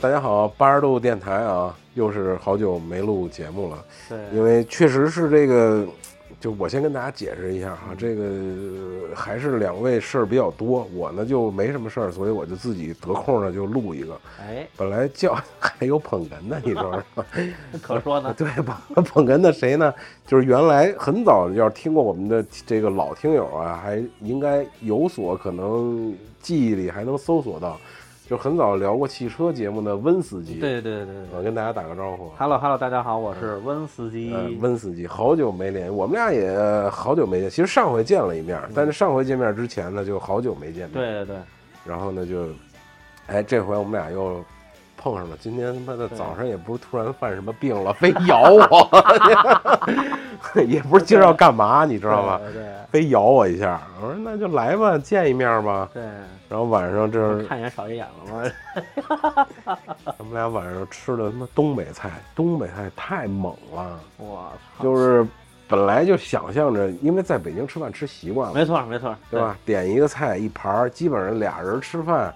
大家好，八十度电台啊，又是好久没录节目了，因对，为确实是这个，就我先跟大家解释一下哈、这个还是两位事儿比较多，我呢就没什么事儿，所以我就自己得空呢就录一个。哎，本来叫还有捧哏呢，你说是吧？ 可说呢，对吧？捧哏的谁呢？就是原来很早要是听过我们的这个老听友啊，还应该有所可能记忆里还能搜索到，就很早聊过汽车节目的温司机。，对对对对对我跟大家打个招呼啊。 ，Hello Hello，大家好，我是温司机，呃，温司机，好久没联系，我们俩也呃好久没见。其实上回见了一面，但是上回见面之前呢，就好久没见面。，对对对，然后呢就，哎，这回我们俩又碰上了。今天他妈的对早上也不是突然犯什么病了，非咬我， 也不是今儿要干嘛，你知知道吗？？对非咬我一下，我说那就来吧，见一面吧。对，然后晚上这是看一眼少一眼了嘛，咱们俩晚上吃的他妈东北菜，东北菜太猛了，我操，就是本来就想象着，因为在北京吃饭吃习惯了，没错没错，对吧？点一个菜一盘儿，基本上俩人吃饭，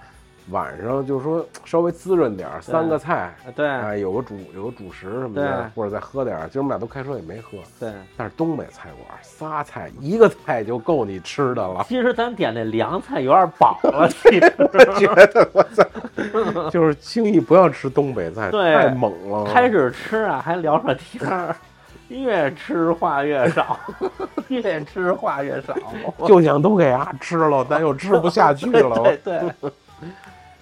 晚上就说稍微滋润点儿，三个菜，对？对哎，有个主有个主食什么的对，或者再喝点儿。今儿我们俩都开车也没喝，对，，但是东北菜馆仨菜一个菜就够你吃的了 其实咱点那凉菜有点饱了，其实觉得我 操，就是轻易不要吃东北菜，对太猛了。开始吃啊还聊着天儿。越吃话越少， 越吃话越少。就想都给俺吃了，但又吃不下去 对了。对，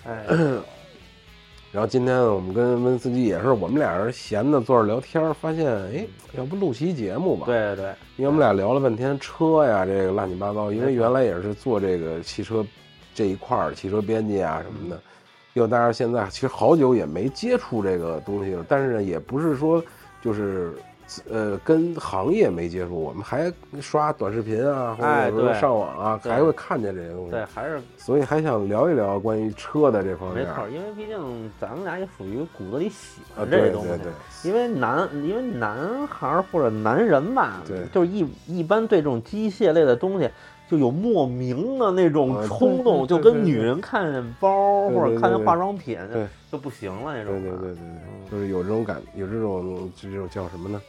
哎，然后今天呢，我们跟温司机也是，我们俩人闲的坐着聊天儿，发现哎，要不录期节目吧？对对因为我们俩聊了半天车呀，这个乱七八糟，因为原来也是做这个汽车这一块儿，汽车编辑啊什么的，又但是现在其实好久也没接触这个东西了，但是呢，也不是说就是呃跟行业没接触，我们还刷短视频啊，或者哎有时候对上网啊，对还会看见这些东西对，，还是所以还想聊一聊关于车的这方没面。错，因为毕竟咱们俩也属于骨子里喜啊，欢这对个东西。对对，因为男，因为男孩儿或者男人吧，对就是一一般对这种机械类的东西就有莫名的那种啊冲动，对对对就跟女人看见包儿对对或者对看见对化妆品对就不行了那对种啊嗯对的。对对对，就是有这种感，有这种这种叫什么呢？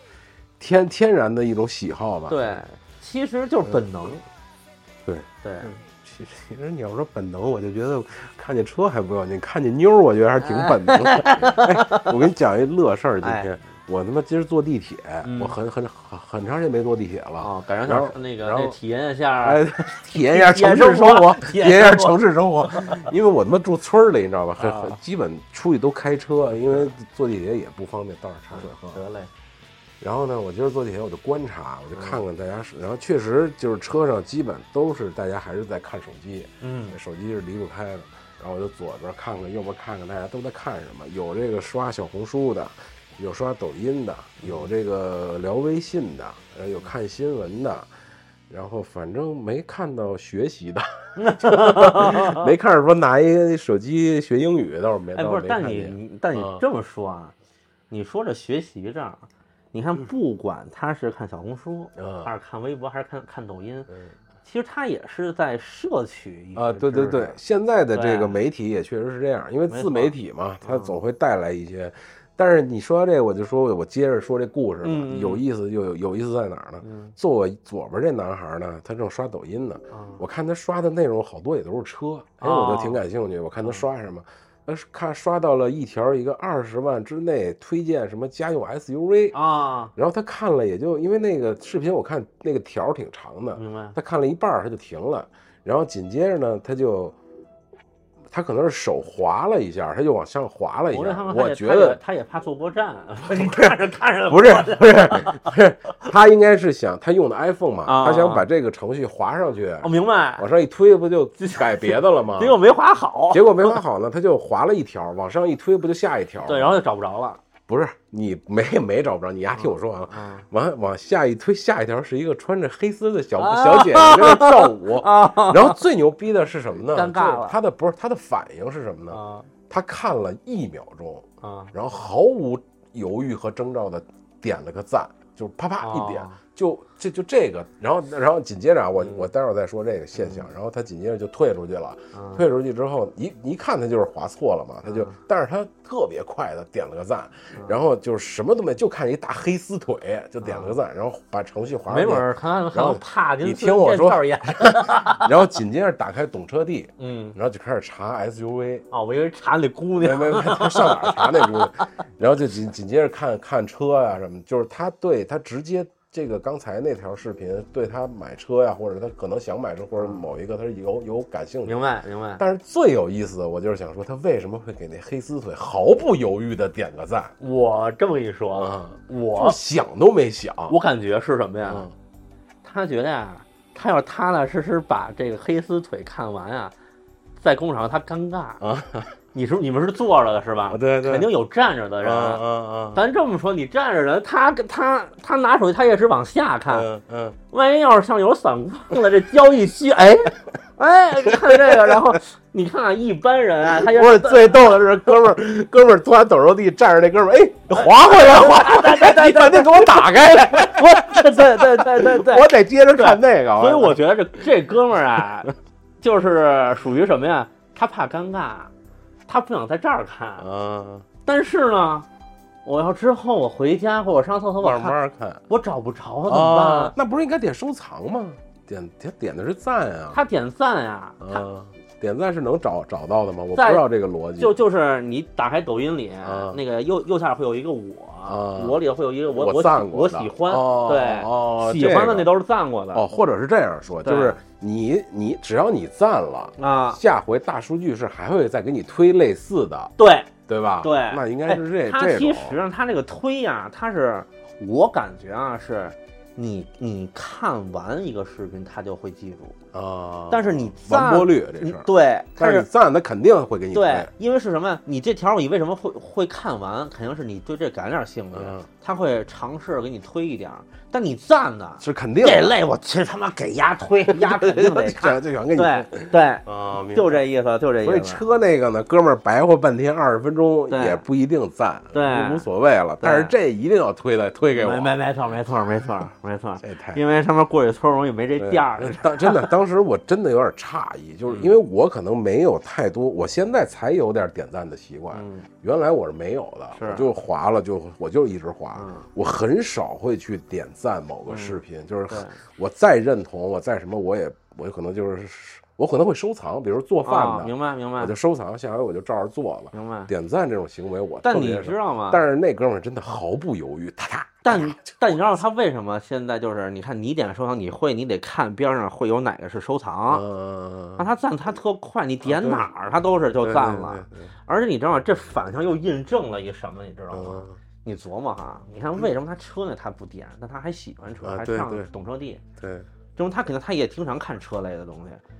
天天然的一种喜好吧。对其实就是本能。嗯对对嗯其实，其实你要说本能，我就觉得看见车还不要紧，看见妞儿我觉得还是挺本能的。 哎我跟你讲一乐事儿，今天、我他妈今儿坐地铁，嗯我很很很很长时间没坐地铁了。啊，赶上然后想那个然后那体验一下， 哎，体验一下城市生活，体验一下城市生活，因为我他妈住村儿里，你知道吧？很很啊基本出去都开车，因为坐地铁也不方便，倒点茶水喝。得嘞，然后呢，我今儿坐地铁我就观察，我就看看大家是，然后确实就是车上基本都是大家还是在看手机，嗯，手机是离不开的。然后我就左边看看，右边看看，大家都在看什么？有这个刷小红书的，有刷抖音的，有这个聊微信的，呃，有看新闻的。然后反正没看到学习 的，没看着说拿一手机学英语，倒是没。哎，倒不是，没但看你见你但你嗯这么说啊，你说这学习这儿，你看不管他是看小红书，嗯还是看微博，还是看看抖音，嗯其实他也是在摄取一啊，些对对知对识，现在的这嗯对个媒体也确实是这样，因为没自媒错嗯体嘛，它总会带来一些。但是你说到这个，我就说我接着说这故事吧，嗯嗯有意思就有有意思在哪儿呢？嗯坐我左边这男孩呢，他正刷抖音呢，啊，我看他刷的内容好多也都是车，哎，我哦就挺感兴趣，我嗯看他刷什么。呃，看刷到了一条一个二十万之内推荐什么家用 SUV，啊，然后他看了也就因为那个视频我看那个条儿挺长的，啊明白，他看了一半儿，他就停了，然后紧接着呢，他就他可能是手滑了一下，他就往上滑了一我下他。们我也觉他也得他也怕坐过站，啊 你看着看着不是不是不是，他应该是想他用的 iPhone 嘛，啊他想把这个程序滑上去，我明白，往上一推不就改别的了吗？ 结果没划好，结果没滑好呢，他就滑了一条，往上一推不就下一条？对，然后就找不着了，不是你没没找不着，你丫听我说完了。啊往往下一推，下一条是一个穿着黑丝的小小姐姐在那跳舞， 啊然后最牛逼的是什么呢？尴尬就了是他的不是他的反应是什么呢？啊他看了一秒钟，啊，然后毫无犹豫和征兆的点了个赞，就是啪啪一点，啊就就就这个，然后然后紧接着啊，我我待会儿再说这个现象，然后他紧接着就退出去了，嗯退出去之后一一看他就是划错了嘛，他就，但是他特别快的点了个赞，嗯然后就是什么都没，就看一大黑丝腿就点了个赞，然后把程序划嗯没过准去，儿他还然有后帕金你森听我腱说鞘炎。 然后紧接着打开懂车帝，嗯，然后就开始查 SUV，哦，我以为查那姑没娘。没没，他上哪儿查那姑娘？然后就紧紧接着看看车呀、什么，就是他对他直接这个刚才那条视频对他买车呀、或者他可能想买车或者某一个他是有有感兴趣。明白明白，但是最有意思的，我就是想说他为什么会给那黑丝腿毫不犹豫的点个赞我这么一说，啊？就我想都没想，我感觉是什么呀？嗯他觉得呀，他要是踏踏实实把这个黑丝腿看完啊，在工厂他尴尬。啊你是你们是坐着的是吧？啊对对肯定有站着的人。啊咱这么说，你站着人，他跟他他拿手机，他也只往下看。嗯嗯，万一要是像有散光了，这交易区，哎哎，看这个，然后你看啊一般人啊，他要不是最逗的是哥们儿，哥们儿突然抖着地站着那哥们儿，哎，划回来划回来，你把那给我打开来，我对对对对对，我得接着看那个。所以我觉得这这哥们儿啊，就是属于什么呀？他怕尴尬，他不想在这儿看。嗯，但是呢，我要之后我回家或者我上厕所我慢哦看，慢看我找不着了怎么办啊？那不是应该点收藏吗？点他点的是赞啊，他点赞呀、他啊，点赞是能找找到的吗？我不在知道这个逻辑。就就是你打开抖音里、啊那个右右下角会有一个我，啊我里会有一个我我喜赞过我的喜欢，哦对，哦，喜欢的那都都是赞过的、哦，或者是这样说，对就是你你只要你赞了，啊，下回大数据是还会再给你推类似的，对对吧？对，那应该是这哎他这其种实呢他这个推呀、他是我感觉啊是。你你看完一个视频，他就会记住。啊。但是你完赞播率啊这事嗯儿，对，但是你赞他肯定会给你推对，因为是什么？你这条你为什么会会看完？肯定是你对这感点兴趣嗯，他会尝试给你推一点儿。但你赞的是肯定的这类，我去他妈给丫推，丫 肯定得看。就想给你推对对，啊，明白 就这意思，就这所以意思。车那个呢，哥们儿白活半天二十分钟对也不一定赞，对无无所谓了。但是这一定要推的推给我，没没没错没错没错没错，这太。因为他们过去村儿容易没 这对店儿。当真的，当时我真的有点诧异，嗯就是因为我可能没有太多，我现在才有点点赞的习惯，嗯原来我是没有是的，我就划了，就我就一直划，嗯我很少会去点赞某个视频，就是对我再认同，我再什么，我也我有可能就是我可能会收藏，比如做啊，饭的，明白明白我就收藏，下回我就照着做了。明白。点赞这种行为我但特你别知道啊吗？但是那哥们儿真的毫不犹豫，他他但但你知道他为什么现在就是你看你点收藏，你会你得看边上会有哪个是收藏，那嗯，啊他赞他特快，你点对哪儿他都是就对赞对了。对对而且你知道吗？这反向又印证了一什么，你知道吗？嗯你琢磨哈，你看为什么他车呢他不点，但他还喜欢车，啊还对上对懂车帝，对，这么他肯定他也经常看车类的东西。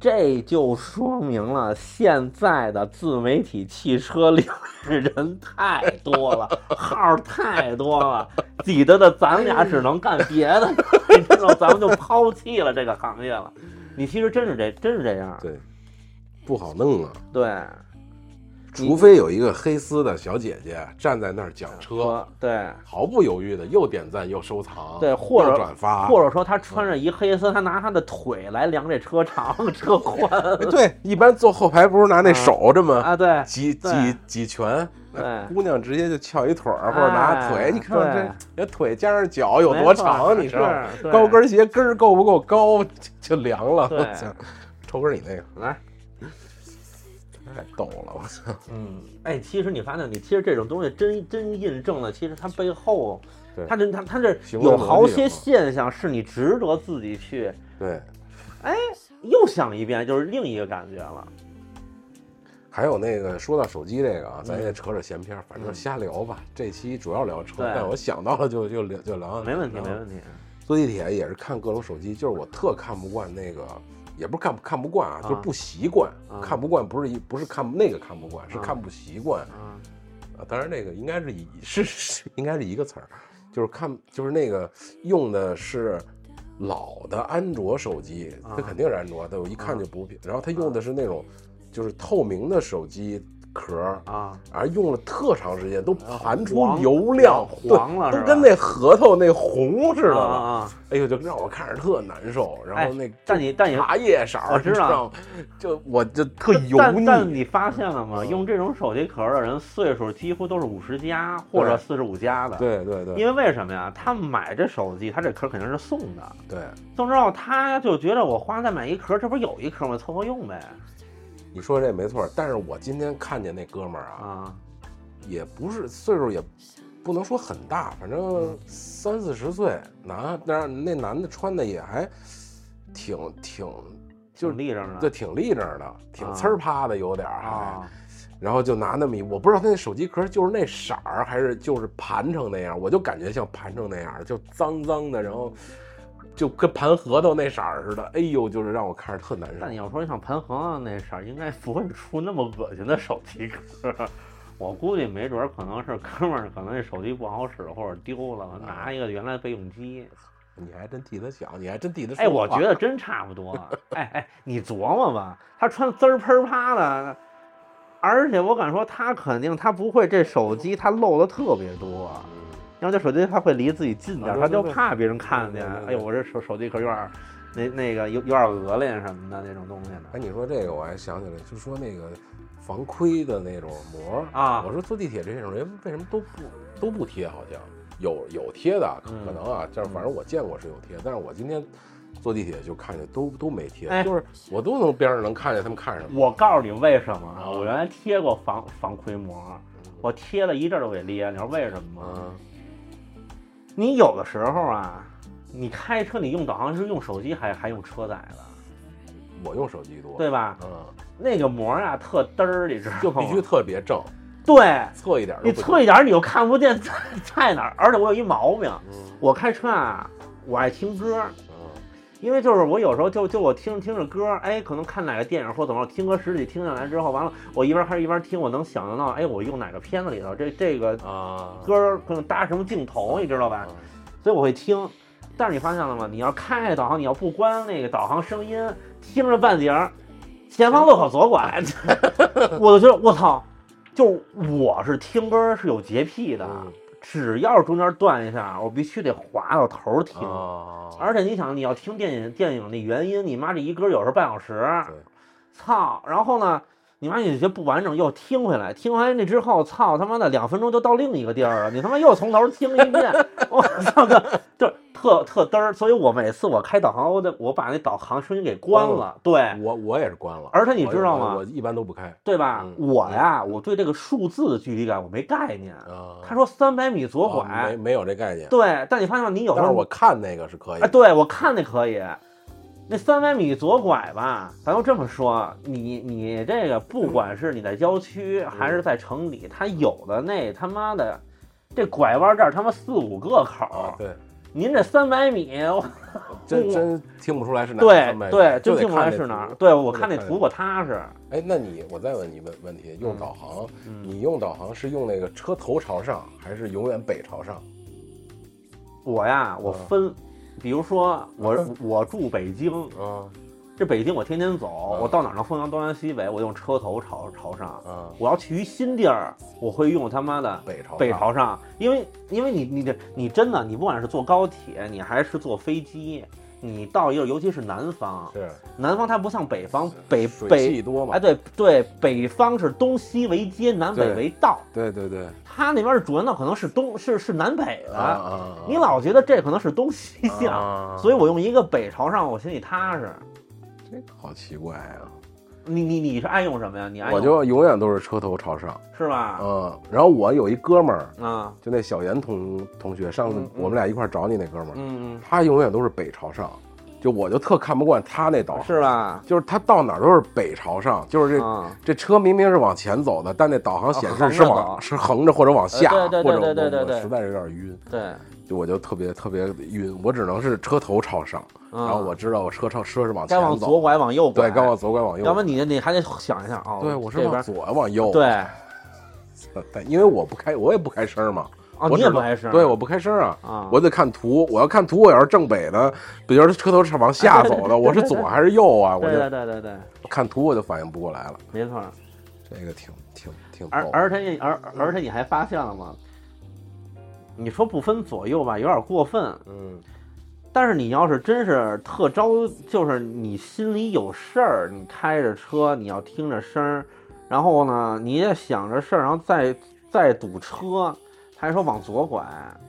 这就说明了现在的自媒体汽车领域人太多了，号儿太多了，挤得的咱俩只能干别的，你知道，咱们就抛弃了这个行业了。你其实真是这，真是这样。对，不好弄啊，对，除非有一个黑丝的小姐姐站在那儿讲车，说对毫不犹豫的又点赞又收藏，对，或又者转发，或者说他穿着一黑丝，他拿他的腿来量这车长车宽哎对，一般坐后排不是拿那手这么啊，对几对几几拳，那对姑娘直接就翘一腿儿或者拿哎腿，你看看对这这腿加上脚有多长，没错你知道吗是？对高跟鞋跟儿够不够高就就凉了。对我操，抽根儿你那个来，太逗了，我操！嗯，哎，其实你发现你其实这种东西真真印证了，其实它背后对，它这它它这行为有逻辑好些嘛现象是你值得自己去哎对，又想一遍，就是另一个感觉了。还有那个说到手机这个啊，咱也扯扯闲篇儿，反正瞎聊吧。这期主要聊车，嗯对但我想到了就就聊就聊。没问题，聊没问题。坐地铁也是看各种手机，就是我特看不惯那个，也不是看不看不惯啊，啊就是不习惯。啊看不惯不是一不是看那个看不惯，是看不习惯。嗯，啊，当然那个应该是一是是 应该是一个词儿，就是看就是那个用的是老的安卓手机，它啊肯定是安卓的，我一看就不。然后它用的是那种就是透明的手机壳儿，啊，而用了特长时间，都盘出黄油亮，对黄了是都吧跟那核桃那红似的啊了。啊啊！哎呦，就让我看着特难受。然后那哎但你但你茶叶色儿，我知道你吗，就我就特油但腻。但你发现了吗？嗯用这种手机壳的人岁数几乎都是五十加或者四十五加的。，对对对因为为什么呀？他买这手机，他这壳肯定是送的，对，送之后他就觉得我花再买一壳，这不是有一壳吗？凑合用呗。你说这没错儿。但是我今天看见那哥们儿啊，啊，也不是岁数也不能说很大，反嗯正三四十岁男，但是那男的穿的也还挺挺就是挺立正的。就挺立正的，挺呲儿趴的有点儿，还啊，然后就拿那么一，我不知道他那手机壳就是那色儿，还是就是盘成那样，我就感觉像盘成那样，就脏脏的，然后就跟盘核桃那色儿似的，哎呦，就是让我看着特难但你受。要说像盘恒啊那色儿，应该不会出那么恶心的手机壳。我估计没准儿可能是哥们儿，可能这手机不好使或者丢啊了，拿一个原来备用机。你还真替他想，你还真替他说哎，我话觉得真差不多。哎哎，你琢磨吧，他穿滋儿喷儿啪的，而且我敢说，他肯定他不会这手机他漏的特别多，然后这手机他会离自己近嗯点啊儿，对他就对对怕别人看见对对。哎对呦，我这手手机壳有点儿，那那个有有点儿恶心什么的那种东西哎，呢。你说这个我还想起来，就说那个防窥的那种膜儿啊我说坐地铁这种人为什么都不都不贴？好像有有贴的，可嗯可能啊，就是反正我见过是有贴，但是我今天坐地铁就看见都都没贴，哎就是我都能边上能看见他们看什么。我告诉你为什么啊？啊嗯我原来贴过防防窥膜，我贴了一阵儿都给裂。你知道为什么吗？啊，你有的时候啊，你开车你用导航是用手机还还用车载的。嗯我用手机多，对吧？嗯，那个膜啊，特嘚儿，你知道吗？就必须特别正，对，侧一点儿都你不侧一点儿你又看不见 在在哪儿。而且我有一毛病，行，我开车啊，我爱听歌，嗯因为就是我有时候就就我听着听着歌，哎，可能看哪个电影或怎么着，听歌十几听下来之后，完了我一边开始一边听，我能想得到，哎，我用哪个片子里头这这个嗯啊，歌儿可能搭什么镜头，你知道吧？所以我会听。但是你发现了吗？你要开导航，你要不关那个导航声音，听着半截儿，前方路口左拐，我就觉得我操，就是我是听歌是有洁癖的，嗯只要是中间断一下，我必须得滑到头儿听。啊，而且你想，你要听电影电影的原因，你妈这一歌有时候半小时，操！然后呢，你妈你觉得不完整，又听回来，听完那之后，操他妈的两分钟就到另一个地儿了，你他妈又从头听一遍，我操个，就是特特嘚儿。所以我每次我开导航，我得我把那导航声音给关关了，对我我也是关了，而且你知道我也吗我一般都不开对吧？嗯我呀，我对这个数字的距离感我没概念。啊。他说三百米左啊没拐，没有这概念，对，但你发现吗你有时但候是你我看那个是可以啊，，对我看那可以，那三百米左拐吧，咱就这么说，你你这个不管是你在郊区还是在城里，它有的那他妈的，这拐弯这儿他妈四五个口啊儿，对，您这三百米，我真我真听不出来是哪对个对，就真得听不出来看是那哪儿图。对我就得看那看那图我踏实，哎，那你我再问你问问题，用导航，嗯你用导航是用那个车头朝上，还是永远北朝上？我呀我嗯分，比如说我我住北京，啊这北京我天天走，嗯我到哪儿能分阳东南西北，我用车头朝朝上。啊，我要去一新地儿，我会用他妈的北朝北上朝上，因为因为你你这你真的你不管是坐高铁，你还是坐飞机，你到一个尤其是南方，是南方它不像北方北水北汽多嘛哎？对对，北方是东西为街，南北对为道，对对对它那边是主要道可能是东是是南北了，啊啊！你老觉得这可能是东西向，啊所以我用一个北朝上，我心里踏实。这个好奇怪啊！你你你是爱用什么呀？你爱用我就永远都是车头朝上，是吧？嗯，然后我有一哥们儿，啊就那小严同同学，上次嗯嗯我们俩一块儿找你那哥们儿，嗯他永远都是北朝上，就我就特看不惯他那导嗯，航，是吧？就是他到哪儿都是北朝上，就是这、啊这车明明是往前走的，但那导航显啊横示着是往、走是横着或者往下，呃对对对对或者对对我对我实在是有点晕，对，嗯就我就特别特别晕，我只能是车头朝上，然然后我知道我车朝车是往啊该前往走，左拐，往右拐，对，该往左拐往右，要不然你你还得想一下哦。对我是这往边左往右，对啊，对，因为我不开我也不开声嘛，我哦你只也能不碍事儿。对，我不开声啊。啊，我得看图，我要看图，我要是正北的，比如说车头是往 下走的，我是左还是右啊？我对就对对对对，看图我就反应不过来了。没错儿。这个挺挺挺而逗的而且你而而且你还发现了吗？你说不分左右吧，有点过分。嗯但是你要是真是特招，就是你心里有事儿，你开着车，你要听着声儿，然后呢，你也想着事儿，然后再再堵车，还说往左拐，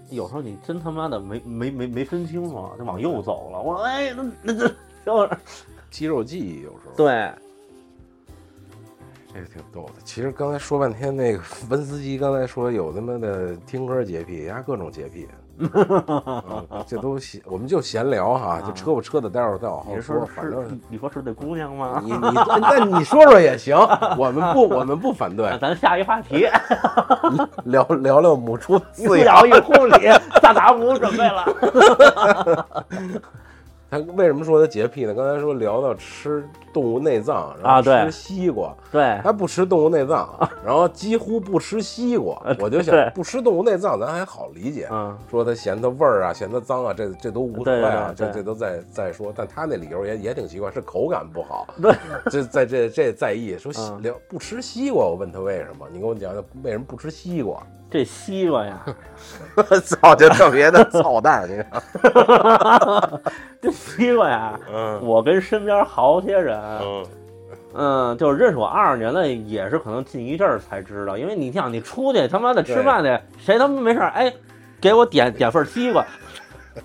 有时候你真他妈的没没没没分清楚，就往右走了。我说哎，那那这就是肌肉记忆有时候对，这个挺逗的。其实刚才说半天，那个文斯基刚才说有他妈的听歌洁癖，呀各种洁癖，啊 嗯这都闲，我们就闲聊哈，就车不车的，待会儿再往啊你后是说，说反正是是。你说是那姑娘吗？ 你你那你说说也 行，我们不我们不反对那，咱下一话题，聊聊聊母猪不饲养。聊一公 里，大达姆准备了。 他为什么说他洁癖呢？刚才说聊到吃动物内脏，然后啊对吃西瓜，对，他不吃动物内脏，然后几乎不吃西瓜。我就想啊对，不吃动物内脏，咱还好理解。嗯，说他嫌它味儿啊，嫌它脏啊，这这都无所谓啊，对对这对这都在再说。但他那理由也也挺奇怪，是口感不好，对， 这在这这在意说嗯聊不吃西瓜，我问他为什么，你给我讲讲为什么不吃西瓜？这西瓜呀， 操，就特别的操蛋，你知道？这西瓜呀，嗯我跟身边好些人，嗯嗯，就是认识我二十年了，也是可能近一阵儿才知道，因为你想，你出去他妈的吃饭去，谁他妈没事儿哎，给我点点份 西瓜，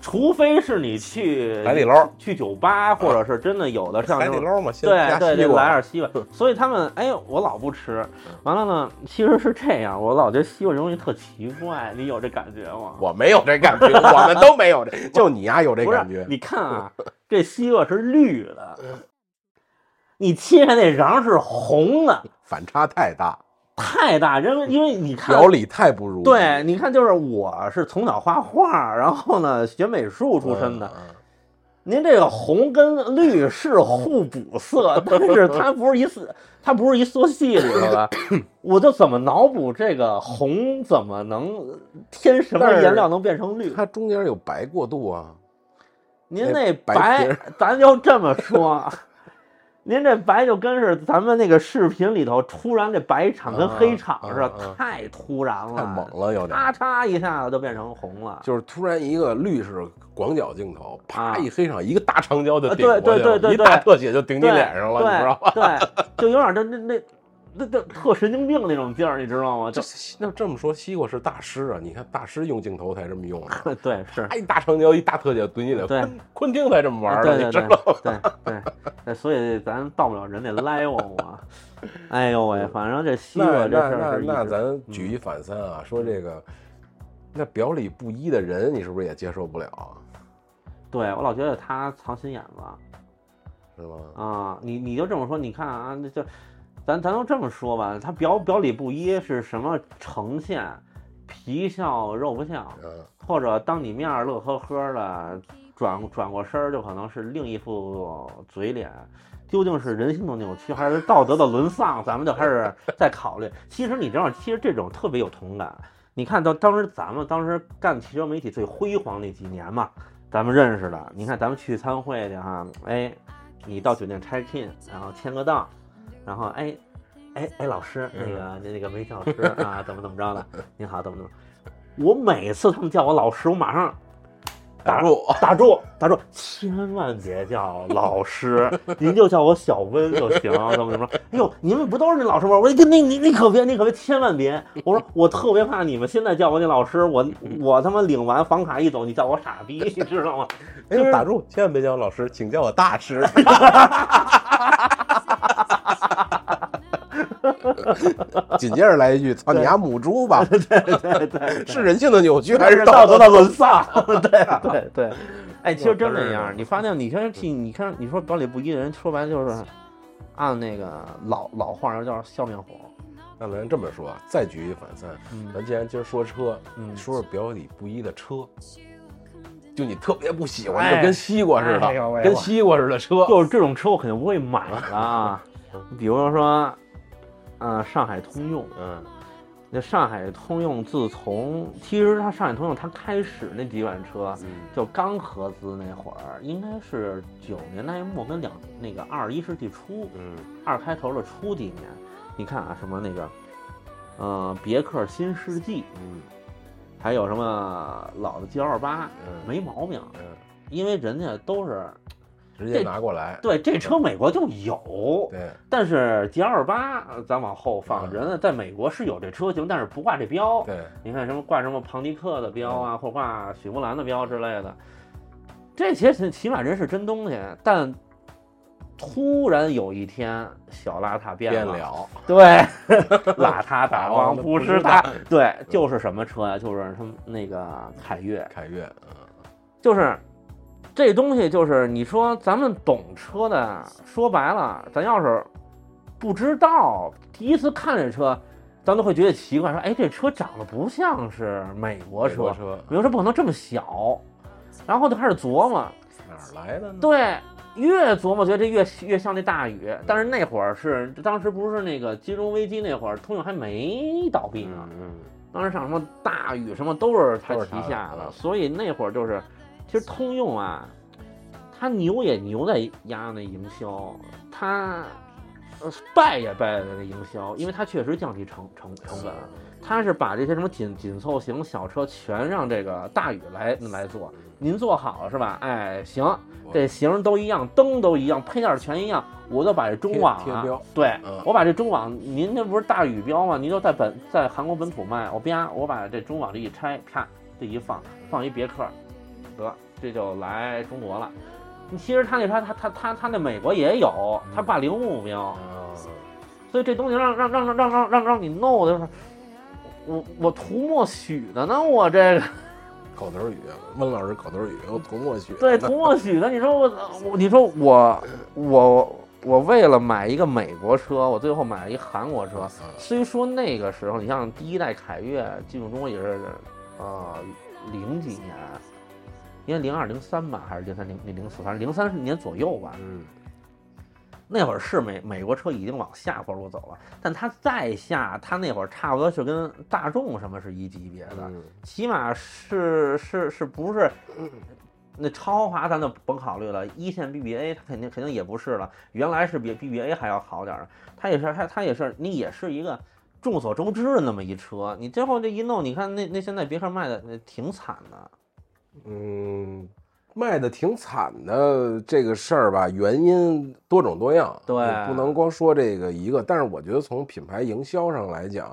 除非是你去海底捞，去酒吧，或者是真的有的像海那底种。捞嘛，先对加对西对，来瓜，嗯点西瓜，所以他们哎，我老不吃，完了呢，其实是这样，我老觉得西瓜这东西特奇怪，你有这感觉吗？我没有这感觉，我们都没有这， 就你呀有这不是感觉，嗯你 看啊，这西瓜是绿的，你切开那瓤是红的，反差太大，太大。因为因为你看表，里太不如对，你看就是我是从小画画，然后呢学美术出身的。，嗯您这个红跟绿是互补色，但 是它不是一色，它不是一色系里头的。我就怎么脑补这个红怎么能添什么但是颜料能变成绿嗯？它中间有白过渡啊，您那那白皮白儿，咱就这么说，啊您这白就跟是咱们那个视频里头突然这白场跟黑场似啊啊啊的，太突然了，太猛，了有点。咔嚓一下子就变成红了。就是突然一个绿是广角镜头，啪啊一黑上，一个大长焦就啊顶过去了，对对对对一大对特写就顶你脸上了，对你知道吧？？对，就有点这那那那那特神经病那种劲儿，你知道吗？这就那这么说，西瓜是大师啊！你看大师用镜头才这么用 啊，对是。啪一大长焦一大特写怼你脸，对昆昆汀才这么玩儿对的，对你知对道吗？对对对，所以咱到不了人那 level 嘛。哎呦喂，反正这嗯西那瓜这那事那儿是一那直咱举一反三啊，说这个那表里不一的人，你是不是也接受不了啊？对我老觉得他藏心眼子。是吗？啊，你你就这么说，你看啊，那就咱咱都这么说吧，他表表里不一是什么呈现？皮笑肉不笑，嗯，或者当你面儿乐呵呵的，转转过身儿就可能是另一副嘴脸。究竟是人性的扭曲，还是道德的沦丧？咱们就开始在考虑。其实你知道，其实这种特别有同感。你看到当时咱们当时干汽车媒体最辉煌那几年嘛，咱们认识的。你看咱们去参会去哈，哎，你到酒店 check in，然后签个到，然后哎，哎哎，老师，那个那那个媒体老师啊，怎么怎么着的？您好，怎么怎么？我每次他们叫我老师，我马上打住！打住， 打住！千万别叫 老师，您就叫我小温就行，怎么怎么着？哎呦，你们不都是那老师吗？我说你你你可别，你可别，千万别！我说我特别怕你们现在叫我那老师，我我他妈领完房卡一走，你叫我傻逼，你知道吗？ 哎就是呦，打住！千万别叫我老师，请叫我大师。 紧接着来一句：“操你丫母猪 吧！”对对，是人性的扭曲还还是是道道德的德的沦沦丧？丧。 对对 对，哎，其实真我不这知道样。你发现，你看，你看，你说表里不一的人，说白了就是按那个老老话儿叫笑面虎。那咱这么说，啊再举一反三，嗯咱既然今儿说车，嗯说说表里不一的车，就你特别不喜欢，哎就跟西瓜似哎呦的，喂跟西瓜似的车， 就是这种车我肯定不会买了啊。比如说，呃，上海通用，嗯那上海通用自从其实它上海通用它开始那几款车，嗯就刚合资那会儿，应该是九年代末跟两那个二十一世纪初嗯二开头的初几年，你看啊，什么那个，呃，别克新世纪，嗯还有什么老的 G 2 8嗯没毛病，嗯，因为人家都是直接这拿过来，对这车美国就有，对但是 G 2 8咱往后放，嗯人家在美国是有这车型，但是不挂这标。对，嗯你看什么挂什么庞迪克的标啊，或者挂雪佛兰的标之类的，这些是起码人是真东西，但突然有一天小邋遢变变了，了，对，邋遢大王王不嗯不是是他他，对，就是什么车呀、就是他们那个凯越，凯越，嗯就是这东西，就是你说咱们懂车的，说白了，咱要是不知道，第一次看这车，咱都会觉得奇怪，说哎，这车长得不像是美国美车，国车美国车不可能这么小，然后就开始琢磨，哪儿来的呢？对。越琢磨，觉得这越越像那大宇，但是那会儿是当时不是那个金融危机那会儿，通用还没倒闭呢，嗯当时像什么大宇什么都是他都是旗他的下的，嗯所以那会儿就是，其实通用啊，它牛也牛在压那营销，它呃败也败在那营销，因为它确实降低成成成本，它是把这些什么紧紧凑型小车全让这个大宇来来做，您做好了是吧？哎，行，这型儿都一样，灯都一样，配件儿全一样，我就把这中网、啊、贴贴标对、嗯我把这中网，您那不是大宇标吗？您就在本在韩国本土卖，我啪，我把这中网这一拆，啪，这一放，放一别克，得这就来中国了。你其实他那他他他他他那美国也有，他挂零五标，嗯所以这东西让让让让让让让让你弄的，我我涂墨许的呢，我这个。口头语，温老师口头语，我涂墨血，对，涂墨许的，你说我我，你说我我我为了买一个美国车，我最后买了一韩国车。虽说那个时候，你像第一代凯越进入中国也是，呃，啊嗯零几年，应该零二零三吧，还是零三零零四，反正零三年左右吧。嗯，那会儿是美美国车已经往下坡路走了，但它再下，它那会儿差不多是跟大众什么是一级别的。嗯，起码是是是不是？那超华咱就甭考虑了，一线 BBA 它肯定肯定也不是了，原来是比 BBA 还要好点儿的，它也是它它也是你也是一个众所周知的那么一车，你最后这一弄，你看那那现在别克卖的那挺惨的，嗯，卖的挺惨的这个事儿吧，原因多种多样，对我不能光说这个一个。但是我觉得从品牌营销上来讲，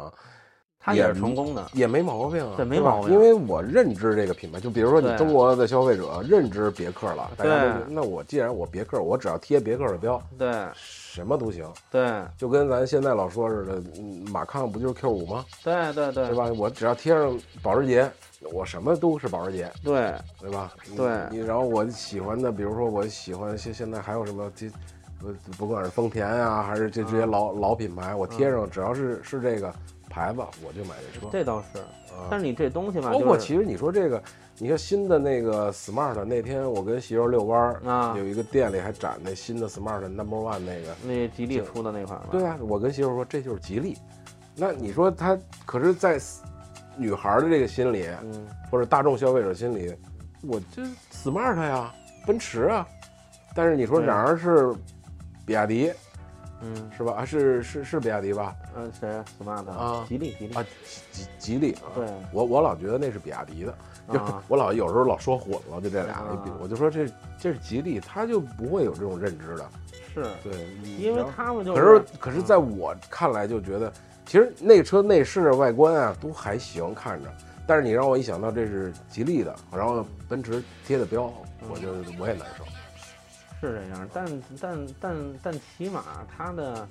它也是成功的，也没毛病啊，对没是吧毛病因为我认知这个品牌，就比如说你对中国的消费者认知别克了，大家都对那我既然我别克，我只要贴别克的标，对什么都行。对就跟咱现在老说似的，嗯马抗不就是 Q 五吗？对对对对吧？我只要贴上保时捷，我什么都是保时捷。对对吧？你对你然后我喜欢的，比如说我喜欢现现在还有什么这，不不管是丰田啊，还是这这嗯些老、老品牌，我贴上只要是是这个牌子，我就买这车。这倒是，啊但是你这东西吧，包括就是其实你说这个，你看新的那个 Smart，那天我跟媳妇儿遛弯儿，啊嗯有一个店里还展那新的 Smart Number One 那个，那吉利出的那款吧，对啊，我跟媳妇儿说这就是吉利，那你说他可是在女孩儿的这个心里，嗯，或者大众消费者心里，我这 smart 呀，奔驰啊，但是你说对哪儿是比亚迪嗯是吧？啊，是是是比亚迪吧？嗯谁 smart 啊吉利吉利啊，吉吉吉利啊。对我我老觉得那是比亚迪的，就、 啊我老有时候老说混了，就这俩，啊我就说这这是吉利，他就不会有这种认知的。是。对，因为然后他们就可是可是在我看来就觉得，其实那车内饰外观啊都还行看着，但是你让我一想到这是吉利的，然后奔驰贴的标，嗯我就我也难受。是这样，但但但但起码它的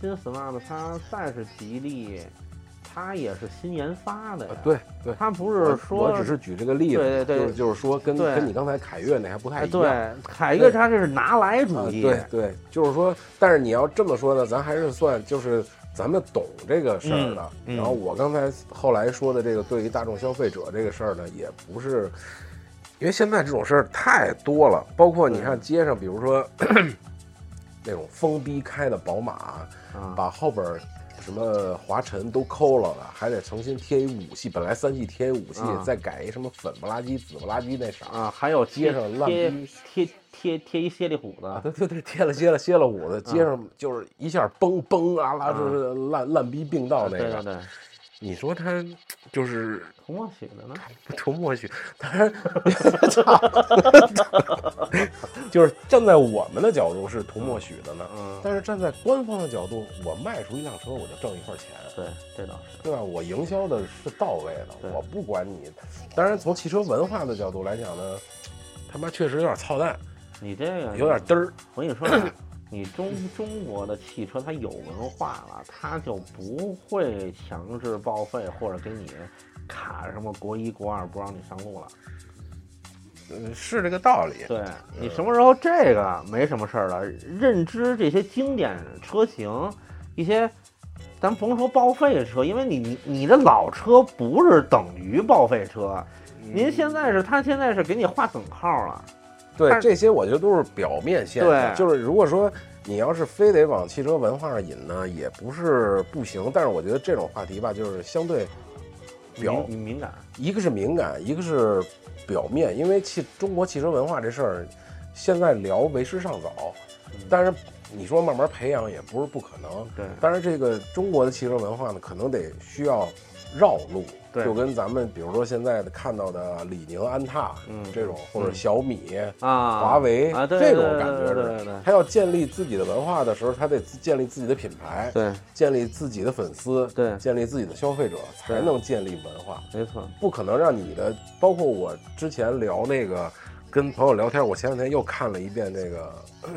新 smart 它再是吉利，它也是新研发的啊，，呀对对，它不我是说我只是举这个例子，对对对就是就是说跟对跟你刚才凯越那还不太哎一样。对凯越它这是拿来啊主义，对对，就是说，但是你要这么说呢，咱还是算就是咱们懂这个事儿的。嗯嗯然后我刚才后来说的这个对于大众消费者这个事儿呢，也不是，因为现在这种事儿太多了，包括你嗯看街上，比 如说那种疯逼开的宝马，啊，把后边儿什么华晨都抠了了，还得重新贴一五系，本来三系贴一五系，啊再改一什么粉不拉几、紫不拉几那色儿啊，还有街贴上烂贴逼贴贴贴一蝎力虎的， 对对对，贴了歇了歇了舞嗯的，街上就是一下崩崩啊啦，就是烂烂逼病道那对对个。对，你说他就是涂墨许的呢，涂墨去，当 然，就是站在我们的角度是涂墨许的呢，嗯，但是站在官方的角度，我卖出一辆车我就挣一块钱，对，这倒是，对吧？我营销的是到位的，对我不管你。当然，从汽车文化的角度来讲呢，他妈确实有点操蛋，你这个有点嘚儿。我跟你说啊，你中中国的汽车它有文化了，它就不会强制报废或者给你卡什么国一国二不让你上路了。嗯，是这个道理。对你什么时候这个没什么事儿了，认知这些经典车型，一些。咱甭说报废车，因为你你你的老车不是等于报废车，嗯您现在是他现在是给你划等号了，对但这些，我觉得都是表面现象。对就是如果说你要是非得往汽车文化上引呢，也不是不行。但是我觉得这种话题吧，就是相对表敏敏感，一个是敏感，一个是表面，因为汽中国汽车文化这事儿，现在聊为时尚早，但是你说慢慢培养也不是不可能。嗯对但是这个中国的汽车文化呢，可能得需要绕路，对就跟咱们比如说现在看到的李宁、安踏，嗯这种或者嗯小米。啊，华为啊，对这对种对感觉对对对是，他要建立自己的文化的时候，他得自建立自己的品牌，对建立自己的粉丝，对建立自己的消费者，才对能建立文化。对，没错，不可能让你的，包括我之前聊那个，跟朋友聊天，我前两天又看了一遍这个 咳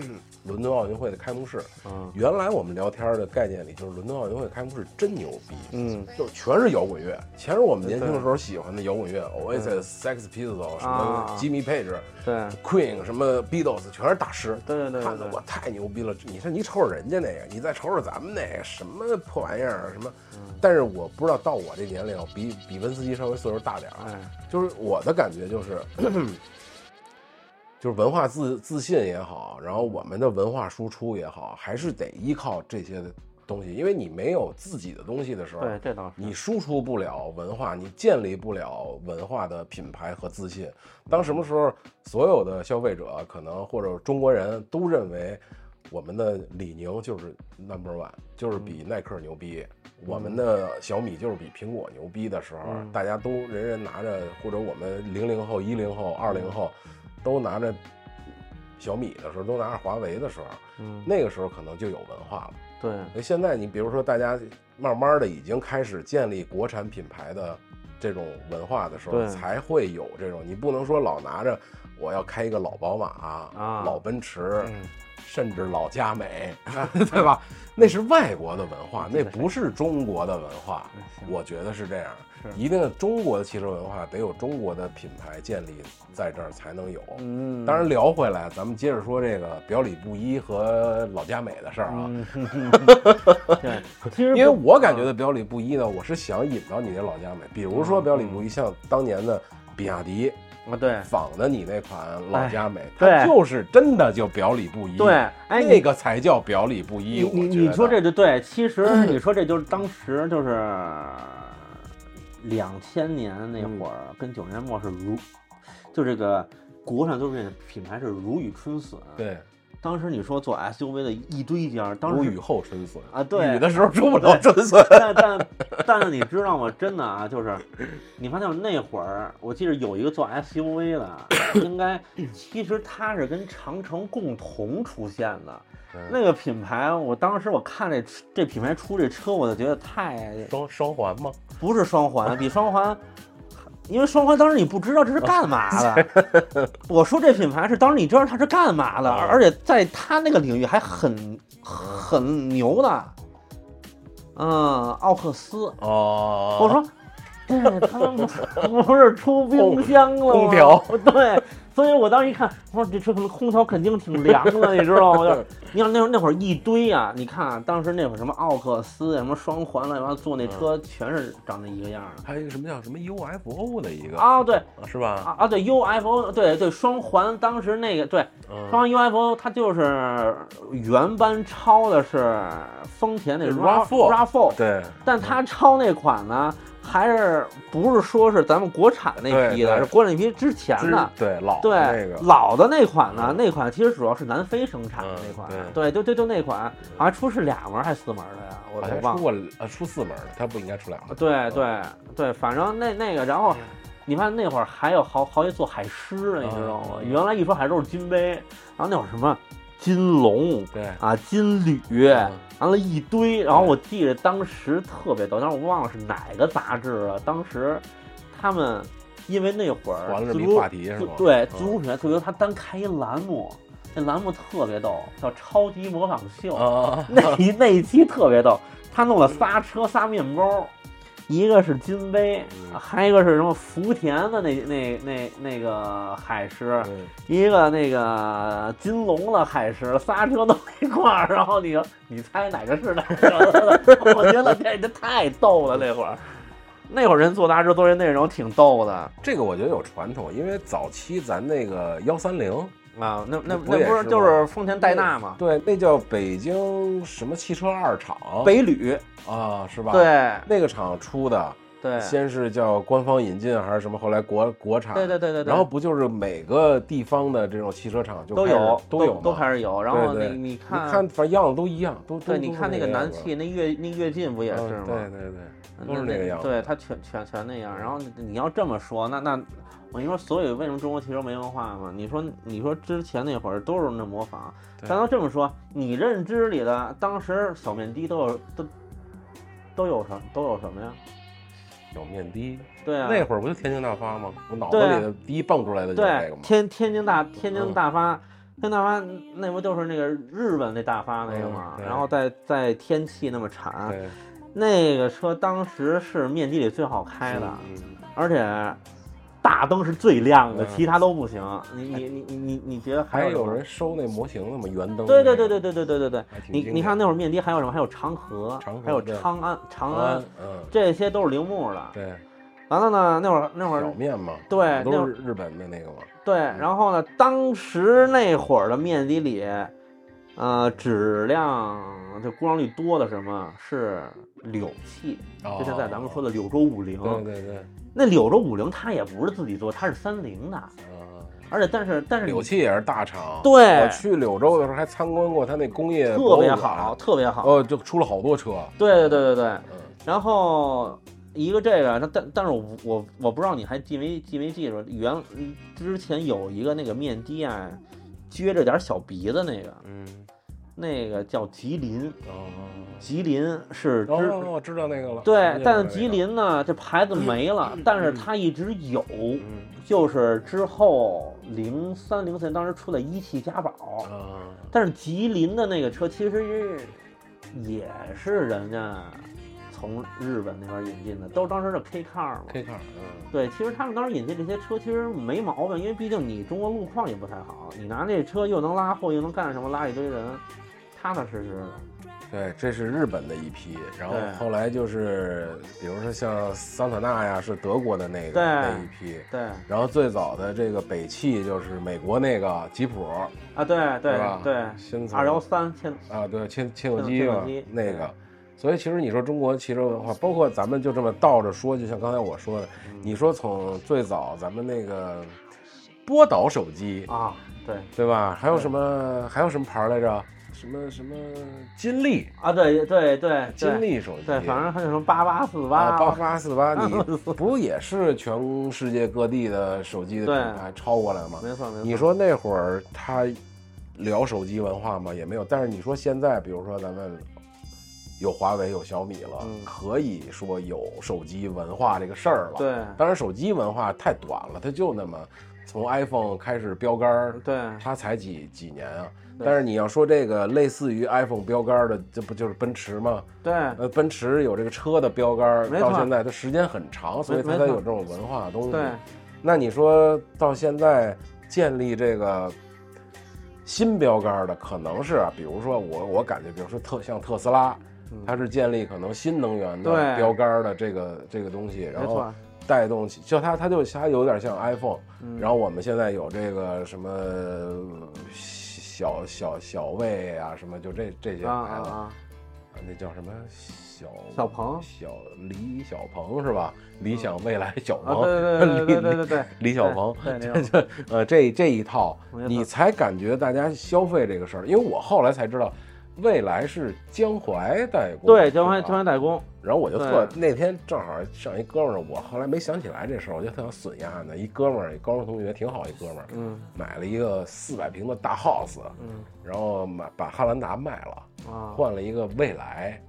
伦敦奥运会的开幕式。嗯原来我们聊天的概念里，就是伦敦奥运会开幕式真牛逼，嗯，就全是摇滚乐，全是我们年轻的时候喜欢的摇滚乐，Oasis、Sex Pistols、什么嗯啊 Jimmy Page、对 Queen、什么 Beatles，全是大师。对对对看的对我对，太牛逼了！你说你瞅瞅人家那个，你再瞅瞅咱们那个什么破玩意儿啊，什么？嗯但是我不知道到我这年龄，比比文斯基稍微岁数大点儿啊，哎，就是我的感觉就是， 就是文化自自信也好，然后我们的文化输出也好，还是得依靠这些东西，因为你没有自己的东西的时候，对，这倒是，你输出不了文化，你建立不了文化的品牌和自信。当什么时候所有的消费者可能或者中国人都认为我们的李宁就是 number one，就是比耐克牛逼，我们的小米就是比苹果牛逼的时候，嗯大家都人人拿着，或者我们零零后、一零后、二零后都拿着小米的时候，都拿着华为的时候，嗯，那个时候可能就有文化了。对，那哎现在你比如说，大家慢慢的已经开始建立国产品牌的这种文化的时候，对才会有这种。你不能说老拿着我要开一个老宝马、啊老奔驰，嗯，啊甚至老佳 美，对吧？那是外国的文化，那嗯这个是不是中国的文化。嗯行我觉得是这样，是一定中国的汽车文化得有中国的品牌建立在这儿才能有。嗯，当然聊回来，咱们接着说这个表里不一和老佳美的事儿啊。嗯，对，其实因为不啊我感觉的表里不一呢，我是想引到你那老家美，比如说嗯表里不一，像当年的比亚迪啊，对仿的你那款老家美，它哎对就是真的就表里不一，对，，哎，那你个才叫表里不一。你我你觉得嗯你说这就对，其实你说这就是当时就是两千年那嗯会儿跟九十年末是如，就这个国产都是品牌是如雨春笋，，对，当时你说做 SUV 的一堆家，当如时雨后春笋啊对雨的时候出不了春笋，但但但是你知道吗？真的啊，就是你发现那会儿，我记得有一个做 SUV 的，应该其实它是跟长城共同出现的。那个品牌，我当时我看这这品牌出这车，我就觉得太 双双环吗？不是双环，比双环，因为双环当时你不知道这是干嘛的。 我说这品牌是当时你知道它是干嘛的，啊而且在它那个领域还很很牛的。嗯，奥克斯，哦， 哎我说，这他们不不是出冰箱了吗？空调对，所以我当时一看，我说这车可能空调肯定挺凉 的，你知道吗？就是你想那会儿那会儿一堆啊，你看啊当时那会儿什么奥克斯、什么双环了，完了坐那车全是长得一个样儿的。还有一个什么叫什么 UFO 的一个，啊，对是吧？啊啊，对 UFO，对对双环，当时那个对嗯，双环 UFO，它就是原班抄的是丰田那对 RAV4 RAV4 RAV4，对，但嗯它抄那款呢，还是不是说是咱们国产那批的，对对是国产那批之前之的。对老的对，那个，老的那款呢，嗯那款其实主要是南非生产的嗯那款，对对嗯对对就那款，好像出是俩门儿还是四门儿的呀？我好我像忘出嗯了。啊过呃出四门的，它不应该出两门。对对对，反正那那个，然后你发现那会儿还有好好些做海狮的，你知道吗？嗯嗯原来一说海狮都是金杯，然后那会儿什么金龙对，啊、金铝，嗯完了一堆。然后我记得当时特别逗，但是我忘了是哪个杂志了。当时他们因为那会儿完了这自么主一话题是就吗？对，嗯足球选特别，他单开一栏目，那栏目特别逗，叫《超级模仿秀》啊，那一那一期特别逗，他弄了仨车仨面包，一个是金杯，嗯还有一个是什么福田的那那那那个海狮，嗯一个那个金龙的海狮，仨车弄一块儿，然后你你猜哪个是哪个？我觉得这这太逗了，那会儿，那会儿人做杂志做这内容挺逗的。这个我觉得有传统，因为早期咱那个幺三零，啊，那那不那也不是是就吗是丰田戴娜吗？对，那叫北京什么汽车二厂，北旅，啊，是吧？，对那个厂出的，对先是叫官方引进还是什么，后来国国产，对对对对对，然后不就是每个地方的这种汽车厂就都开始有都有都嘛开始有，然后对对你你你看，看，反正样子都一样，都对，都你都是看那个样南子汽那跃那跃进不也嗯是吗？对对对，嗯都是那那个样子对，它全全全那样。然后你你要这么说，那那我跟你说，所以为什么中国汽车没文化嘛？你说你说之前那会儿都是那模仿，对咱要这么说，你认知里的当时小面的都有都都有什都有什么呀？有面的，对啊，那会儿不就天津大发吗？我脑子对啊里的第一蹦出来的就是这对个，嘛。嗯天天津大天津大发，天津大发那不就是那个日本那大发那个嘛？嗯对然后在在天气那么产，对，那个车当时是面积里最好开的，嗯而且大灯是最亮的，嗯其他都不行。你你你你你你觉得还还有有什么人？收那模型的嘛，圆灯。对对对对，对对对对对还，挺你经典你看那会儿面的还有什么？还有长河，长河还有对长安，长长安安，，嗯，这些都是铃木的。对，完了呢，那会儿那会儿表面嗯嘛，对那都是日本的那个嘛。对，然后呢，当时那会儿的面的里，呃，质量就故障率多的什么是柳汽，就现在咱们说的，的柳州五菱。哦对对对，那柳州五菱它也不是自己做，它是三菱的，嗯，而且但是但是柳你汽也是大厂。对我去柳州的时候还参观过他那工业特别博物馆好，，特别好。哦，就出了好多车。对对对对对，嗯，然后一个这个，那但但是我我我不知道你还记没记没记住，原之前有一个那个面的啊，撅着点小鼻子那个，嗯，那个叫吉林。哦，吉林是之、哦，我知道那个了。对，但是是吉，林呢，这牌子没了，但是它一直有，嗯，就是之后零三零四年当时出的一汽嘉宝，啊，但是吉林的那个车其实是也是人家从日本那边引进的，都是当时的 K car 嘛。 K 卡，嗯，对，其实他们当时引进这些车其实没毛病，因为毕竟你中国路况也不太好，你拿这车又能拉货又能干什么，拉一堆人，踏踏实实的。对，这是日本的一批，然后对后来就是，比如说像桑塔纳呀，是德国的那个对那一批，对然后最早的这个北汽就是美国那个吉普，啊，对对是吧对，先从二幺三千啊，对，切切诺基切诺嘛基那个。所以其实你说中国汽车文化，包括咱们就这么倒着说，就像刚才我说的，嗯你说从最早咱们那个波导手机，啊，对对吧？还有什么还有什么牌儿来着？什么什么金立啊，对对对金对立手机，对，反正还有什么八八四啊，八八，八四 八，你不也是全世界各地的手机的品牌超过来吗？没错没错。你说那会儿他聊手机文化吗？也没有。但是你说现在，比如说咱们有华为、有小米了，嗯可以说有手机文化这个事儿了。，对当然手机文化太短了，它就那么从 iPhone 开始标杆儿，对它才几几年啊。对但是你要说这个类似于 iPhone 标杆儿的，这不就是奔驰吗？对呃，奔驰有这个车的标杆儿，没错到现在它时间很长，所以它没才错嗯有这种文化的东西。对，那你说到现在，建立这个新标杆的，可能是啊比如说我我感觉，比如说特像特斯拉，它是建立可能新能源的嗯对标杆的这个这个东西，然没后错，带动起，就它它就它有点像 iPhone，、嗯然后我们现在有这个什么呃小小小魏啊，什么就这这些啊牌啊子，啊，啊那叫什么小小鹏嗯小李小鹏是吧？理想未来小啊鹏，对对对 李对对对 对，李小鹏， 对这对这呃这这一套没，错你才感觉大家消费这个事儿，因为我后来才知道。未来是江淮代工，对，是江吧淮江淮代工，然后我就特对那天正好上一哥们儿，我后来没想起来这事儿，我就特想损丫的。一哥们儿，一高中同学，挺好一哥们儿，嗯买了一个四百平的大 house，嗯然后买把汉兰达卖了，啊，换了一个蔚来，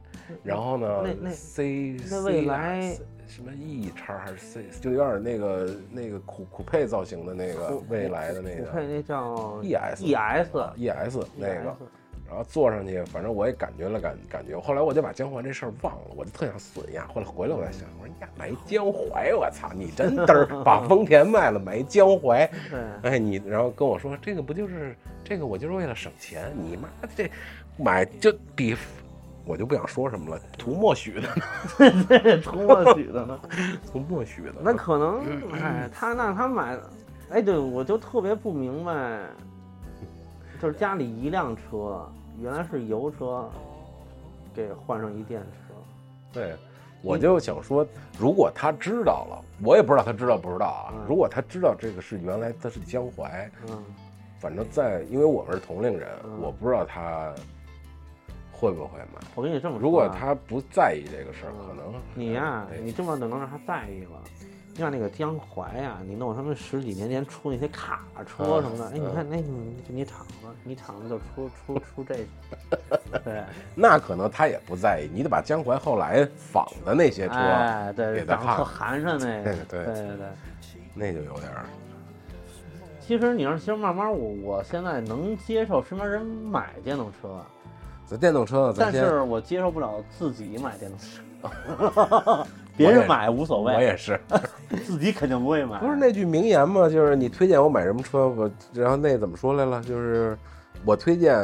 然后呢嗯那那，C 那 C 蔚来什么 E 叉还是 C，就有点那个那个酷酷配造型的那个蔚来的那我看个那叫 E ES ES ES ，E 那个。然后坐上去，反正我也感觉了感感觉，后来我就把江淮这事儿忘了，我就特想损呀。后来回来我才想，我说呀，买一江淮，我操，你真嘚 儿，把丰田卖了，买一江淮，对。哎，你然后跟我说这个不就是这个，我就是为了省钱，你妈这买就比。我就不想说什么了，涂默许的， 冲过去的呢。涂默许的，那可能，哎，他那他买，哎，对，我就特别不明白，就是家里一辆车原来是油车，给换成一电车，对，我就想说，如果他知道了，我也不知道他知道不知道啊。嗯如果他知道这个是原来他是江淮，嗯，反正在，因为我们是同龄人，嗯我不知道他会不会买。我跟你这么说如啊，果他不在意这个事儿，嗯可能你呀、哎你这么等能让他在意了。你像那个江淮呀、你弄他们十几年前出那些卡啊车什么的，哎，你看，那你就你厂子，你厂子就出出出 这个，对，那可能他也不在意。你得把江淮后来仿的那些车，哎，对，啊给他长得看，特寒碜 那个，对对对对。那就有点儿其实你要其实慢慢我我现在能接受身边人买电动车，咱电动车呢，咱但先是我接受不了自己买电动 车，别人买无所我谓，也 是，自己肯定不会买。不是那句名言吗？就是你推荐我买什么车，我然后那怎么说来了？就是我推荐，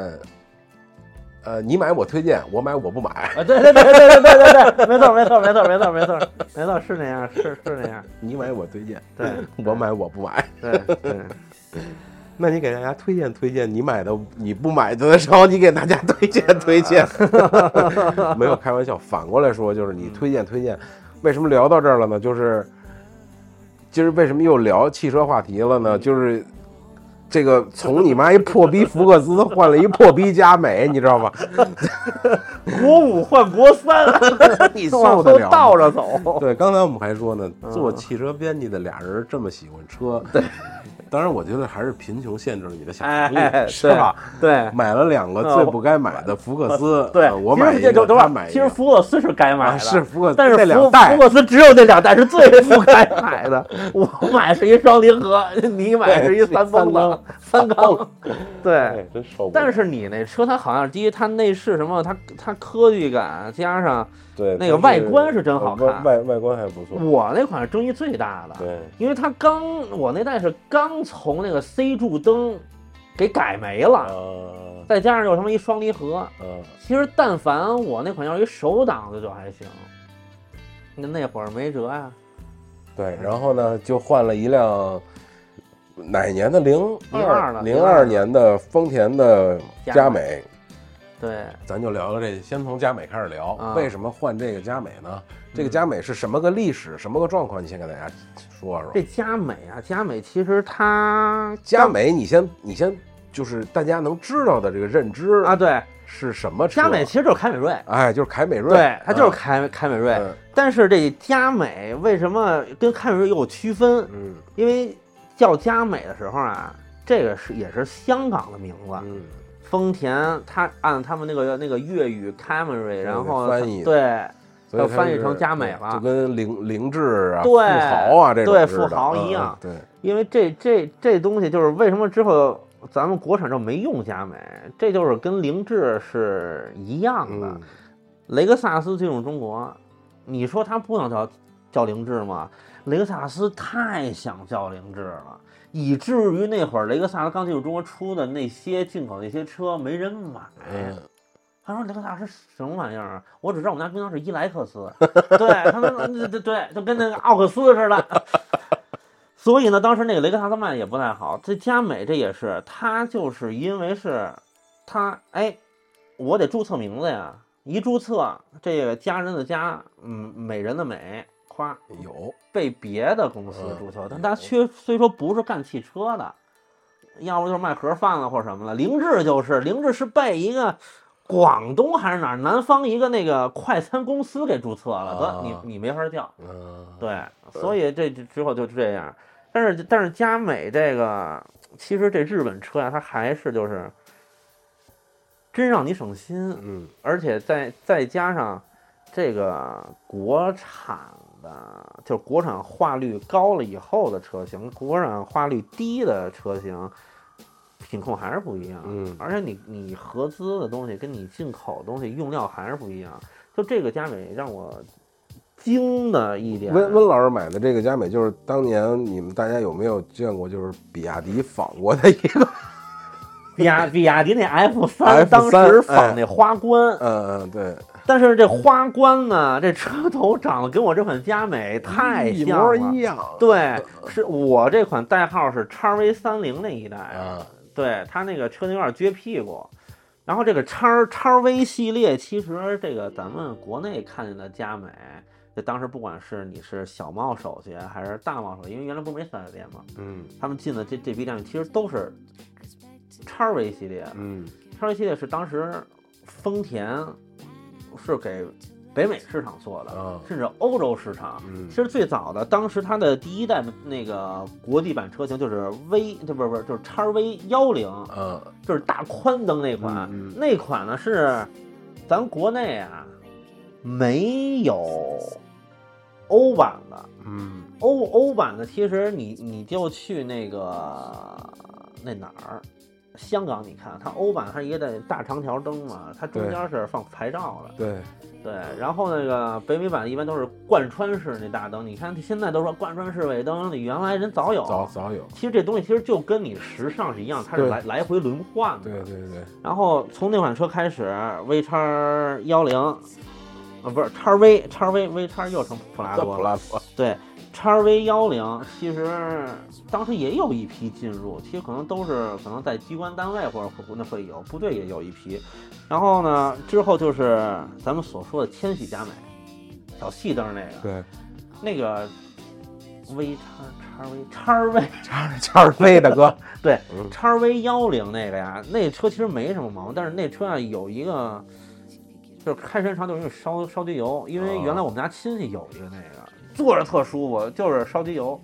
呃，你买我推荐，我买我不买，啊，对对对对对对对对，没错没错没错没错没错没错，是那样是是那样，你买我推荐，对我买我不买。对对，那你给大家推荐推荐你买的你不买的的时候，你给大家推荐推荐。没有开玩笑，反过来说就是你推荐推荐。为什么聊到这儿了呢？就是今儿为什么又聊汽车话题了呢？就是这个从你妈一破逼福克斯换了一破逼佳美，你知道吗？国五换国 三，你受往得后了吗 倒？着走，对，刚才我们还说呢，做汽车编辑的俩人这么喜欢车，对，当然我觉得还是贫穷限制了你的想象力，哎，是吧？对。 买了两个最不该买的福克斯， 对，呃我买其一实这个，就等会他儿买一其实个，福克斯是该买啊的，是福克斯但是那福两福代克斯只有那两代是最 不该买的。我买是一双离合，你买是一三蹦子，三缸。对，真哎受不了。但是你那车它好像第一，它内饰什么，它它科技感加上对那个它外观是真好看嗯呃外外观还不错。我那款是争议最大的，对，因为它刚我那代是刚从那个 C 柱灯给改没了，呃再加上又他妈一双离合，呃，其实但凡我那款要是一手挡的就还行，那那会儿没辙呀、对，然后呢，就换了一辆哪年的零02了零二年的丰田的佳佳美，对，咱就聊聊这，先从佳美开始聊。啊嗯为什么换这个佳美呢？这个佳美是什么个历史，什么个状况？你先给大家说说。这佳美啊，佳美其实它佳美，你先你先就是大家能知道的这个认知啊，对，是什么车？佳美其实就是凯美瑞，哎，就是凯美瑞，对，它就是啊凯、凯美瑞。嗯但是这佳美为什么跟凯美瑞又有区分？嗯因为叫佳美的时候啊，这个是也是香港的名字，嗯，丰田它按他们那个那个粤语 Camry，然后嗯翻译对。所以它就翻译是成佳美了就跟凌凌志啊、对富豪啊这种对似的富豪一样嗯嗯因为这这这东西就是为什么之后咱们国产就没用佳美，这就是跟凌志是一样对，的。嗯雷克萨斯进入中国，你说它不能叫叫凌志吗？雷克萨斯太想叫凌志了，以至于那会儿雷克萨斯刚进入中国出的那些进口那些车没人买。哎他说雷克萨斯什么玩意儿啊？我只知道我们家冰箱是伊莱克斯，对他们对对对，就跟那个奥克斯似的。 所以呢，当时那个雷克萨斯卖的也不太好。这佳美这也是，他就是因为是，他哎，我得注册名字呀，一注册这个佳人的佳，嗯，美人的美，夸哎有被别的公司注册，嗯但他缺虽说不是干汽车的，要不就是卖盒饭了或者什么的。凌志就是凌志是被一个广东还是哪儿南方一个那个快餐公司给注册了，啊得你你没法叫。嗯，对，所以这这之后就这样。但是但是佳美这个，其实这日本车呀、它还是就是真让你省心，嗯而且再再加上这个国产的，就是国产化率高了以后的车型，国产化率低的车型，品控还是不一样。嗯而且你你合资的东西跟你进口的东西用料还是不一样。就这个佳美让我惊的一点，温温老师买的这个佳美，就是当年你们大家有没有见过，就是比亚迪仿过的一 个，比亚比亚迪那 F 三 F3 当时哎仿那花冠，嗯嗯，对，但是这花冠呢，这车头长得跟我这款佳美太一像模了，一样，对，嗯是我这款代号是叉 V 三零那一代啊啊，对它那个车有点撅屁股。然后这个叉叉 V 系列，其实这个咱们国内看见的佳美，就当时不管是你是小贸手续还是大贸手续，因为原来不是没四 S 店嘛，嗯他们进的这这批店其实都是叉 V 系列，嗯叉 V 系列是当时丰田是给北美市场做的，啊甚至欧洲市场，嗯其实最早的，当时它的第一代那个国际版车型就是 V，这不是不是就是 x V 幺零，嗯就是大宽灯那款。嗯嗯那款呢是咱国内啊没有欧版的，嗯欧欧版的其实你你就去那个那哪儿。香港，你看它欧版它也得大长条灯嘛，它中间是放牌照的，对，对，然后那个北美版一般都是贯穿式那大灯，你看现在都说贯穿式尾灯，你原来人早有。早早有，其实这东西其实就跟你时尚是一样，它是对来来回轮换的。对对对，然后从那款车开始，V 叉幺零，啊不是叉 V 叉 V V 叉又成普拉这多普了。拉多，对，叉 V 幺零其实当时也有一批进入，其实可能都是可能在机关单位或者那会有部队也有一批。然后呢，之后就是咱们所说的千禧佳美，小细灯那个，对， 那个 V 叉叉 V 叉 V 叉叉飞大哥， 对嗯叉 V 幺零那个呀，那车其实没什么毛病，但是那车啊有一个。就是开时间长就容易烧烧机油，因为原来我们家亲戚有一个那个，坐着特舒服，就是烧机油。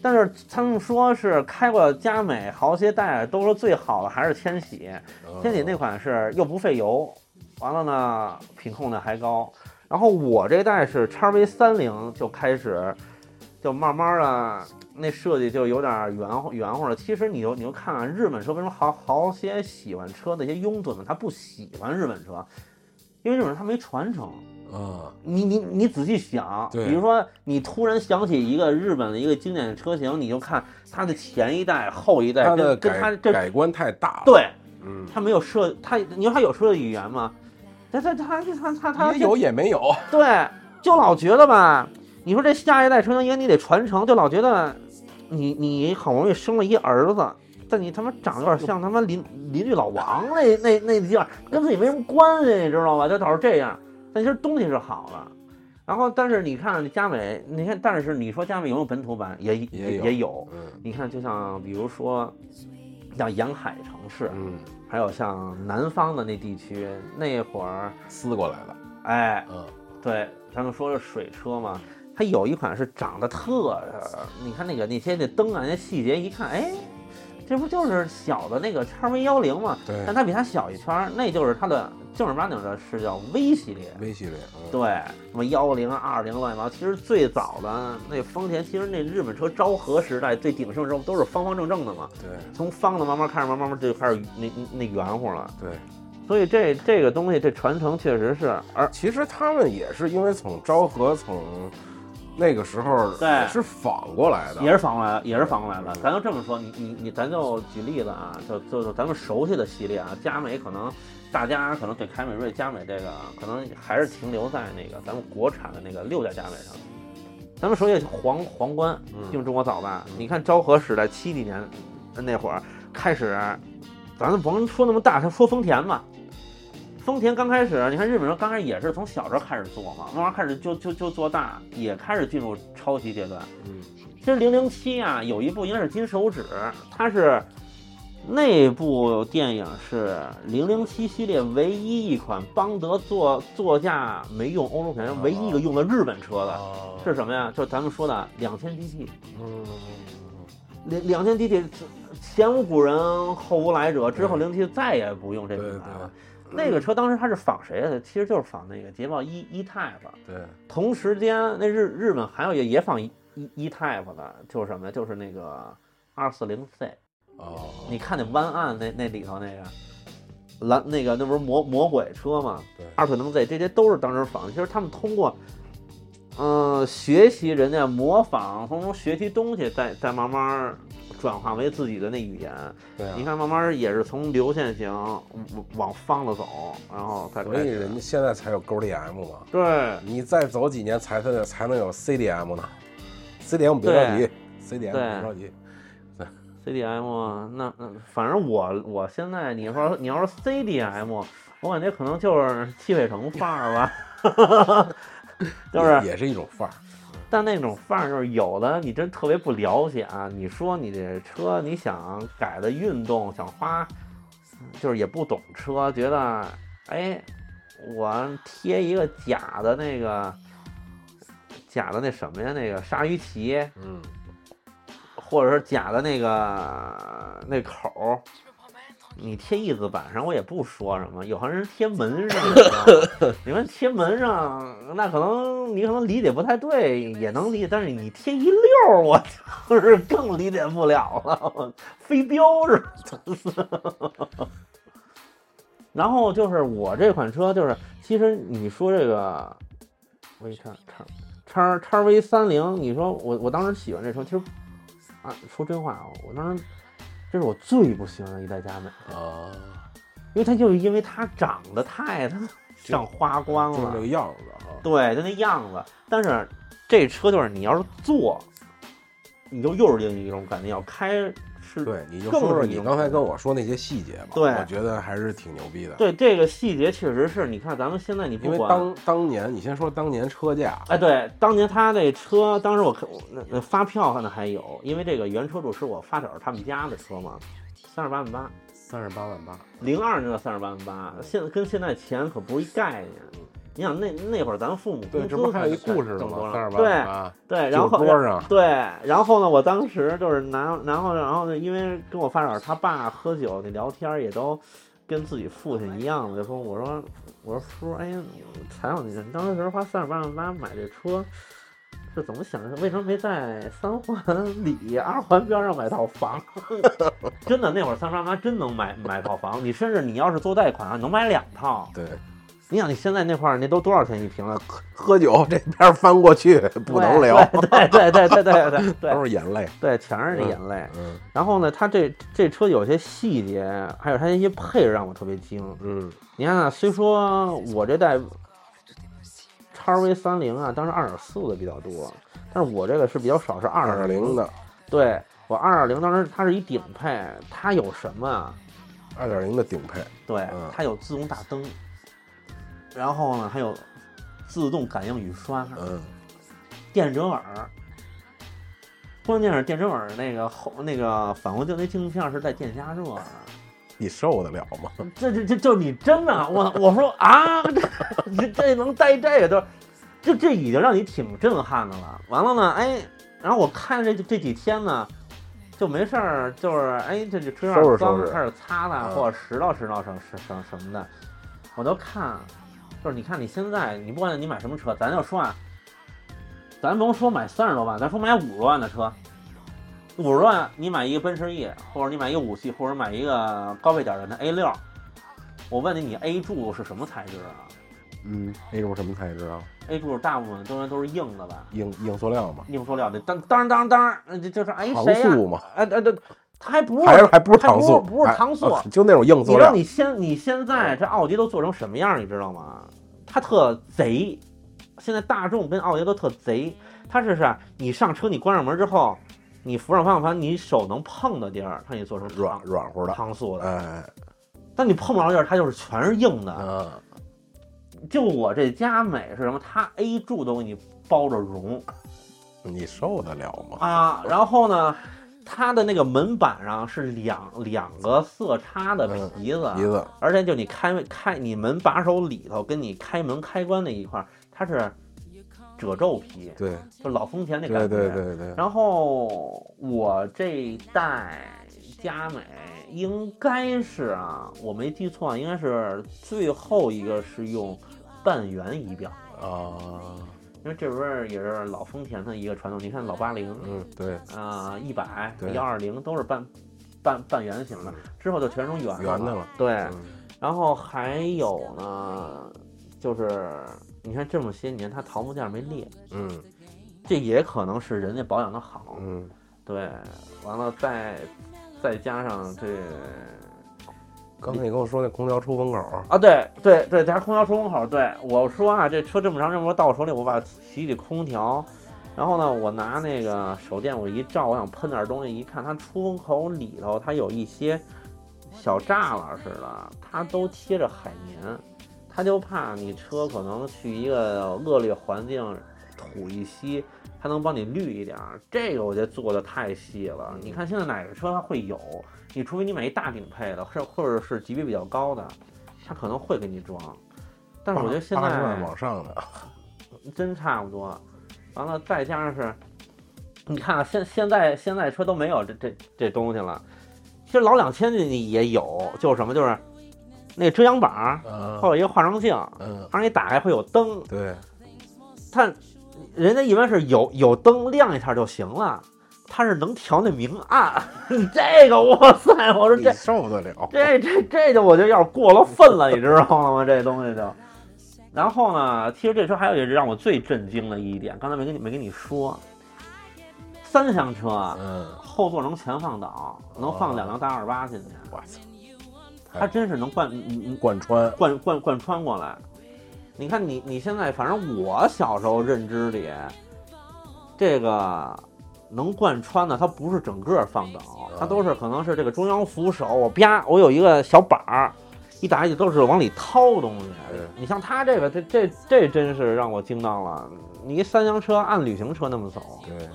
但是他们说是开过佳美、豪些代，都说最好的还是千禧。千禧那款是又不费油，完了呢品控的还高。然后我这代是叉 V 三零就开始，就慢慢的那设计就有点圆乎圆乎了。其实你就你就看看日本车为什么好好些喜欢车那些拥趸们他不喜欢日本车，因为日本人他没传承。嗯你你你仔细想，对比如说你突然想起一个日本的一个经典的车型，你就看它的前一代、后一代，他跟的跟它改这改观太大了，，对嗯，他没有设他，你说他有设计语言吗？他他他他他他也有也没有，对，就老觉得吧，你说这下一代车型，因为你得传承，就老觉得你你好不容易生了一儿子，但你他妈长得有点像他妈邻邻居老王 那那那地儿，跟自己没什么关系，你知道吧？就导致这样。但其实东西是好的，然后但是你看佳美，你看但是你说佳美有没有本土版？也也有也有。嗯你看，就像比如说像沿海城市，嗯，还有像南方的那地区，那会儿，撕过来的，哎，嗯对，咱们说是水车嘛，它有一款是长得特，你看那个那些那灯啊，那细节一看，哎，这不就是小的那个叉 V 幺零嘛？对但它比它小一圈儿，那就是它的正儿八经的是叫 V 系列。 ，V 系列，嗯对，什么幺零、二零乱七八糟，其实最早的那丰田，其实那日本车昭和时代最鼎盛时候都是方方正正的嘛，对从方的慢慢开始，慢慢慢慢就开始那那那圆乎了。对。所以这这个东西，这传承确实是，而其实他们也是因为从昭和从那个时候对也是反过来的，嗯也是反过来的，也是反过来的。咱就这么说，你你你，咱就举例子啊，就就是咱们熟悉的系列啊，佳美可能大家可能对凯美瑞、佳美这个啊，可能还是停留在那个咱们国产的那个六代佳美上。咱们熟悉皇皇冠嗯进中国早吧？你看昭和时代七几年那会儿开始，咱们甭说那么大，咱说丰田吧。丰田刚开始，你看日本人刚开始也是从小时候开始做嘛，慢慢开始就就就做大，也开始进入抄袭阶段。嗯其实零零七啊，有一部应该是金手指，它是那部电影是零零七系列唯一一款邦德座座驾没用欧洲人，唯一一个用的日本车的、哦是什么呀？就是咱们说的两千 GT，嗯，两两千 GT 前无古人后无来者，之后零七再也不用这品牌了。那个车当时它是仿谁的？其实就是仿那个捷豹 E E Type。对，同时间，那日日本还有也也仿一一 type 的，就是什么呀？就是那个二四零 C。哦，你看那湾岸那那里头那个蓝那个那不是魔魔鬼车吗？对二腿能 Z 这些都是当时仿的。其实他们通过嗯、呃学习人家模仿，从中学习东西，再再慢慢转化为自己的那语言。对啊你。看，慢慢也是从流线型往往方的走，然后再所开以始人家现在才有 GDM 嘛，对。你再走几年才才才能有 CDM 呢，CDM 别着急，CDM 别着急， CDM，那啊那反正我我现在你说你要是 CDM，我感觉可能就是汽配城范 儿吧， 就是，也是一种范儿，但那种范儿就是有的你真特别不了解啊。你说你这车你想改的运动，想花，就是也不懂车，觉得哎，我贴一个假的那个假的那什么呀，那个鲨鱼鳍，嗯，或者是假的那个那口儿，你贴翼子板上我也不说什么，有行人贴门上，你知道吗 你们贴门上，那可能你可能理解不太对，也能理解，但是你贴一溜儿，我就是更理解不了了，飞镖似的。 然后就是我这款车，就是其实你说这个，我一看叉叉叉 V 三零，你说我我当时喜欢这车，其实啊，说真话啊，我当时这是我最不喜欢的一代佳美，啊，因为它就是因为它长得太他妈像花冠就是了这，个样子啊，对，就那样子。但是这车就是你要是坐，你就又是另一种感觉；要开是对，你就更说说是一你种刚才跟我说那些细节吧，对我觉得还是挺牛逼的，对这个细节确实是你看咱们现在你因不为管。当当年你先说当年车价，哎，对，当年他那车，当时我看我那那发票可能还有，因为这个原车主是我发小他们家的车嘛，三十八万八，三十八万八，零二年的三十万八，现在跟现在钱可不是一概念。你想那那会儿咱父母对，工这资不还有一可能故事呢挣多吗？了三十八对万八，对，然酒后桌上，对，然后呢，我当时就是拿，然后然后呢，因为跟我发小他爸喝酒，那聊天儿也都跟自己父亲一样，我就说我说我说叔，哎，采访你，你当时花三十八万八买这车。是怎么想的？为什么没在三环里、二环边上买套房？ 真的，那会儿三十八万八真能买买套房。你甚至你要是做贷款啊，你能买两套。 对，你想，你现在那块儿那都多少钱一平了？喝酒这边翻过去不能聊，对对对对对对对都是眼泪，对，全是这眼泪。嗯然后呢，它这这车有些细节，还有它一些配置让我特别惊。嗯你看啊，虽说我这代叉 V 三零啊，当时二点四的比较多，但是我这个是比较少，是二二点零的对我二点零当时它是一顶配，它有什么啊？二点零的顶配，对嗯，它有自动大灯，然后呢还有自动感应雨刷，嗯电折耳。关键是电折耳那个后那个反光镜那镜片是带电加热的，你受得了吗？这这这就你真的，我我说啊，这这这能带这个都，这这已经让你挺震撼的了。完了呢，哎，然后我看这这几天呢，就没事儿，就是哎，这这车收有点拾脏收拾开始擦擦嗯或者拾掇拾掇什什什什么的，我都看，就是你看你现在，你不管你买什么车，咱就说啊，咱甭说买三十多万，咱说买五十万的车，五十万你买一个奔驰 E，或者你买一个五系，或者买一个高配点儿的那 A 六，我问你，你 A 柱是什么材质啊？ 嗯，A 柱什么材质啊？ A 柱大部分都是都是硬的吧？硬硬塑料嘛，硬塑料的，当当当当，呃这这是哎搪谁呀、塑嘛，哎哎对，它还不还是是还不是搪塑，不是哎搪塑啊就那种硬你塑知道料。你现你现在这奥迪都做成什么样儿，你知道吗？它特贼，现在大众跟奥迪都特贼，它是啥？你上车你关上门之后，你扶上方向盘，你手能碰的地儿，它给你做成软软乎的，搪塑的，哎，但你碰不着的地儿，它就是全是硬的。嗯，就我这佳美是什么？它 A 柱都给你包 着绒你受得了吗？啊，然后呢，它的那个门板上是两两个色差的皮子，啊鼻嗯子而且就你开开你门把手里头跟你开门开关那一块儿，它是褶皱皮，对就老丰田那感对觉。对对对，然后我这代佳美应该是啊，我没记错，应该是最后一个是用半圆仪表，啊，因为这不是也是老丰田的一个传统。你看老八零嗯，对，啊、一百、对幺二零都是半半半圆形的，之后就全成圆的圆的了。了，对，嗯然后还有呢，就是你看这么些年，它桃木件没裂，嗯这也可能是人家保养的好。嗯，对，完了再再加上这刚才你跟我说那空调出风口，啊，对对对，加上空调出风口。对我说啊，这车这么长这么多，到我手里我把洗洗空调，然后呢，我拿那个手电我一照，我想喷点东西，一看它出风口里头它有一些小栅栏似的，它都贴着海绵，它就怕你车可能去一个恶劣环境，土一吸。它能帮你滤一点儿，这个我觉得做的太细了。你看现在哪个车它会有？你除非你买一大顶配的，或或者是级别比较高的，它可能会给你装。但是我觉得现八十万在往上的，真差不多，完了再加上是，你看啊，现现在现在车都没有这这这东西了，其实老两千你也有，就是什么就是那遮阳板儿，嗯还有一个化妆镜，嗯，而你打开会有灯，对，它人家一般是有有灯亮一下就行了，它是能调那明暗， 这个哇塞，我说你这受得了，这这这就我觉得有点过了分了，你知道吗？这东西就。然后呢，其实这车还有一个让我最震惊的一点，刚才没跟你没跟你说，三厢车啊，嗯，后座能前放倒，能放两辆大二八进去，我操，它真是能贯嗯嗯贯穿，贯贯贯穿过来。你看你你现在，反正我小时候认知里，这个能贯穿的，它不是整个放倒，它都是可能是这个中央扶手，我啪，我有一个小板儿，一打一都是往里掏东西对。你像它这个，这这这真是让我惊到了。你一三厢车按旅行车那么走，对。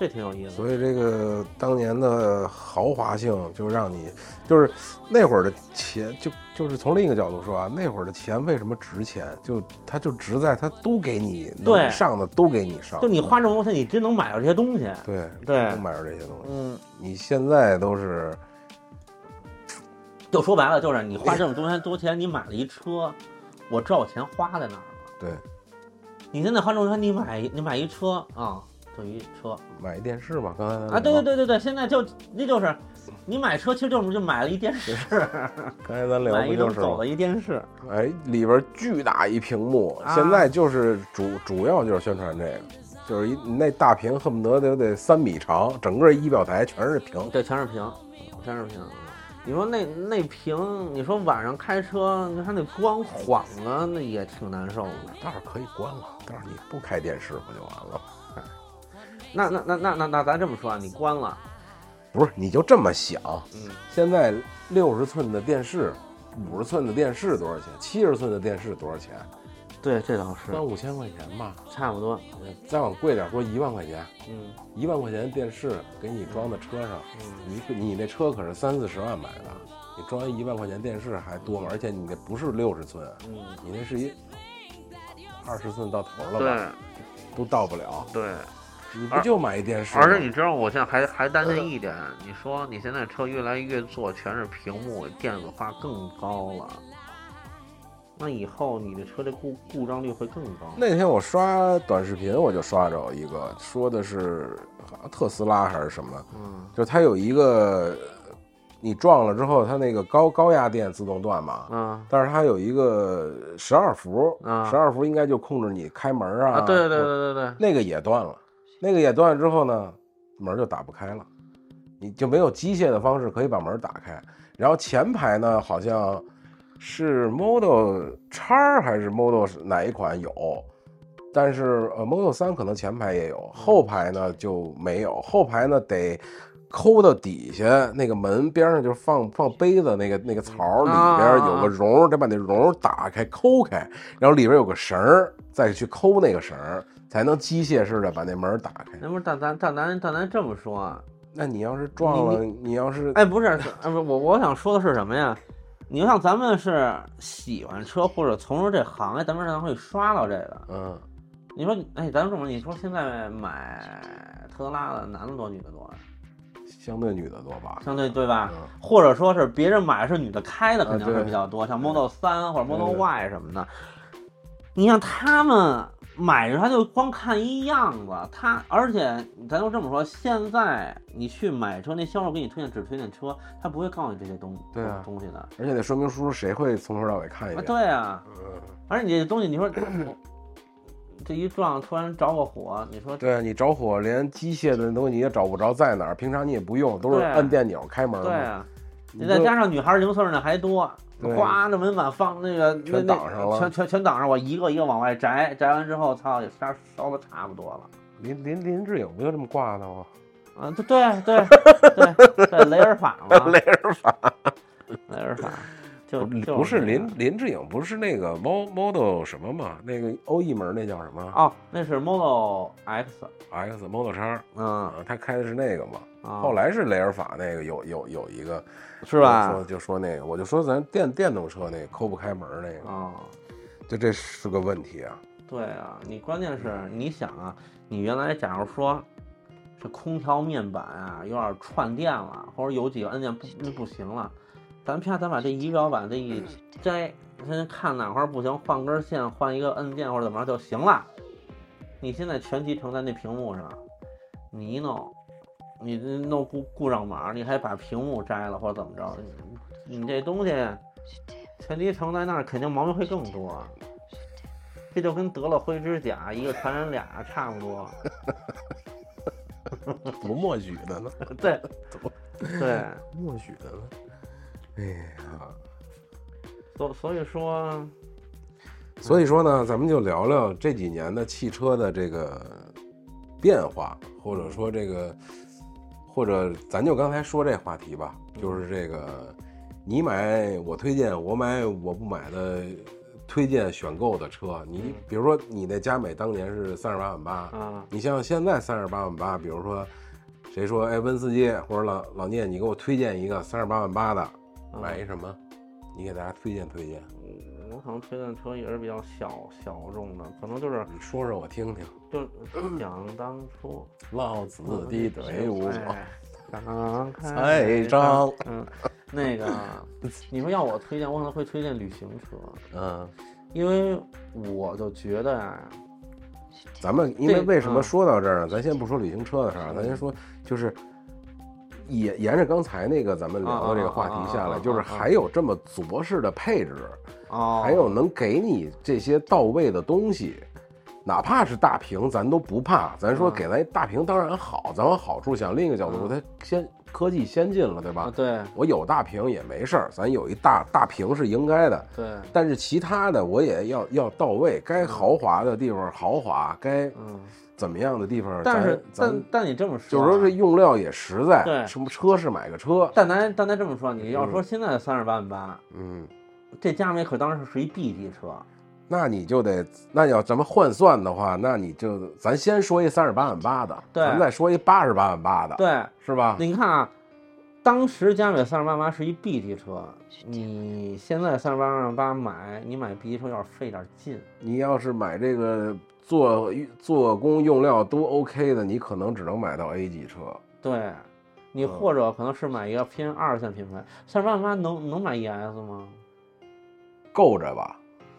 这挺有意思的。所以这个当年的豪华性，就让你就是那会儿的钱，就就是从另一个角度说啊，那会儿的钱为什么值钱？就它就值在它都给你对能上的都给你上，就你花这么多钱，你真能买到这些东西。对对都买着这些东西。嗯，你现在都是就说白了，就是你花这么多钱多钱，你买了一车，我知道我钱花在哪儿了。对你现在花这么多钱，你买你买一车啊，就一车买一电视嘛，刚才咱啊，对对聊对对对，现在就那就是你买车，其实就是就买了一电视，刚才咱聊买不一就栋是走吗的一电视，哎，里边巨大一屏幕，啊现在就是主主要就是宣传这个，就是一那大屏恨不得得得三米长，整个仪表台全是屏。对，全是屏，全是屏。啊你说那那屏，你说晚上开车，你看那光晃啊，那也挺难受的。倒是可以关了，但是你不开电视不就完了吗？那那那那那那咱这么说啊，你关了，不是，你就这么想？嗯，现在六十寸的电视，五十寸的电视多少钱？七十寸的电视多少钱？对，这倒是三五千块钱吧，差不多，再往贵点说一万块钱，嗯一万块钱的电视给你装到车上，嗯。你你那车可是三四十万买的，你装一万块钱电视还多吗？而且你那不是六十寸，嗯你那是一二十寸到头了吧？对都到不了，对，你不就买一电视吗？而且你知道，我现在还还担心一点，你说你现在车越来越做全是屏幕，电子化更高了，那以后你的车的故故障率会更高。那天我刷短视频，我就刷着一个，说的是好像特斯拉还是什么，嗯就是它有一个你撞了之后，它那个高高压电自动断嘛，啊但是它有一个十二伏，啊十二伏应该就控制你开门啊，啊，对对对对对，那个也断了，那个也断了之后呢，门就打不开了，你就没有机械的方式可以把门打开。然后前排呢，好像是 Model 叉还是 Model 哪一款有，但是呃 Model 三可能前排也有，后排呢就没有，后排呢得。抠到底下那个门边上，就是放放杯子那个那个槽儿里边有个绒儿，得把那绒儿打开抠开，然后里边有个绳儿，再去抠那个绳儿，才能机械式的把那门儿打开。那不是但咱但咱但咱这么说啊，嗯那你要是撞了，你你要是哎，不是，是哎，不是我我想说的是什么呀？你像咱们是喜欢车或者从事这行业，咱们常会刷到这个。嗯，你说，哎，咱们这么，你说现在买特斯拉的男的多，女的多啊？相对女的多吧？相对对吧？嗯或者说是别人买是女的开的，啊肯定是对比较多，像 Model 三啊或者对 Model 对 Y 什么的。你像他们买着，他就光看一样子，他而且咱就这么说，现在你去买车，那销售给你推荐只推荐车，他不会告诉你这些东对啊东西的。而且那说明书谁会从头到尾看一啊，遍？对啊，嗯，而且你这东西，你说 我这一撞突然着个火，你说对啊你着火，连机械的东西你也找不着在哪儿，平常你也不用，都是对按电钮开门。对，啊，你你再就加上女孩儿零碎儿呢还多，对哗，那门板放那个那全那挡上了全全全挡上，我一个一个往外摘，摘完之后，操，也烧烧的差不多了。林林林志颖不就这么挂的 吗？啊，对对对 对对，雷尔法 嘛，雷尔法，雷尔法，就就不是这样林林志颖，不是那个 mo- model 什么嘛？那个欧翼门那叫什么哦，那是 Model X， ？X model 叉，嗯，啊，他开的是那个嘛？啊后来是雷尔法那个有有有一个是吧说？就说那个，我就说咱电电动车那个抠不开门那个，啊。就这是个问题啊。对啊，你关键是你想啊，你原来假如说这空调面板啊有点串电了，或者有几个按键不那不行了，咱啪咱把这仪表板这一摘，先看哪块儿不行，换根线，换一个按键或者怎么着就行了。你现在全集成在那屏幕上，你一弄，你这弄故故障码，你还把屏幕摘了或者怎么着，你你这东西全集成在那儿，肯定毛病会更多。这就跟得了灰指甲一个传染俩差不多。怎么默许的呢？ 对，对，默许的呢？哎呀，所所以说，所以说呢，咱们就聊聊这几年的汽车的这个变化，或者说这个，或者咱就刚才说这话题吧，就是这个你买我推荐，我买我不买的。推荐选购的车，你比如说你那佳美当年是三十八万八，啊，你像现在三十八万八，比如说谁说哎温斯基或者老老聂，你给我推荐一个三十八万八的，啊买一什么？你给大家推荐推荐，我可能推荐车也是比较小小众的，可能就是你说说我听听。 就是想当初老子的队伍哎才张开张，哎张，嗯，那个，你说要我推荐，我可能会推荐旅行车，嗯，因为我就觉得啊，咱们因为这为什么嗯说到这儿呢？咱先不说旅行车的事儿，咱先说就是。也沿着刚才那个咱们聊的这个话题下啊啊啊啊啊来，啊就是还有这么卓式的配置，哦，还有能给你这些到位的东西，哪怕是大屏，咱都不怕。咱说嗯给咱一大屏当然好，咱往好处想，另一个角度说，它先科技先进了，对啊，吧？对我有大屏也没事儿，咱有一大大屏是应该的。对，但是其他的我也要要到位，该豪华的地方豪华，该嗯，怎么样的地方，但是咱但咱但你这么说就啊，是说这用料也实在，对什么车是买个车，但咱但咱这么说，你要说现在三十八万八，嗯，这佳美可当时是一 B 级车，那你就得那要咱们换算的话，那你就咱先说一三十八万八的，对咱再说一八十八万八的，对，是吧？你看啊，当时佳美三十八万八是一 B 级车，你现在三十八万八买，你买 B 级车有点费点劲，你要是买这个做做工用料都 OK 的，你可能只能买到 A 级车，对，嗯你或者可能是买一个偏二线品牌，三十八万八能能买 ES 吗？够着吧？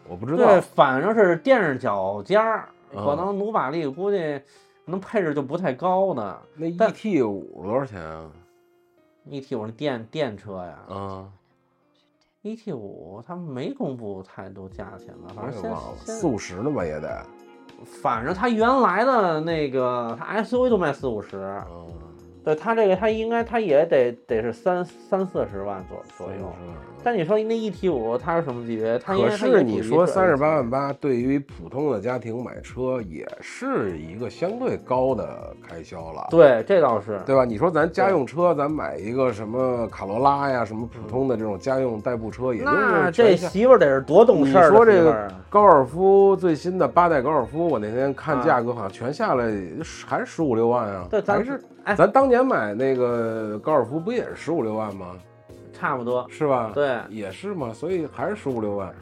我不知道对，，反正是垫着脚尖儿，嗯可能努把力估计能配置就不太高的，那 E 但 ET 五多少钱啊？啊，ET 五是电电车呀嗯， ，ET ，E 五他们没公布太多价钱吧，我反也正忘了，啊哎先啊四先，五十了吧也得。反正它原来的那个它 SUV 都卖四五十，嗯，对它这个它应该它也得得是三三四十万左左右。啊但你说那 ET 五它是什么级别？它应可该它也是不你及说这三十八万八，对于普通的家庭买车也是一个相对高的开销了，对，这倒是对吧？你说咱家用车，咱买一个什么卡罗拉呀，什么普通的这种家用代步车，也就是那全这下媳妇儿得是多懂你事儿的说媳这妇个儿啊高尔夫最新的八代高尔夫，我那天看啊价格好像全下来还是十五六万啊，对，还咱是哎，咱当年买那个高尔夫不也是十五六万吗？差不多，是吧？对也是嘛，所以还是十五六万。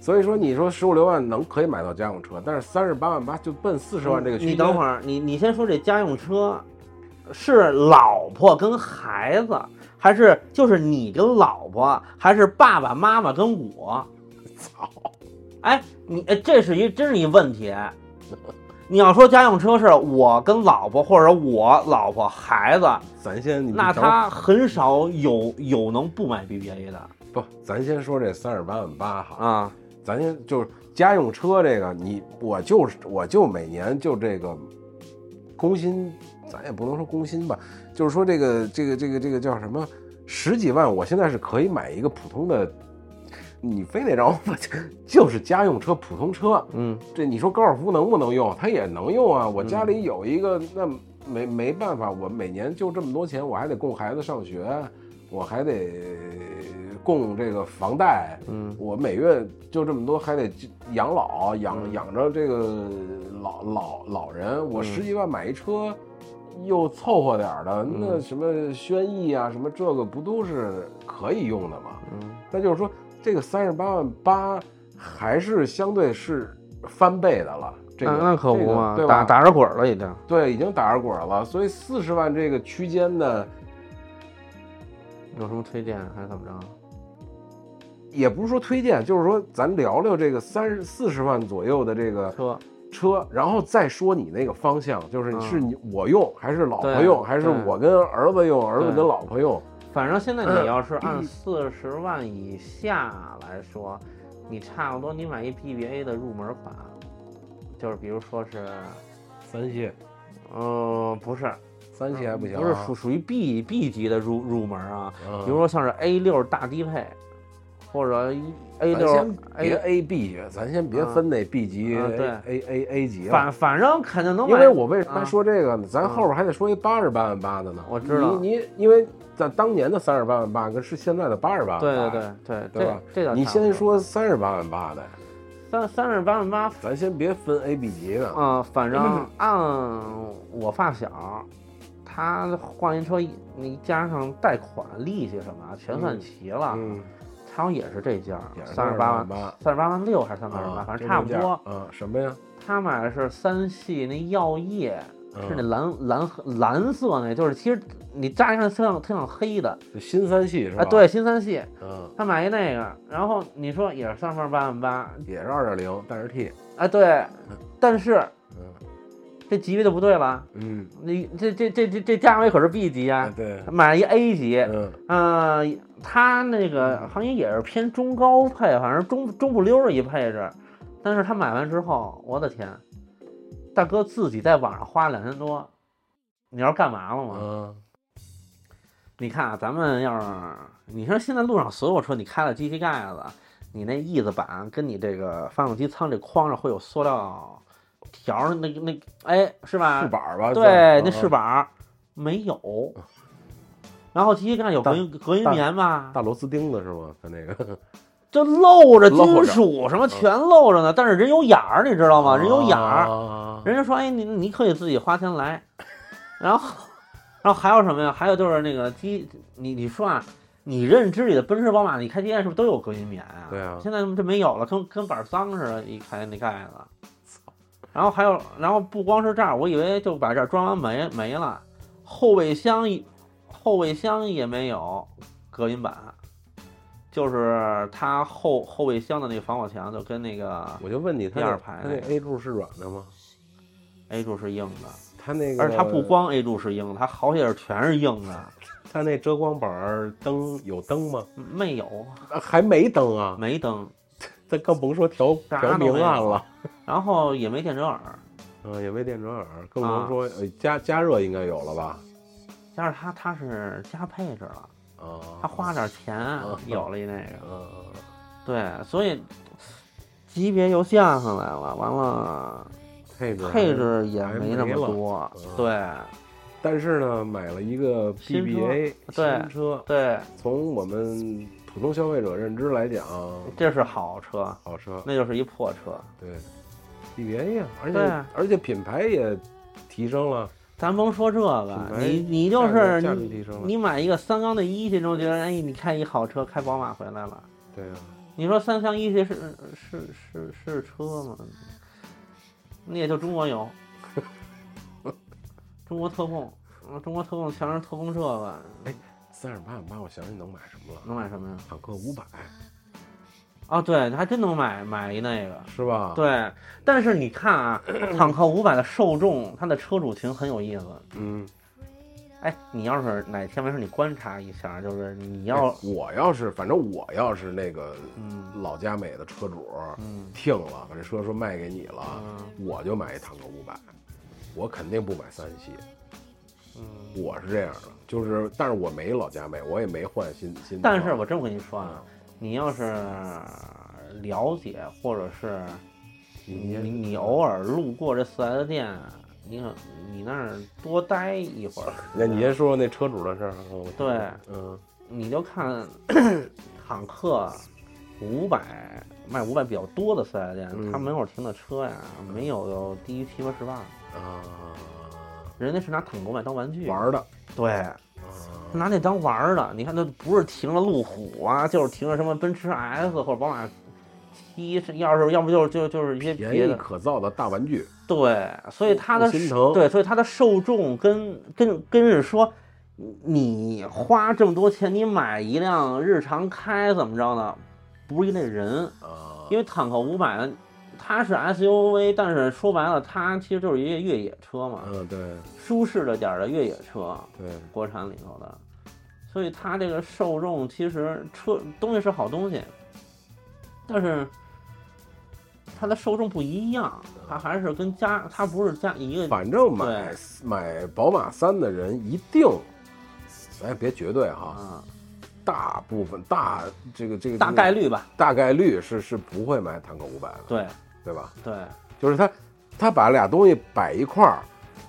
所以说，你说十五六万能可以买到家用车，但是三十八万八就奔四十万这个区间。你等会儿，你你先说这家用车，是老婆跟孩子，还是就是你跟老婆，还是爸爸妈妈跟 我？操，哎，你哎这是一真是一问题。你要说家用车是我跟老婆，或者我老婆孩子，咱先你那等会儿他很少有有能不买 BBA 的不，咱先说这三十八万八哈，啊。咱先就是家用车这个，你我就是我就每年就这个工薪，咱也不能说工薪吧，就是说这个这个这个这个叫什么十几万，我现在是可以买一个普通的，你非得让我 就是家用车普通车，嗯，这你说高尔夫能不能用？它也能用啊，我家里有一个，那没没办法，我每年就这么多钱，我还得供孩子上学，我还得供这个房贷，嗯，我每月就这么多，还得养老，养、养着这个老老老人，我十几万买一车。又凑合点儿的，那什么轩逸啊，什么这个不都是可以用的吗？嗯那就是说，这个三十八万八还是相对是翻倍的了。这个、这个对吧？着滚了已经。对，已经打着滚了。所以四十万这个区间呢，有什么推荐还是怎么着？也不是说推荐，就是说咱聊聊这个三十四十万左右的这个车，车，然后再说你那个方向，就是嗯你是你我用还是老婆对用，还是对我跟儿子用，儿子对跟老婆用。反正现在嗯你要是按四十万以下来说，你差不多你买一 BBA 的入门款，就是比如说是，三系，嗯、不是，三系还不行、啊，嗯不是属属于 B B 级的入入门啊，嗯比如说像是 A 六大低配，或者 A 咱先六 A 别六， A B，咱先别啊分那 B 级、A 啊哎对 A A A 级了。反反正肯定能买。因为我为什么啊还说这个呢？咱后边还得说一八十八万八的呢。我知道你你因为咱当年的三十八万八跟是现在的八十八万八，对对对对吧对，这这倒你差不多先说三十八万八的，三三十八万八咱先别分 A B 级呢。嗯，反正按我发小，他换一车，你加上贷款、利息什么的全算齐了，嗯，他好像也是这价也，是啊三十八万38，三十八万六还是三十八万八，啊反正差不。就这多价。嗯，什么呀？他买的是三系那药业，嗯是那蓝蓝蓝色那，就是其实你乍一看特像特像黑的就新三系是吧？啊，，对，新三系，嗯，他买一那个，然后你说也是三十八万八，也是二点零，但是 T，啊对，但是嗯这级别就不对了。嗯，你这这这这这价位可是 B 级啊啊，对，买一 A 级，嗯嗯，它那个好像也是偏中高配，反正中中不溜儿一配置。但是他买完之后，我的天，大哥自己在网上花两千多，你知道干嘛了吗？嗯，你看啊，咱们要是你说现在路上所有车，你开了机器盖子，你那翼子板跟你这个发动机舱这框上会有塑料条儿，那个那个哎是吧？翅膀吧？对，那嗯翅。膀儿没有。然后机器盖有隔音隔音大棉吧，大螺丝钉子是吗？它那个就露着露金着属什么全露着呢。但是人有眼儿，你知道吗？人有眼儿，啊人家说哎，你你可以自己花钱来。然后，然后还有什么呀？还有就是那个机，你你说啊，你认知里的奔驰、宝马，你开机盖是不是都有隔音棉啊？对啊现在这没有了，跟跟板儿桑似的，一开那盖子。然后还有，然后不光是这儿，我以为就把这儿装完没没了，后备箱一后备箱也没有隔音板，就是它后后备箱的那个防火墙就跟那个我就问你，它第那二排它那那个 A 柱是软的吗？ A 柱是硬的，它那个，而且它不光 A 柱是硬的，它好些地儿全是硬的。它那遮光板儿灯有灯吗？没有，啊还没灯啊，没灯，咱更甭说调啥调都明没有暗了。然后也没电折耳，嗯，也没电折耳，更啊甭说、呃加加热应该有了吧？加上它它是加配置了，啊，它花 点钱有了一那个，嗯，对，所以级别又降上来了，完了配置配，置也还没那么多没了，嗯对但是呢，买了一个新车 BBA 对新车，对，从我们普通消费者认知来讲，这是好车，好车，那就是一破车。对，BBA 呀，而且对啊而且品牌也提升了，咱甭说这品个，牌你你就价格是价格你提升了你买一个三缸的一汽中觉得哎，你看一好车，开宝马回来了。对啊，你说三厢一汽是是是是车吗？那也就中国有， 中国特供，啊中国特供全是特供这个，三十八万八，我想想能买什么了，能买什么呀？坦克五百啊，对，还真能买买一那个。是吧？，对，但是你看啊， 坦克五百的受众，它的车主群很有意思。嗯，哎，你要是哪天没事你观察一下，就是你要哎，我要是反正我要是那个嗯老佳美的车主，嗯听了把这车说卖给你了，嗯我就买一坦克五百，我肯定不买三系。嗯，我是这样的，就是，但是我没老佳美，我也没换新新车。但是我这么跟你说啊，你要是了解或者是你你你你偶尔路过这四 S 店，你可你那儿多待一会儿，那你先说说那车主的事儿。啊我听听对，嗯你就看 坦克五百卖五百比较多的四 S 店，嗯他门口停的车呀，没有低于七八十万，啊，人家是拿坦克买当玩具玩儿的，对。啊拿那当玩儿的，你看他不是停了路虎啊，就是停了什么奔驰 S 或者宝马七，是要是要不就是就就是一些别便宜的，可造的大玩具，对，所以它的不心疼对，所以它的受众跟跟跟是说，你花这么多钱，你买一辆日常开怎么着呢？不是一类人，啊，因为坦克五百它是 SUV，但是说白了，它其实就是一个越野车嘛，嗯，对舒适了点儿的越野车，对，国产里头的，所以它这个受众其实车东西是好东西，但是它的受众不一样，它还是跟家，它不是家一个，反正买对买宝马三的人一定，咱也别绝对哈，啊，大部分大这个这个大概率吧，大概率是是不会买坦克五百的，对对吧？对就是他他把俩东西摆一块儿，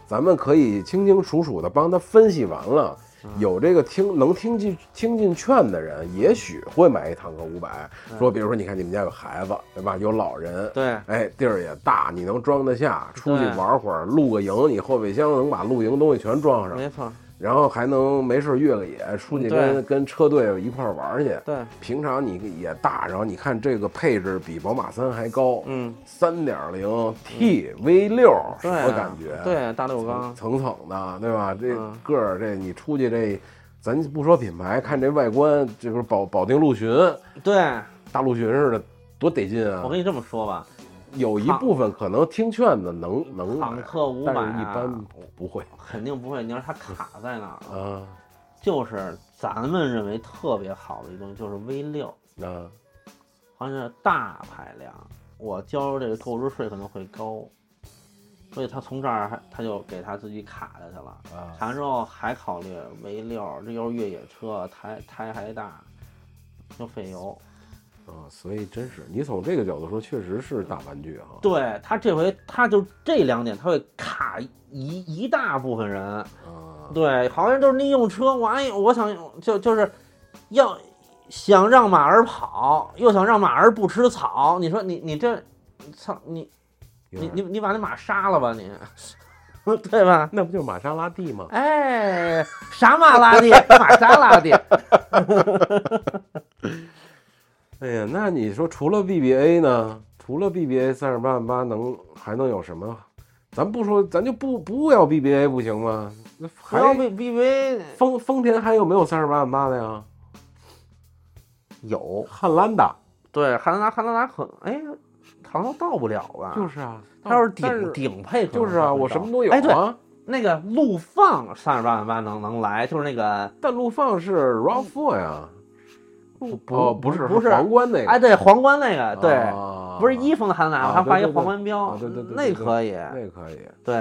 咱们可以清清楚楚的帮他分析完了。嗯有这个听能听进听进劝的人，也许会买一坦克五百，说比如说你看你们家有孩子对吧，有老人，嗯对哎地儿也大，你能装得下，出去对玩会儿，露个营，你后备箱能把露营东西全装上，没错，然后还能没事儿越个野，出去对跟跟车队一块儿玩儿去。对，平常你也大，然后你看这个配置比宝马三还高，嗯，三点零 T V 六什对么啊，感觉？，对，大六缸，层层的，对吧？这嗯个儿这你出去这，咱不说品牌，看这外观，这不是保保定陆巡、对大陆巡似的，多得劲啊我！跟你这么说吧，有一部分可能听劝的能能坦买，克五百但是一般不会肯定不会，你要是它卡在哪儿了，啊。就是咱们认为特别好的一东西，就是 V 六。那好像是大排量，我交这个购置税可能会高，所以他从这儿还他就给他自己卡下去了。啊卡完之后还考虑 V 六，这又是越野车，胎胎还大，又费油。啊，所以真是你从这个角度说，确实是大玩具哈。对他这回他就这两点，他会卡一一大部分人。啊，对，好像就是利用车，我哎，我想就就是要想让马儿跑，又想让马儿不吃草。你说你你这，操你有你点你你把那马杀了吧你， 对吧？那不就是玛莎拉蒂吗？哎，啥马拉蒂，玛莎拉 蒂，哎呀，那你说除了 BBA 呢？除了 BBA 三十八万八能还能有什么？咱不说，咱就不不要 BBA 不行吗？那不要还被 BBA 丰丰田还有没有三十八万八的呀？有汉兰达对汉兰达，汉兰达可哎，好像到不了吧？就是啊，它要是但是顶顶配可能就是啊，会到我什么都有哎，对，啊。那个陆放上八万八能能来，就是那个但陆放是 Round Four 呀，不哦，不是，不是皇冠那个，哎，对皇冠那个对，啊不是衣服还拿，啊还画一对对对皇冠标啊，对对对对那可以，那可以，对。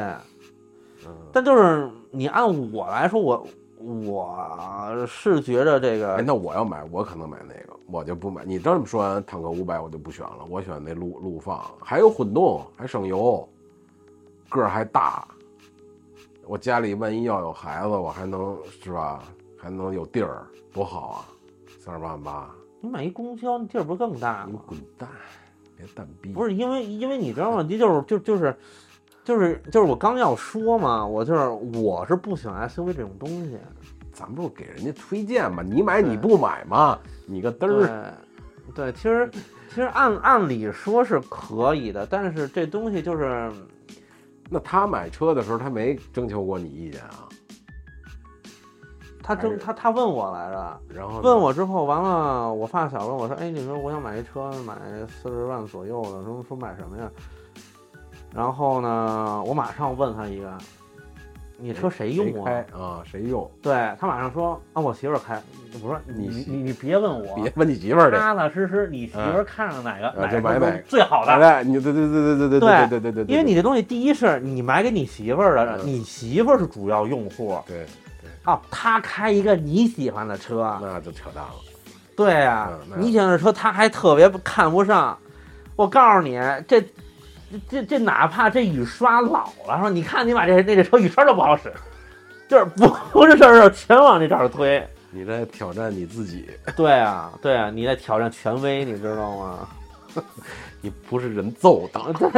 嗯，但就是你按我来说，我我是觉着这哎，个，那我要买，我可能买那个，我就不买。你这么说完，坦克五百我就不选了，我选那陆陆放，还有混动，还省油，个儿还大。我家里万一要有孩子，我还能是吧？还能有地儿，多好啊！三十八万八，你买一公交，那地儿不是更大你们？吗滚蛋，别蛋逼！不是因为因为你知道吗？这就是就就是就是就是我刚要说嘛，我就是我是不喜欢 SUV 这种东西，咱们不是给人家推荐吗？你买对你不买吗？你个嘚儿！对对，其实其实按按理说是可以的，但是这东西就是那他买车的时候，他没征求过你意见啊？他还真是他他问我来着。然后呢问我之后，完了，我发小问我说：“哎，你说我想买一车，买四十万左右的，说说买什么呀？”然后呢，我马上问他一个：“你车谁用哎谁啊？”开啊？谁用？对他马上说啊，我媳妇儿开。我说你你媳你你别问我，别问你媳妇儿去。踏踏实实，你媳妇儿看上哪个、嗯哪就买个哪个最好来的。来，你对对对对对对对对对对，因为你这东西，第一是你买给你媳妇儿的，嗯你媳妇儿是主要用户对，啊，她开一个你喜欢的车，啊那就扯淡了。对啊，嗯那你喜欢的车她还特别看不上。我告诉你，这这这哪怕这雨刷老了，说你看你把这那这车雨刷都不好使，就是不不是事儿，全往这这儿推。你在挑战你自己，对啊，对啊，你在挑战权威，你知道吗？你不是人揍的。 对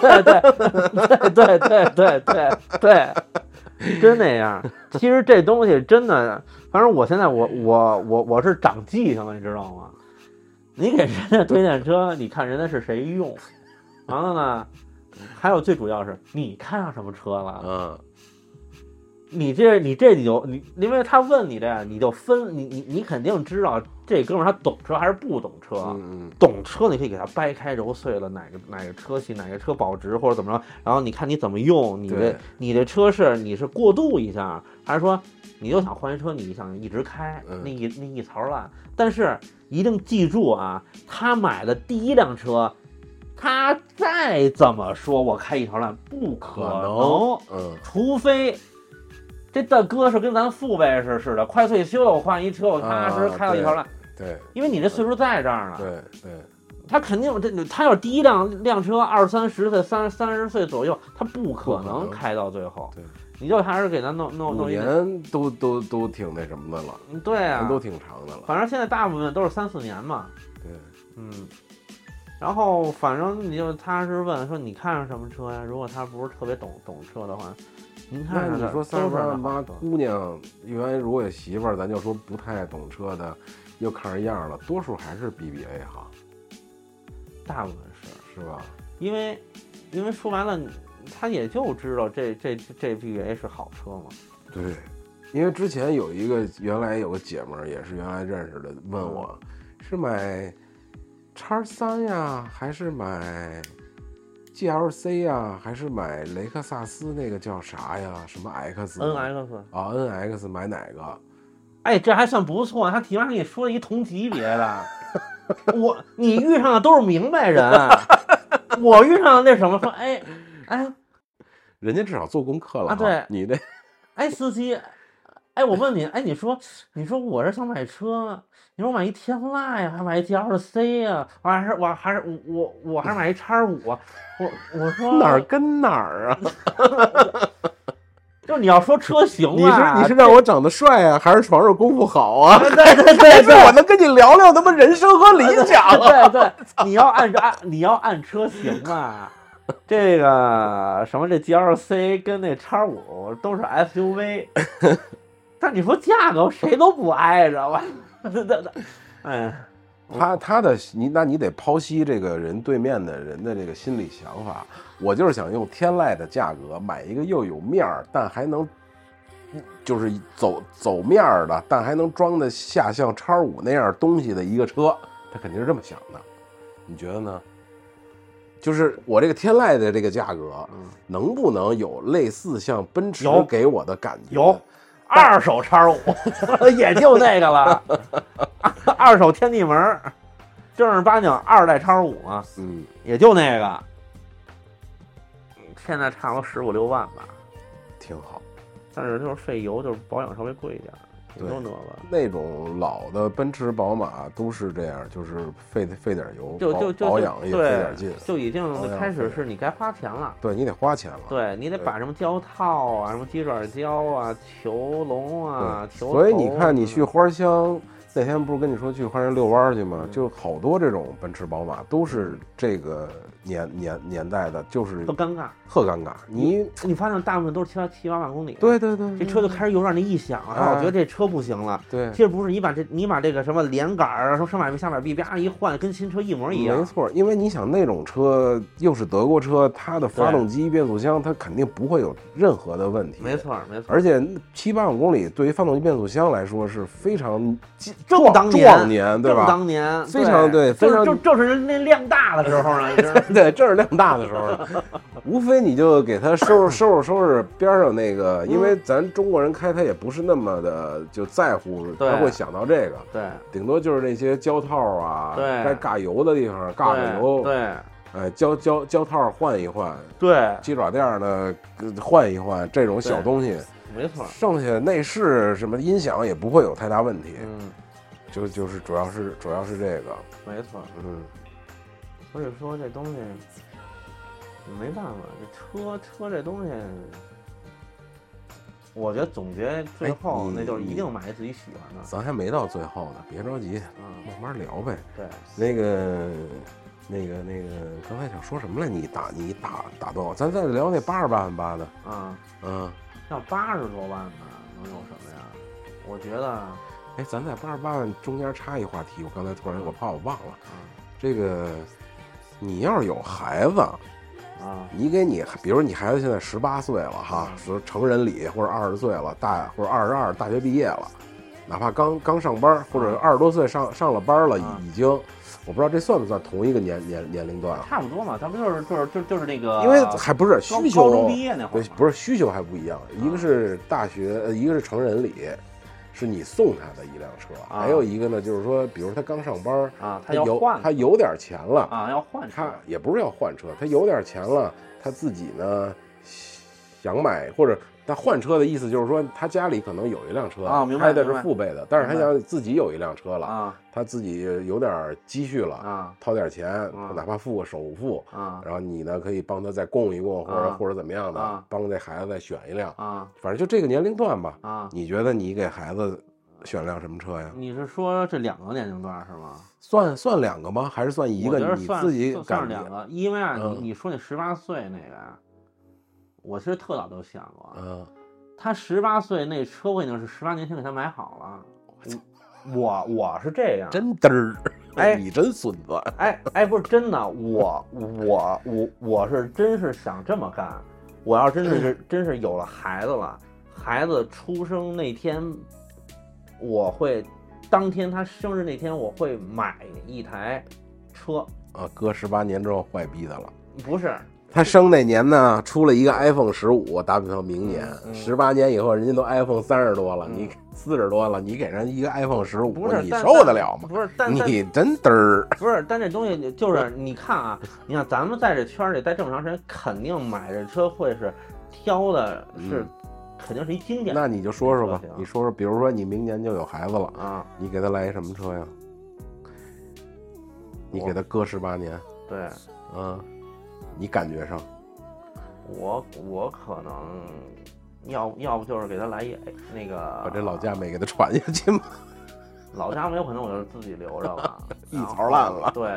对对对对对对对，真那样。其实这东西真的，反正我现在我我我我是长记性了，你知道吗？你给人家推荐车，你看人家是谁用，完了呢，还有最主要是你看上什么车了？嗯，你这你这你就你，因为他问你这，你就分你你你肯定知道这哥们儿他懂车还是不懂车。嗯懂车，你可以给它掰开揉碎了，哪个哪个车系，哪个车保值或者怎么着，然后你看你怎么用，你的对你的车是你是过渡一下，还是说你又想换一车，你想一直开嗯，那一那一槽烂。但是一定记住啊，他买的第一辆车，他再怎么说我开一槽烂不可可能能，嗯除非。这大哥是跟咱父辈是似的，快退休了，我换一车，我踏踏实实啊开到一对条烂，对因为你这岁数在这儿呢。对对，他肯定这他要第一辆辆车二三十岁三三十岁左右，他不可能开到最后。对你就还是给他弄弄五弄一个，年都都都挺那什么的了，嗯对啊年，都挺长的了。反正现在大部分都是三四年嘛，对，嗯。然后反正你就踏实问说你看上什么车呀？如果他不是特别懂懂车的话，您看那上你的说都三十是八万哪八款车姑娘，原来如果有媳妇儿，咱就说不太懂车的，又看上样了，多数还是 BBA 好，大部分是是吧？因为因为说白了，他也就知道这这这 BBA 是好车嘛。对，因为之前有一个原来有个姐们儿也是原来认识的，问我嗯是买叉三呀，还是买 GLC 呀，还是买雷克萨斯那个叫啥呀？什么 X NX 啊 NX 买哪个？哎，这还算不错，他起码给你说了一同级别的。 我你遇上的都是明白 人，我遇上的那什么说，哎，哎，人家至少做功课了啊哈对你这哎，司机，哎，我问你，哎，你说，你说我是想买车，你说我买一天籁呀，还买一 G L C 呀，我还是我还是我我我还是买一叉五，我我说哪儿跟哪儿 啊？就是你要说车型你是吧你是让我长得帅啊，还是床上功夫好啊？对对对 但对是我能跟你聊聊他妈人生和理想。 啊对对，你要按按你要按车型啊，这个什么这 G L C 跟那叉五都是 S U V，但你说价格谁都不挨着，我这这这，哎，他他的你，那你得剖析这个人对面的人的这个心理想法。我就是想用天籁的价格买一个又有面儿，但还能就是走走面儿的，但还能装得下像叉五那样东西的一个车，他肯定是这么想的。你觉得呢？就是我这个天籁的这个价格，能不能有类似像奔驰嗯有给我的感觉？有，二手叉五，也就那个了，二手天地门儿，正儿八经二代叉五嘛，嗯，也就那个，现在差不多十五六万吧，挺好。但是就是费油，就是保养稍微贵一点儿，也对就那个。那种老的奔驰、宝马都是这样，就是费费点油，就保就就保就养也费点对劲，，就已保养经开费始是你该花钱了。对你得花钱了。对你得把什么胶套啊、什么鸡爪胶啊、球笼啊、球头啊所以你看，你去花乡那天不是跟你说去花乡遛弯儿去吗？就好多这种奔驰、宝马都是这个年年年代的，就是都尴尬。特尴尬。你你发现大部分都是七八七八万公里，，对对对，这车就开始油让你一响哎啊，我觉得这车不行了。对其，实不是，你把这你把这个什么连杆儿啊，什么上摆臂、下摆臂，啪一换，跟新车一模一没样。错，因为你想那种车又是德国车，它的发对动机、变速箱，它肯定不会有任何的问题。没，错，没错。而且七八万公里对于发动机变速箱来说是非常激正当壮年壮年，对正吧？当年非常对就非常就就是那量大的时候呢，就是 对，正是量大的时候呢，无非你就给它收拾收拾收拾边上那个，因嗯为咱中国人开它也不是那么的就在乎，对他会想到这个，对顶多就是那些胶套啊，对该尬油的地方尬对尬油，对哎，胶胶胶套换一换，对，鸡爪垫儿呢呃换一换，这种小对东西，没错。剩下内饰什么音响也不会有太大问题，嗯，就就是主要是主要是这个，没错。嗯，所以说这东西没办法，这车车这东西，我觉得总结最哎后你那就是你一定买自己喜欢的。咱还没到最后呢，别着急，嗯，慢慢聊呗。对，那个，那个，那个，刚才想说什么来？你打，你打，打断我，咱再聊那八十八万八的，啊，嗯，要八十多万呢，能有什么呀？我觉得，哎，咱在八十八万中间插一话题，我刚才突然，我怕我忘了，嗯这个，你要是有孩子，啊，你给你，比如你孩子现在十八岁了哈，嗯说成人礼或者二十岁了，大或者二十二，大学毕业了，哪怕刚刚上班，或嗯者二十多岁上上了班了，啊已已经，我不知道这算不算同一个年年年龄段啊？差不多嘛，咱不就是就是就就是那个，因为还不是高需呃高求，中毕业那对会儿嗯嘛，不是需求还不一样，一个是大学，呃一个是成人礼，是你送他的一辆车，啊还有一个呢，就是说，比如他刚上班，啊，他他要有换他有点钱了，啊，要换车他也不是要换车，他有点钱了，他自己呢想买或者。他换车的意思就是说，他家里可能有一辆车啊明白开的是明白父辈的，但是他明白想自己有一辆车了，啊他自己有点积蓄了，啊掏点钱，嗯哪怕付个首付，啊然后你呢可以帮他再供一供，或者、啊或者怎么样的，啊帮这孩子再选一辆，啊反正就这个年龄段吧。啊，你觉得你给孩子选辆什么车呀？你是说这两个年龄段是吗？算算两个吗？还是算一我个觉得你算自己算感算是觉？两个，因为啊，嗯你你说那十八岁那个啊，我其实特早就想过，嗯，他十八岁那车我已经是十八年前给他买好了。我我是这样，真嘚 儿！哎你真孙子！哎哎，不是真的，我我我我是真是想这么干。我要真的是嗯真是有了孩子了，孩子出生那天，我会当天他生日那天，我会买一台车，啊，哥十八年之后坏逼的了。不是他生那年呢，出了一个 iPhone 十五，打比方明年嗯，十八、年以后，人家都 iPhone 三十多了，嗯你四十多了，你给人一个 iPhone 十五，不是哦你但受得了吗？不是，但但你真嘚儿！不是，但这东西就是你看啊，你看咱们在这圈儿里待这么长时间，肯定买这车会是挑的是，嗯肯定是一经典那你就说说吧行，你说说，比如说你明年就有孩子了，啊。你给他来一什么车呀？你给他搁十八年，对，嗯，你感觉上我我可能要要不就是给他来一那个，把这老家没给他传下去吗？老家没有可能，我就是自己留着了， 一然后槽烂了对，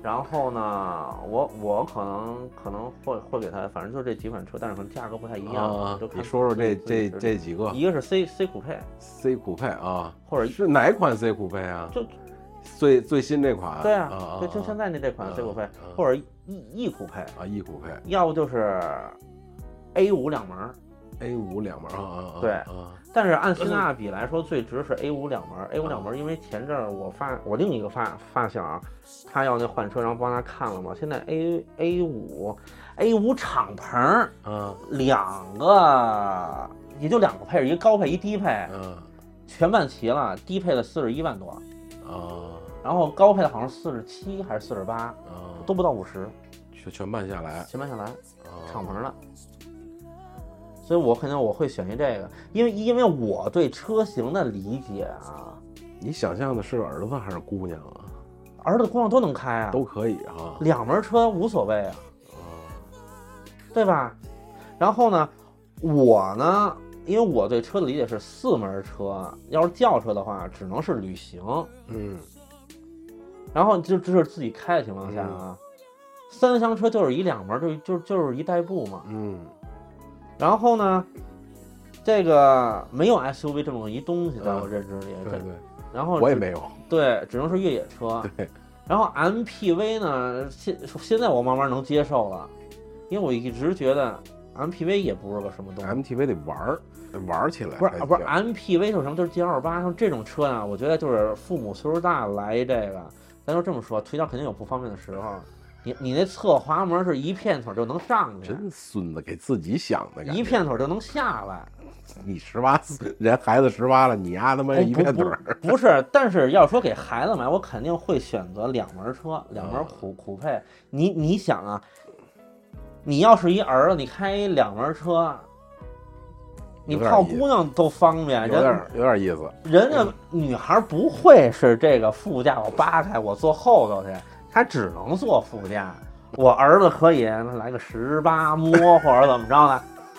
然后呢，我我可能可能会会给他，反正就这几款车，但是可能价格不太一样。啊就，看你说说这自这己知这几个一个是 C C 酷配， C 酷配啊，或者一是哪款 C 酷配啊？就最最新这款？对啊啊，就就现在那这款嗯 C 酷配嗯，或者 E E 酷配，啊 E 啊酷配要不就是 A 五两门儿， A 五两门啊啊啊！对啊，但是按性价比来说，最值是 A 五两门。A 五两门，因为前阵儿我发我另一个发发小，啊他要那换车，然后帮他看了嘛。现在 A A 五 A 五敞篷儿啊两个，也就两个配置，一个高配，一低配，啊全办齐了。低配的四十一万多，啊然后高配的好像四十七还是四十八，啊，都不到五十，全全办下来，全办下来。敞啊篷的，所以我肯定我会选一这个，因为因为我对车型的理解啊，你想象的是儿子还是姑娘啊？儿子姑娘都能开啊，都可以哈。两门车无所谓啊，啊对吧？然后呢，我呢，因为我对车的理解是四门车，要是轿车的话，只能是旅行，嗯然后就这是自己开的情况下啊，嗯三厢车就是一两门，就就就是一代步嘛，嗯然后呢，这个没有 SUV 这么一东西，在我嗯认知里，对这对，然后我也只没有。对，只能是越野车。对，然后 MPV 呢，现现在我慢慢能接受了，因为我一直觉得 MPV 也不是个什么东西。 MTV 得玩儿，玩儿起来不是啊才不是行，MPV 就是什么？就是 G 二八，像这种车啊呢，我觉得就是父母岁数大来这个，咱就这么说，腿脚肯定有不方便的时候。你你那侧滑门是一片腿就能上去，真孙子给自己想的感觉。一片腿就能下来。你十八岁，人孩子十八了，你丫他妈一片腿儿哦不不不是，但是要说给孩子买，我肯定会选择两门车，两哦门酷酷配。你你想啊，你要是一儿子，你开一两门车，你有点泡意思姑娘都方便，有点人儿有点儿意思。人家女孩不会是这个副驾我扒开我坐后头去，她只能坐副驾。我儿子可以来个十八摸或者怎么着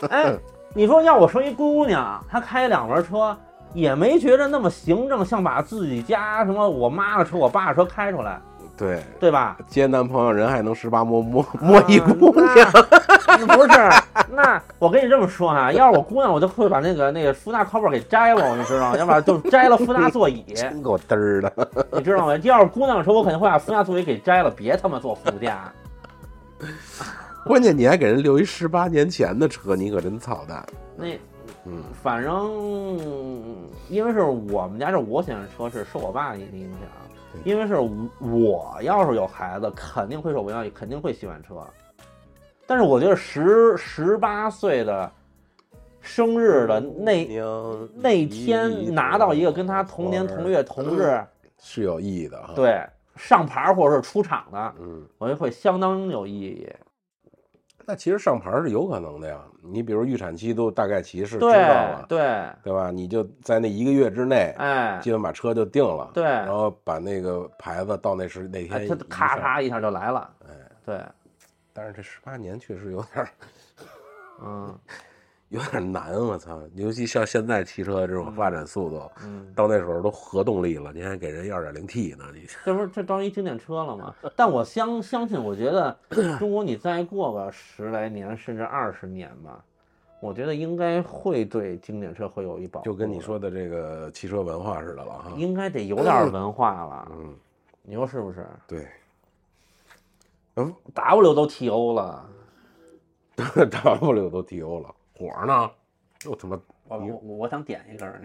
的，哎，你说要我说一姑娘，她开两轮车也没觉着那么行政，像把自己家什么我妈的车、我爸的车开出来，对，对吧？接男朋友人还能十八摸摸嗯摸一姑娘，娘、那嗯不是？那我跟你这么说啊，要是我姑娘，我就会把那个那个副驾靠背给摘了，你知道吗？要不然就摘了副驾座椅。 真够嘚儿的。 你知道吗？这要是姑娘的车，我肯定会把副驾座椅给摘了，别他妈坐副驾。关键你还给人留一十八年前的车，你可真操蛋。那嗯反正因为是我们家这我选的车是受我爸的影响，因为是我要是有孩子，肯定会受我影响，肯定会喜欢车。但是我觉得十十八岁的生日的嗯那娘哎那天拿到一个跟他同年同月同日， 是有意义的哈。，对上牌或者是出场的，嗯，我觉得会相当有意义。那其实上牌是有可能的呀。你比如预产期都大概其是知道对了，对，对吧？你就在那一个月之内，哎，基本把车就定了。对然后把那个牌子到那时那哎天他一咔上。嚓一下就来了，哎，对，但是这十八年确实有点儿 嗯有点儿难，我操！ 尤其像现在汽车这种发展速度，嗯，到那时候都核动力了，你还给人一二点零 T 呢，你这不是这当一经典车了吗？但我相相信，我觉 得中国你再过个十来年甚至二十年吧，我觉得应该会对经典车会有一保护就跟你的，说的这个汽车文化似的了哈。应该得有点文化了，嗯，你说是不是对 嗯？W 都 TO 了， ，W 都 TO 了，火呢？又他妈我我我想点一根儿，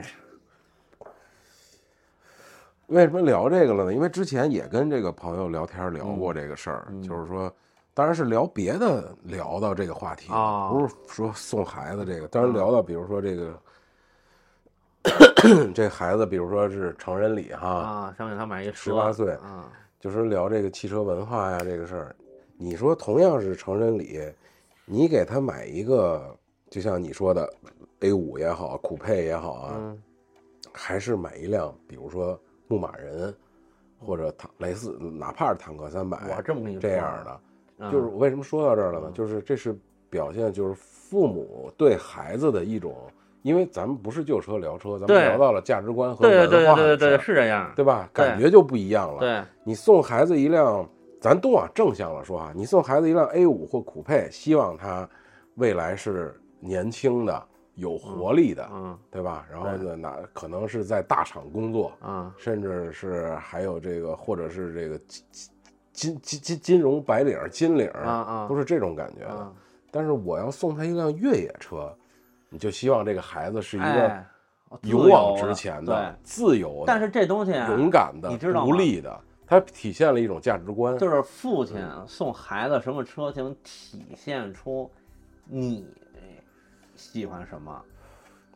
为什么聊这个了呢？因为之前也跟这个朋友聊天聊嗯过这个事儿，就是说，当然是聊别的，聊到这个话题，啊不是说送孩子这个，当然聊到比如说这 个，这孩子，比如说是成人礼哈，啊，想给他买一车， 18岁啊，就是聊这个汽车文化呀这个事儿。你说同样是成人礼，你给他买一个，就像你说的 A 五也好，酷配也好啊，嗯还是买一辆，比如说牧马人，或者坦类似，哪怕是坦克三我百这么跟你说这样的，嗯就是为什么说到这儿了呢？就是这是表现，就是父母对孩子的一种，因为咱们不是就车聊车，咱们对聊到了价值观和对对文对化对的事对儿对，是这样，对吧？对感觉就不一样了。对。你送孩子一辆，咱都往正向了说哈，你送孩子一辆 A 五或酷配，希望他未来是年轻的、有活力的，嗯对吧？然后呢，哪可能是在大厂工作，啊甚至是还有这个，或者是这个金金金金金融白领儿、金领儿，啊啊都是这种感觉的。啊但是我要送他一辆越野车，你就希望这个孩子是一个哎，自勇往由直的前对的、，自由但的、是这东西啊勇敢的你知、道独吗立的，它体现了一种价值观。就是父嗯亲啊送孩子什么车型，体现出你喜欢什么。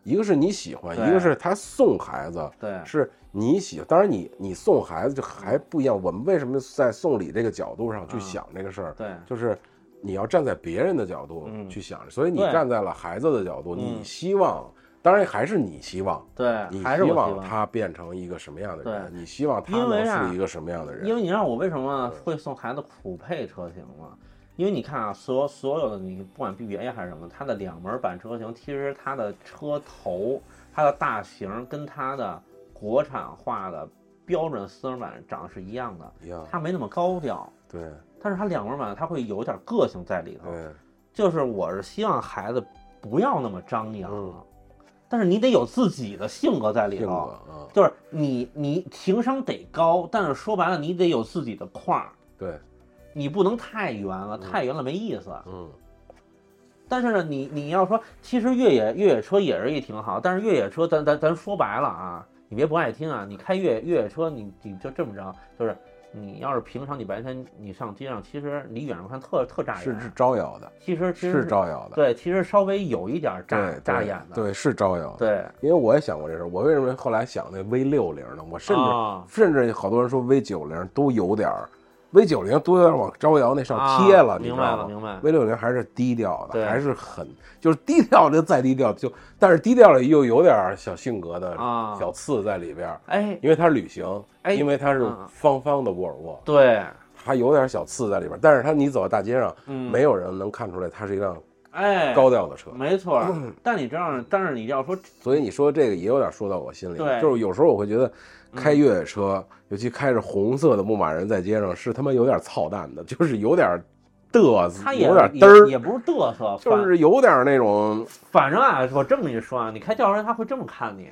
一个是你喜欢，对一个是他送孩子，对，是你喜。当然你，你送孩子就还不一样。我们为什么在送礼这个角度上去嗯想这个事儿？对就是你要站在别人的角度嗯去想，所以你对站在了孩子的角度，你嗯希望，当然还是你希望，对，你还是我希希望望。他变成一个什么样的人？对你希望他因为能啊是一个什么样的人？嗯因为你让我为什么会送孩子酷配车型吗？因为你看啊，所有所有的你不管 BBA 还是什么，它的两门版车型，其实它的车头、它的大型跟它的国产化的标准四门版长得是一样的，一样，它没那么高调，对但是它两门版它会有点个性在里头。对，就是我是希望孩子不要那么张扬，嗯但是你得有自己的性格在里性格头。啊，就是你，你情商得高，但是说白了，你得有自己的块儿，对，你不能太圆了，太圆了没意思。啊嗯，但是呢，你你要说，其实越野越野车也是一挺好，但是越野车咱咱咱说白了啊，你别不爱听啊，你开越野越野车，你你就这么着，就是你要是平常你白天你上街上，其实你远处看特特扎是是眼，招摇的，哎其实其实是招摇的，对，其实稍微有一点扎对扎对眼的，对，是招摇的。对，因为我也想过这事儿，我为什么后来想那 V 六零呢？我甚至、啊甚至好多人说 V 九零都有点儿，V 九零都有点儿往招摇那上贴了，啊你知明道白吗？了，明白。 V 六零还是低调对的，还是很就是低调就再低调，就但是低调了又有点儿小性格的啊小刺在里边儿，哎，因为它是旅行，哎因为它是啊方方的沃尔沃，对，它有点小刺在里边儿，但是它你走在大街上，嗯没有人能看出来它是一辆哎，高调的车。没错儿。但你这样，但是你要说所以你说这个也有点说到我心里对嗯了，就是有时候我会觉得开越野车，尤其开着红色的牧马人在街上，是他妈有点操蛋的，就是有点嘚瑟，他也有点嘚也也儿，不是嘚瑟，就反是有点那种反正啊，我这么一说啊，你开轿车他会这么看你，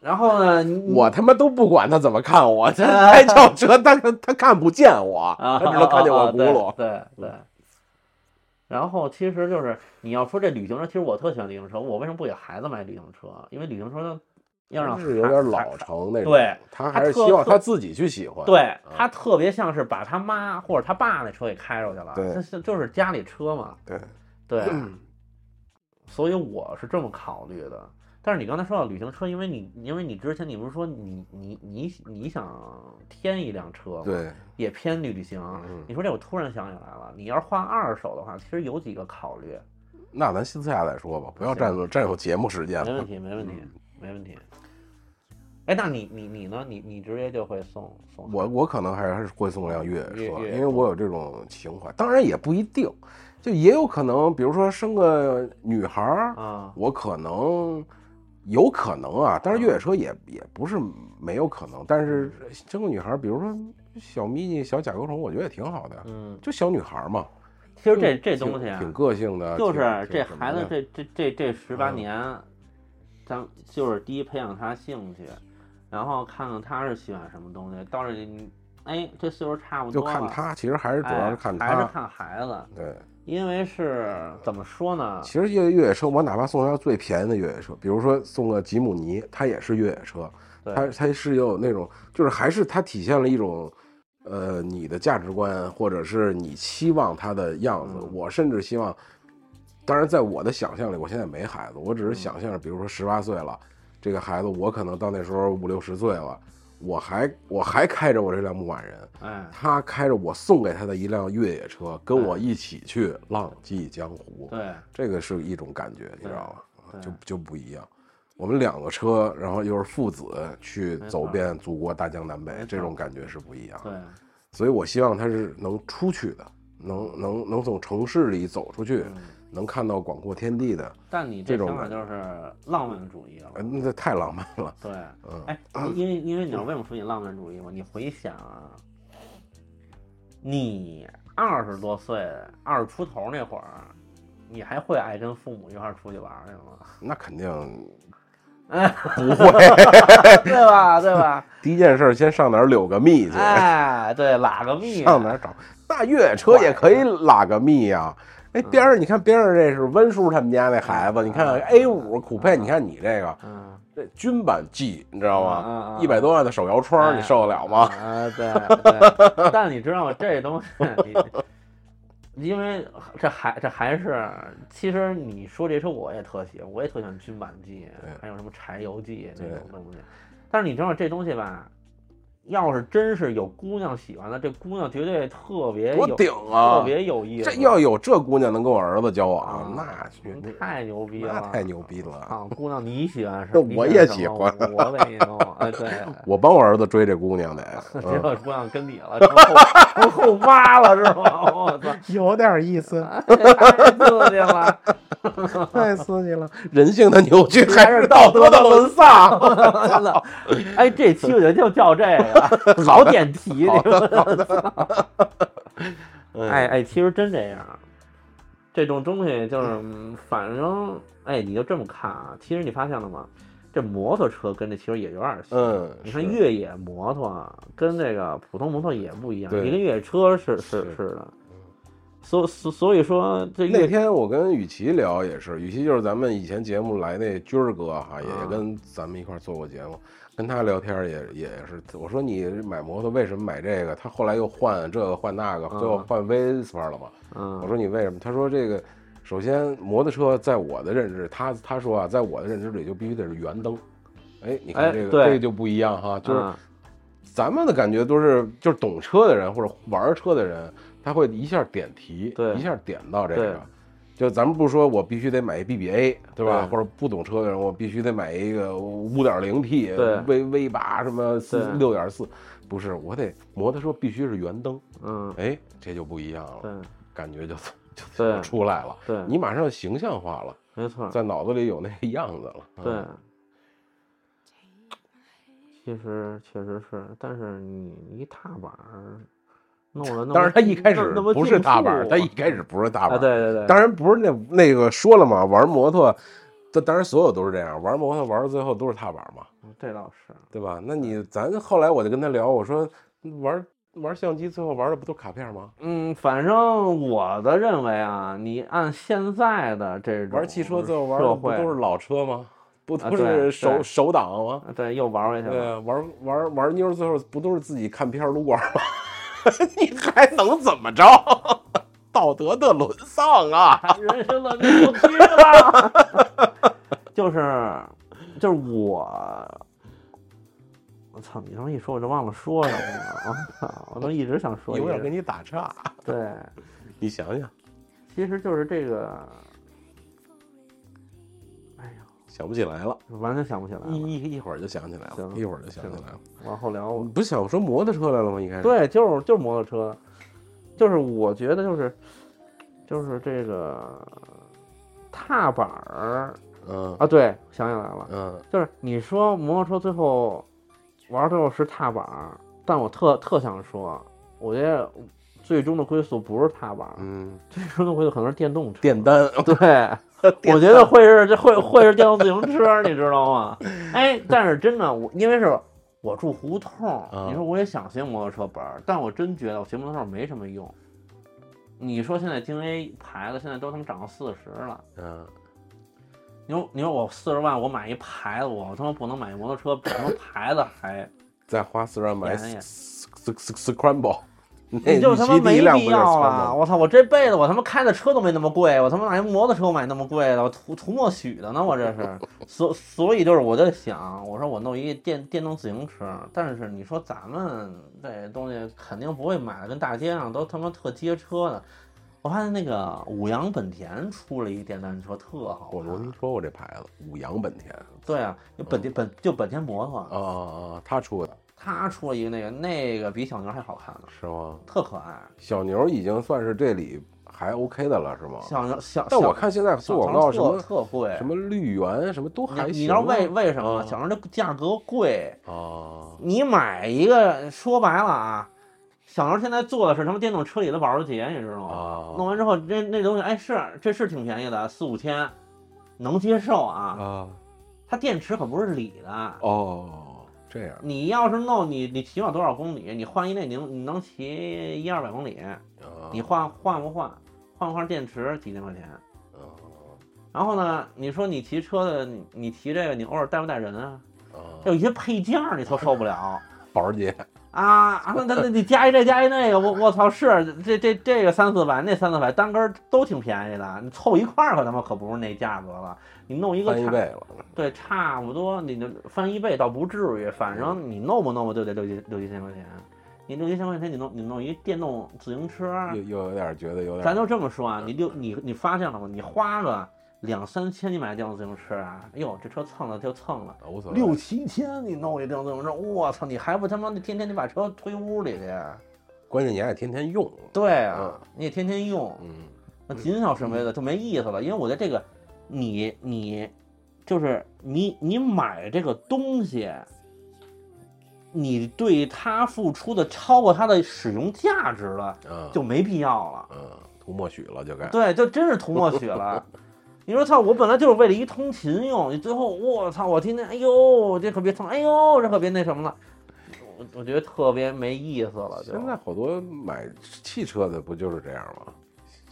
然后呢，你你我他妈都不管他怎么看我，他 开轿车，他他看不见我，啊，他只能看见我啊轱辘。对对对。然后其实就是你要说这旅行车，其实我特喜欢旅行车，我为什么不给孩子买旅行车？因为旅行车要让是有孩点孩老成那种，对，他他还是特希望特他自己去喜欢。对他特别像是把他妈或者他爸那车给开出去了，对这是就是家里车嘛，对对， 所以我是这么考虑的。但是你刚才说到旅行车，因为你因为你之前你不是说你你你你想添一辆车，，对，也偏旅行。啊嗯你说这我突然想起来了，你要是换二手的话，其实有几个考虑，那咱私下再说吧，不要行占用占用节目时间没了问。题，没问题，嗯没问题。哎，那你你你呢？你你直接就会送送我我可能还是会送辆越越野车，越野因为我有这种情怀。当然也不一定，就也有可能，比如说生个女孩儿，啊，我可能有可能啊。但是越野车也也不是没有可能，但是嗯生个女孩儿，比如说小咪咪、小甲壳虫，我觉得也挺好的呀，嗯，就小女孩儿嘛。其实这就这挺东西啊，挺个性的，就是挺这挺什么孩子的这这这这十八嗯年，咱就是第一培养他兴趣，然后看看他是喜欢什么东西。到这你，哎，这岁数差不就多了，看他，其实还是主要哎是看还是他。看孩子，对，因为是怎么说呢？其实越越野车，我哪怕送他最便宜的越野车，比如说送个吉姆尼，它也是越野车，对它它是有那种，就是还是它体现了一种，呃，你的价值观或者是你期望它的样子。嗯我甚至希望，当然在我的想象里，我现在没孩子，我嗯只是想象，比如说十八岁了，这个孩子我可能到那时候五六十岁了，我还我还开着我这辆牧马人，哎，他开着我送给他的一辆越野车，跟我哎一起去浪迹江湖。对这个是一种感觉，你知道吧？啊对就就不一样。我们两个车，然后又是父子去没走错遍祖国大江南北没，这种错感觉是不一样的。对，所以我希望他是能出去的，能能能从城市里走出去，嗯。能看到广阔天地的，但你这这种想法感就是浪漫主义了呃，那太浪漫了。对，嗯哎，因为因为你知道为什么说你浪漫主义吗？你回想啊，你二十多岁、二十出头那会儿，你还会爱跟父母一块儿出去玩儿去吗？ 那肯定不会，对吧？对吧？第一件事儿先上哪儿溜个蜜去，哎，对，拉个蜜，上哪儿找？那越野车也可以拉个蜜呀、哎，边上你看边上这是温叔他们家那孩子，你看 A 五酷配，你看你这个嗯，这军版 G，你知道嗯嗯吗？嗯一百多万的手摇窗，哎你受得了吗？啊，对对。但你知道吗？这东西，你因为这还这还是，其实你说这车我也特喜欢，我也特喜欢军版 G，对还有什么柴油 G 那对种东西。但是你知道这东西吧？要是真是有姑娘喜欢的，这姑娘绝对特别 有多顶哎特啊！别有意思。这要有这姑娘能跟我儿子交啊往，那绝对太牛逼那了，太牛逼了！啊！姑娘，你喜欢是？那你我喜也欢什喜么欢我给你弄。哎， 对， 我帮我儿子追这姑娘 得，这嗯个姑娘跟你了，成后成后妈了是吗？我操，有点意 思。太刺激了！太刺激了！人性的扭曲 还是道道德的德的沦沦丧。真的，哎，这期我觉得就叫这 个，老点题你们。嗯哎哎，其实真这样，这种东西就是，嗯反正哎，你就这么看啊。其实你发现了吗？这摩托车跟这其实也有点像。嗯，你看是越野摩托啊，跟这个普通摩托也不一样，对你跟越野车是是是是的，所所所以说这那越天我跟雨琦聊也是，雨琦就是咱们以前节目来那军儿哥哈，也啊跟咱们一块儿做过节目，跟他聊天儿也也是，我说你买摩托为什么买这个？他后来又换这个换那个，啊最后换 Vespa 了嘛。我嗯说你为什么？他说这个，首先摩托车在我的认知，他他说啊，在我的认知里就必须得是圆灯。哎，你哎看这个，对这个就不一样哈，就是嗯咱们的感觉都是，就是懂车的人或者玩车的人，他会一下点题，对一下点到这对个。就咱们不说我必须得买一 BBA，对吧？对或者不懂车的人，我必须得买一个五点零 T 对 V V 八什么四对六点四，不是，我得摩托车必须是圆灯，嗯，哎，这就不一样对了，感觉就 就对就出来了。对，你马上形象化了，没错，在脑子里有那个样子了。嗯对，其实确实是，但是你一踏板儿弄了那么近，当然他一开始那那么啊不是近大板儿，处他一开始不是大板啊，儿，对对对，当然不是那那个说了嘛，玩摩托，这当然所有都是这样，玩摩托玩到最后都是踏板嘛，这倒是，对吧？那你咱后来我就跟他聊，我说玩玩相机最后玩的不都是卡片吗？嗯，反正我的认为啊，你按现在的这种玩汽车最后玩社的不会都是老车吗？不啊都对是对手手挡吗？啊对，又玩回去对了。啊，玩玩玩妞儿最后不都是自己看片儿撸管儿吗？ 你还能怎么着？ 道德的沦丧啊！人生的扭曲了， 就是就是我，我操！你他妈一说我就忘了说什么了，我操！我都一直想 说一有个，点给你打岔，对，你想想，其实就是这个，想不起来了，完全想不起来一了。一一会儿就想起来了，啊行一会儿就想起来了。往后聊，我我不是想说摩托车来了吗？一开始，对，就是就是摩托车，就是我觉得就是就是这个踏板儿嗯啊，对，想起来了。嗯，就是你说摩托车最后玩儿最后是踏板儿，但我特特想说，我觉得最终的归宿不是踏板儿，嗯，最终的归宿可能是电动车。电单，对，我觉得会是这会会是电动自行车，你知道吗？ 哎，但是真的，我因为是我住胡同儿，嗯你说我也想学摩托车本儿，但我真觉得我学摩托车本儿没什么用。你说现在京 A 牌子现在都他妈涨到四十了。嗯，你说你说我四十万，我买一牌子，我他妈不能买一摩托车，比他妈牌子 还，再花四万买便宜 s- s- s- scramble，那你就他妈哎你骑第没一辆必不就是要啊了。 scramble？我操，我这辈子我他妈开的车都没那么贵，我他妈买摩托车我买那么贵的，我图图墨许的呢，我这是。所所以就是我在想，我说我弄一电电动自行车，但是你说咱们这东西肯定不会买的跟大街上都他妈特街车的。我发现那个五羊本田出了一电单车，特好我我玩听。说过这牌子，五羊本田，对啊，有嗯本田本就本田摩托，啊啊啊，他出的他出了一个那个，那个比小牛还好看呢，是吗？特可爱。小牛已经算是这里还 OK 的了，是吗？小牛小，但小我看现在做小广告牛什特么特贵，什么绿源什么都还行啊，你你知道为为什么吗？嗯小牛这价格贵，啊，你买一个，说白了啊，小牛现在做的是他妈电动车里的保时捷，你知道哦吗？弄完之后，这那东西，哎，是这是挺便宜的，四五千，能接受啊。啊它电池可不是锂的，哦，这样你要是弄你你骑不了多少公里，你换一那你能你能骑一二百公里。啊，你换换不换？换块电池几千块钱。哦然后呢，你说你骑车的，你你骑这个，你偶尔带不带人啊？哦，有一些配件儿你都受不了保时捷啊！啊，那那那你加一这加一那个，我我操，是这这这个三四百，那三四百，单根儿都挺便宜的，你凑一块儿可他妈可不是那价格了，你弄一个翻一差倍了，对，差不多，你就翻一倍倒不至于，反嗯正你弄吧弄吧就得六七六七千块钱，你六七千块钱你弄你弄一电动自行车，又又有点觉得有点，咱就这么说啊，你六你你发现了吗？你花个两三千你买电动自行车啊，哎呦这车蹭了就蹭了，啊无所谓六七千你弄一电动自行车，我操，你还不他妈的天天你把车推屋里去？啊关键你还得天天用，对啊，你也天天用，嗯那谨小慎微的就没意思了，因为我觉得这个你你就是你你买这个东西，你对它付出的超过它的使用价值了，嗯就没必要了。嗯涂墨许了就该，对，就真是涂墨许了。你说操，我本来就是为了一通勤用，你最后我操，我天天哎呦这可别蹭，哎呦这可别那什么了，我我觉得特别没意思了。就现在好多买汽车的不就是这样吗？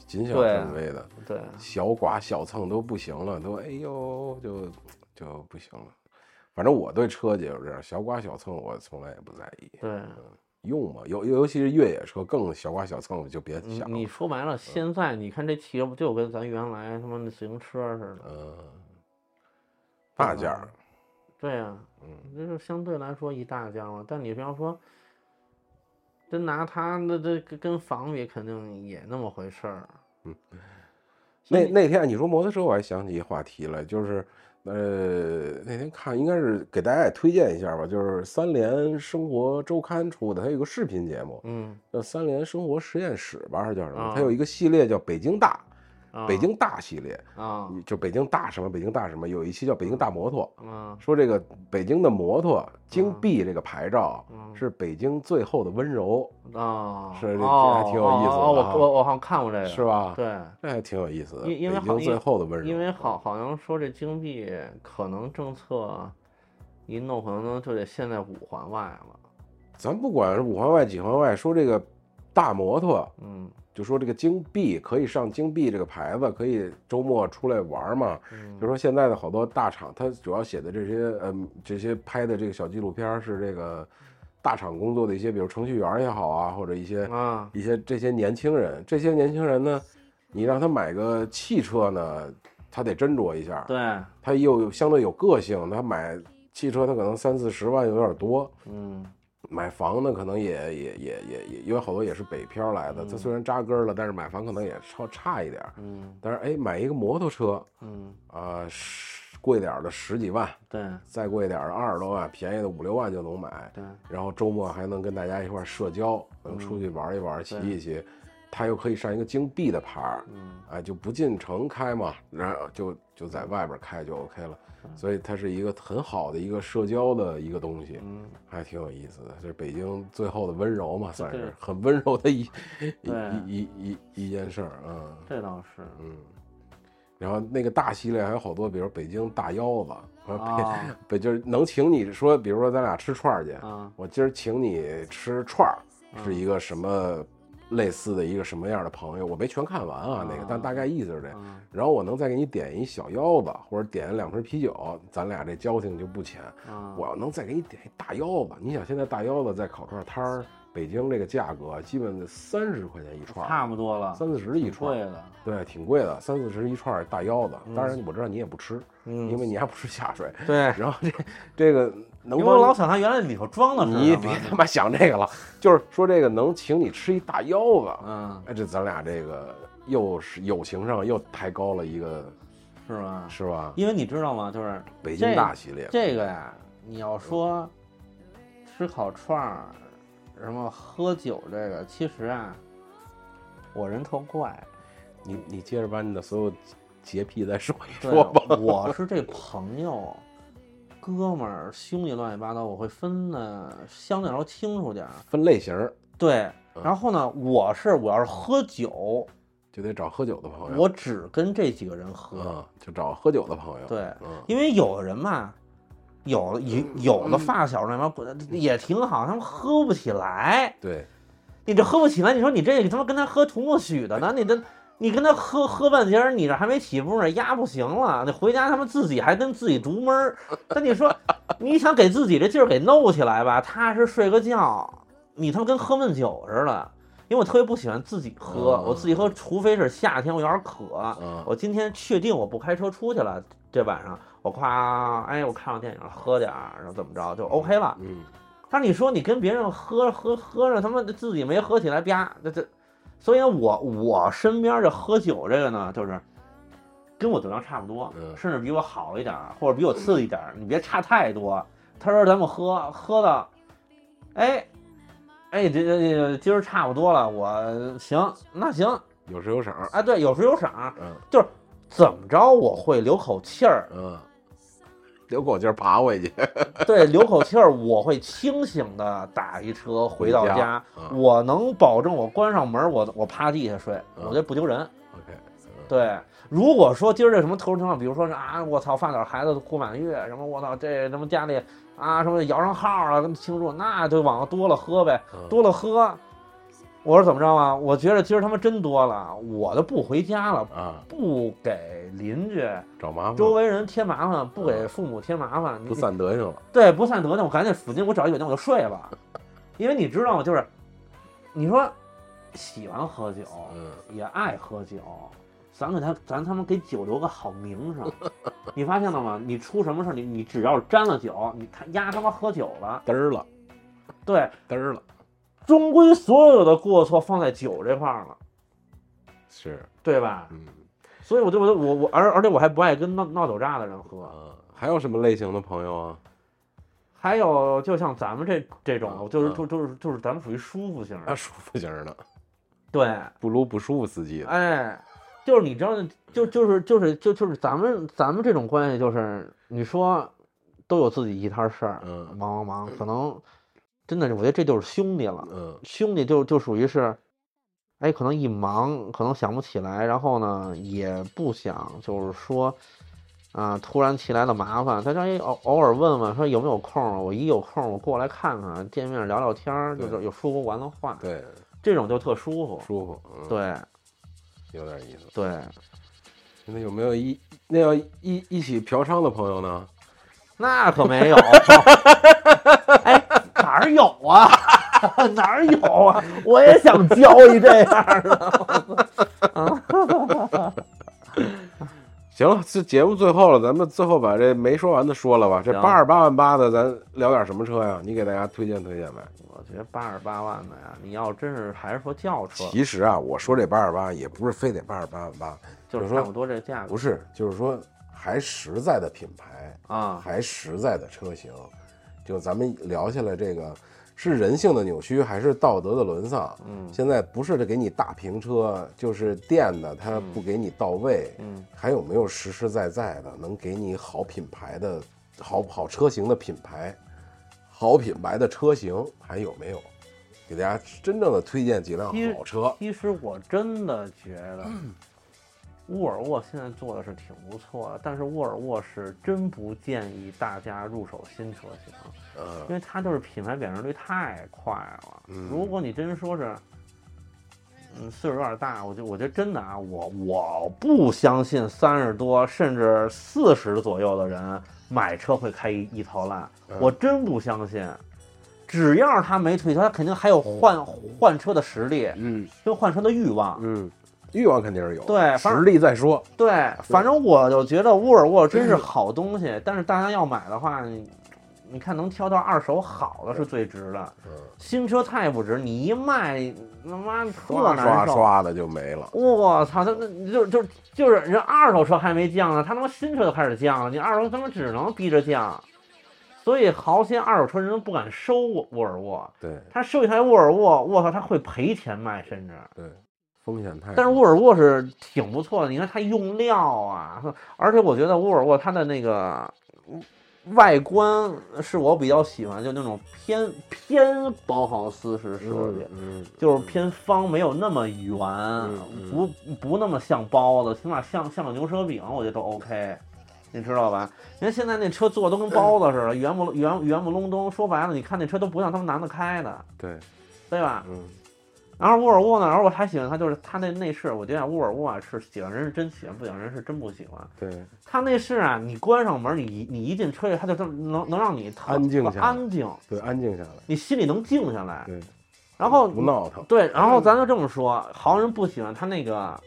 谨小慎微的，对，啊小剐小蹭都不行了，都哎呦就就不行了。反正我对车也就是这样，小剐小蹭我从来也不在意。对，用嘛，尤尤其是越野车更小剐小蹭就别你想嗯你了。嗯说白了，现在你看这汽车不就跟咱原来他妈那自行车似的？嗯，大件儿，对呀、嗯，那就相对来说一大件嘛。但你不要说，真拿它那这跟跟房比，肯定也那么回事儿。嗯那那天你说摩托车，我还想起一话题来，就是呃，那天看应该是给大家也推荐一下吧，就是三联生活周刊出的，它有个视频节目嗯，叫《三联生活实验室》吧，还是叫什么啊？它有一个系列叫北京大，啊北京嗯大系列，啊就北京大什么北京大什么，有一期叫北京大摩托，啊说这个北京的摩托京嗯 B 这个牌照嗯是北京最后的温柔，啊，是这这哦还挺有意思的哦哦啊我我我好像看过这个，是吧？对，那还挺有意思的，因因为北好京最后的温柔，因为好好像说这京币可能政策一弄，可能就得限在五环外了。咱不管是五环外几环外，说这个大摩托，嗯就说这个京 B 可以上京 B 这个牌子，可以周末出来玩嘛。嗯就说现在的好多大厂，它主要写的这些，嗯，这些拍的这个小纪录片儿是这个大厂工作的一些，比如程序员也好啊，或者一些啊，一些这些年轻人，这些年轻人呢，你让他买个汽车呢，他得斟酌一下，对，他又有相对有个性，他买汽车他可能三四十万有点多，嗯买房呢，可能也也也也也，因为好多也是北漂来的，他虽然扎根了，但是买房可能也稍差一点儿。嗯但是哎，买一个摩托车嗯，啊、十贵点儿的十几万，对再贵点儿的二十多万，便宜的五六万就能买。对然后周末还能跟大家一块儿社交，能出去玩一玩，骑一骑。他又可以上一个京 B 的牌儿，嗯哎，就不进城开嘛，然后就就在外边开就 OK 了。所以它是一个很好的一个社交的一个东西。嗯，还挺有意思的，这北京最后的温柔嘛，算对是很温柔 的一一对一一一一件事儿啊。这倒 是嗯，然后那个大系列还有好多，比如北京大腰子，啊北、啊北就是能请你说，比如说咱俩吃串儿去，啊我今儿请你吃串儿，嗯是一个什么类似的一个什么样的朋友，我没全看完啊那个啊，但大概意思是这样。啊然后我能再给你点一小腰子，或者点两瓶啤酒，咱俩这交情就不浅。啊，我要能再给你点一大腰子，你想现在大腰子在烤串摊儿，北京这个价格基本三十块钱一串儿，差不多了，三四十一串对儿，的，对，挺贵的，三四十一串儿大腰子嗯。当然我知道你也不吃，嗯因为你还不吃下 水。对，然后这这个能因为我老帮想它啊原来里头装的是你什别么他妈想这个了，就是说这个能请你吃一大腰子，嗯，哎，这咱俩这个又是友情上又抬高了一个，是吧？是吧？啊因为你知道吗？就是北京这大系列，这个呀，你要说吃烤串儿，什么喝酒这个，其实啊，我人特怪，你你接着把你的所有洁癖再说一对啊说吧。，我是这朋友、哥们儿、兄弟乱七八糟，我会分的相对来说清楚点儿。分类型儿对，嗯然后呢，我是我要是喝酒，就得找喝酒的朋友，我只跟这几个人喝。哎嗯，就找喝酒的朋友。，对，嗯，因为有的人嘛，有有有的发小那帮也挺好，他们喝不起来。对，你这喝不起来，你说你这个他妈跟他喝涂墨许的呢？你这你跟他喝喝半截儿，你这还没起步呢，压不行了。你回家他们自己还跟自己独门儿。那你说，你想给自己这劲儿给弄起来吧，踏实睡个觉，你他妈跟喝闷酒似的。因为我特别不喜欢自己喝，嗯我自己喝，除非是夏天我有点渴，嗯我今天确定我不开车出去了，这晚上我夸，哎，我看上电影了，喝点儿，然后怎么着就 OK 了。嗯，但是你说你跟别人喝喝喝着，他妈自己没喝起来，啪，这这，所以呢，我我身边这喝酒这个呢，就是跟我酒量差不多，嗯甚至比我好一点儿，或者比我次一点儿，你别差太多。他说咱们喝喝到，哎，哎，这这这今儿差不多了，我行，那行，有时有赏，啊，对，有时有赏，嗯就是怎么着我会留口气儿，嗯留口气儿爬回去。对，留口气儿，我会清醒的打一车回到回家，嗯我能保证我关上门儿，我我趴地下睡，我嗯觉得不丢人。 ，OK，嗯对，如果说今儿这什么特殊情况，比如说是啊，我操，放点孩子过满月，什么我操，这什么家里啊什么摇上号了，跟庆祝，那就往多了喝呗，嗯多了喝。我说怎么着啊？我觉得今儿他妈真多了，我就不回家了，啊，不给邻居。找麻烦，周围人添麻烦，不给父母添麻烦，你不散德行了，对不散德性，我赶紧附近我找一酒店我就睡了，因为你知道吗？就是你说喜欢喝酒，嗯也爱喝酒，咱给他咱他妈给酒留个好名声，你发现了吗？你出什么事儿，你你只要沾了酒，你他丫他妈喝酒了，嘚儿了，对，嘚儿了，终归所有的过错放在酒这块儿了，是，对吧？嗯所以我就我就我我而而且我还不爱跟闹闹酒炸的人喝。啊，还有什么类型的朋友啊？ 还有，就像咱们这这种，嗯就是嗯就就是就是咱们属于舒服型啊，的，舒服型的，对，不撸不舒服司机的，哎，就是你知道，就就是就是就就是咱们咱们这种关系，就是你说都有自己一摊事儿，嗯忙忙忙，可能真的是，我觉得这就是兄弟了，嗯兄弟就就属于是，哎，可能一忙可能想不起来，然后呢也不想就是说。啊！突然起来的麻烦，他这偶偶尔问问说有没有空儿，啊我一有空儿我过来看看，见面聊聊天儿，就对是有说不完的话，对，这种就特舒服。舒服，嗯，对有点意思。对，那有没有一那要一一起嫖娼的朋友呢？那可没有，哎，哪儿有啊？哪儿有啊？我也想交一这样的。行了，这节目最后了，咱们最后把这没说完的说了吧。这行八十八万八的，咱聊点什么车呀？你给大家推荐推荐呗。我觉得八十八万的呀，你要真是还是说轿车，其实啊，我说这八十八也不是非得八十八万八，就是差不多这价格不是，就是说还实在的品牌，啊。还实在的车型，就咱们聊下来这个是人性的扭曲还是道德的沦丧？嗯现在不是给你大平车，就是店的它不给你到位，嗯，还有没有实实在在的能给你好品牌的好好车型的品牌，好品牌的车型还有没有？给大家真正的推荐几辆好车，其实我真的觉得，沃尔沃现在做的是挺不错的，但是沃尔沃是真不建议大家入手新车型。呃，因为它就是品牌贬值率太快了。如果你真说是，嗯，岁数有点大，我就我觉得真的啊，我我不相信三十多甚至四十左右的人买车会开一一头烂，我真不相信。只要他没退休，他肯定还有换换车的实力嗯跟换车的欲望。嗯，欲望肯定是有，对反实力再说，对，反正我就觉得沃尔沃真是好东西，但是大家要买的话，你你看能挑到二手好的是最值的，嗯，新车太不值，你一卖他妈特刷刷难受。刷的就没了，我操，他那就就就是人家二手车还没降呢，他他妈新车就开始降了，你二手他妈只能逼着降，所以好些二手车人都不敢收沃沃尔沃，对他收一台沃尔沃，我操，他会赔钱卖，甚至。对，风险太大，但是沃尔沃是挺不错的，你看它用料啊，而且我觉得沃尔沃它的那个外观是我比较喜欢，就那种偏偏包豪斯式设计，嗯，就是偏方，没有那么圆，嗯不不那么像包子，起码像像个牛舌饼，我觉得都 OK，你知道吧？你看现在那车做的都跟包子似的，圆不圆圆不隆咚，说白了，你看那车都不像他们男的开的，对，对吧？嗯，然后沃尔沃呢，然后我还喜欢它，就是它那内饰，我觉得沃尔沃啊是喜欢人是真喜欢，不喜欢人是真不喜欢。对，它内饰啊，你关上门，你一你一进车里，它就这么能能让你特安静下来安静，对，安静下来，你心里能静下来。对，然后不闹腾，对，然后咱就这么说，好多人不喜欢他那个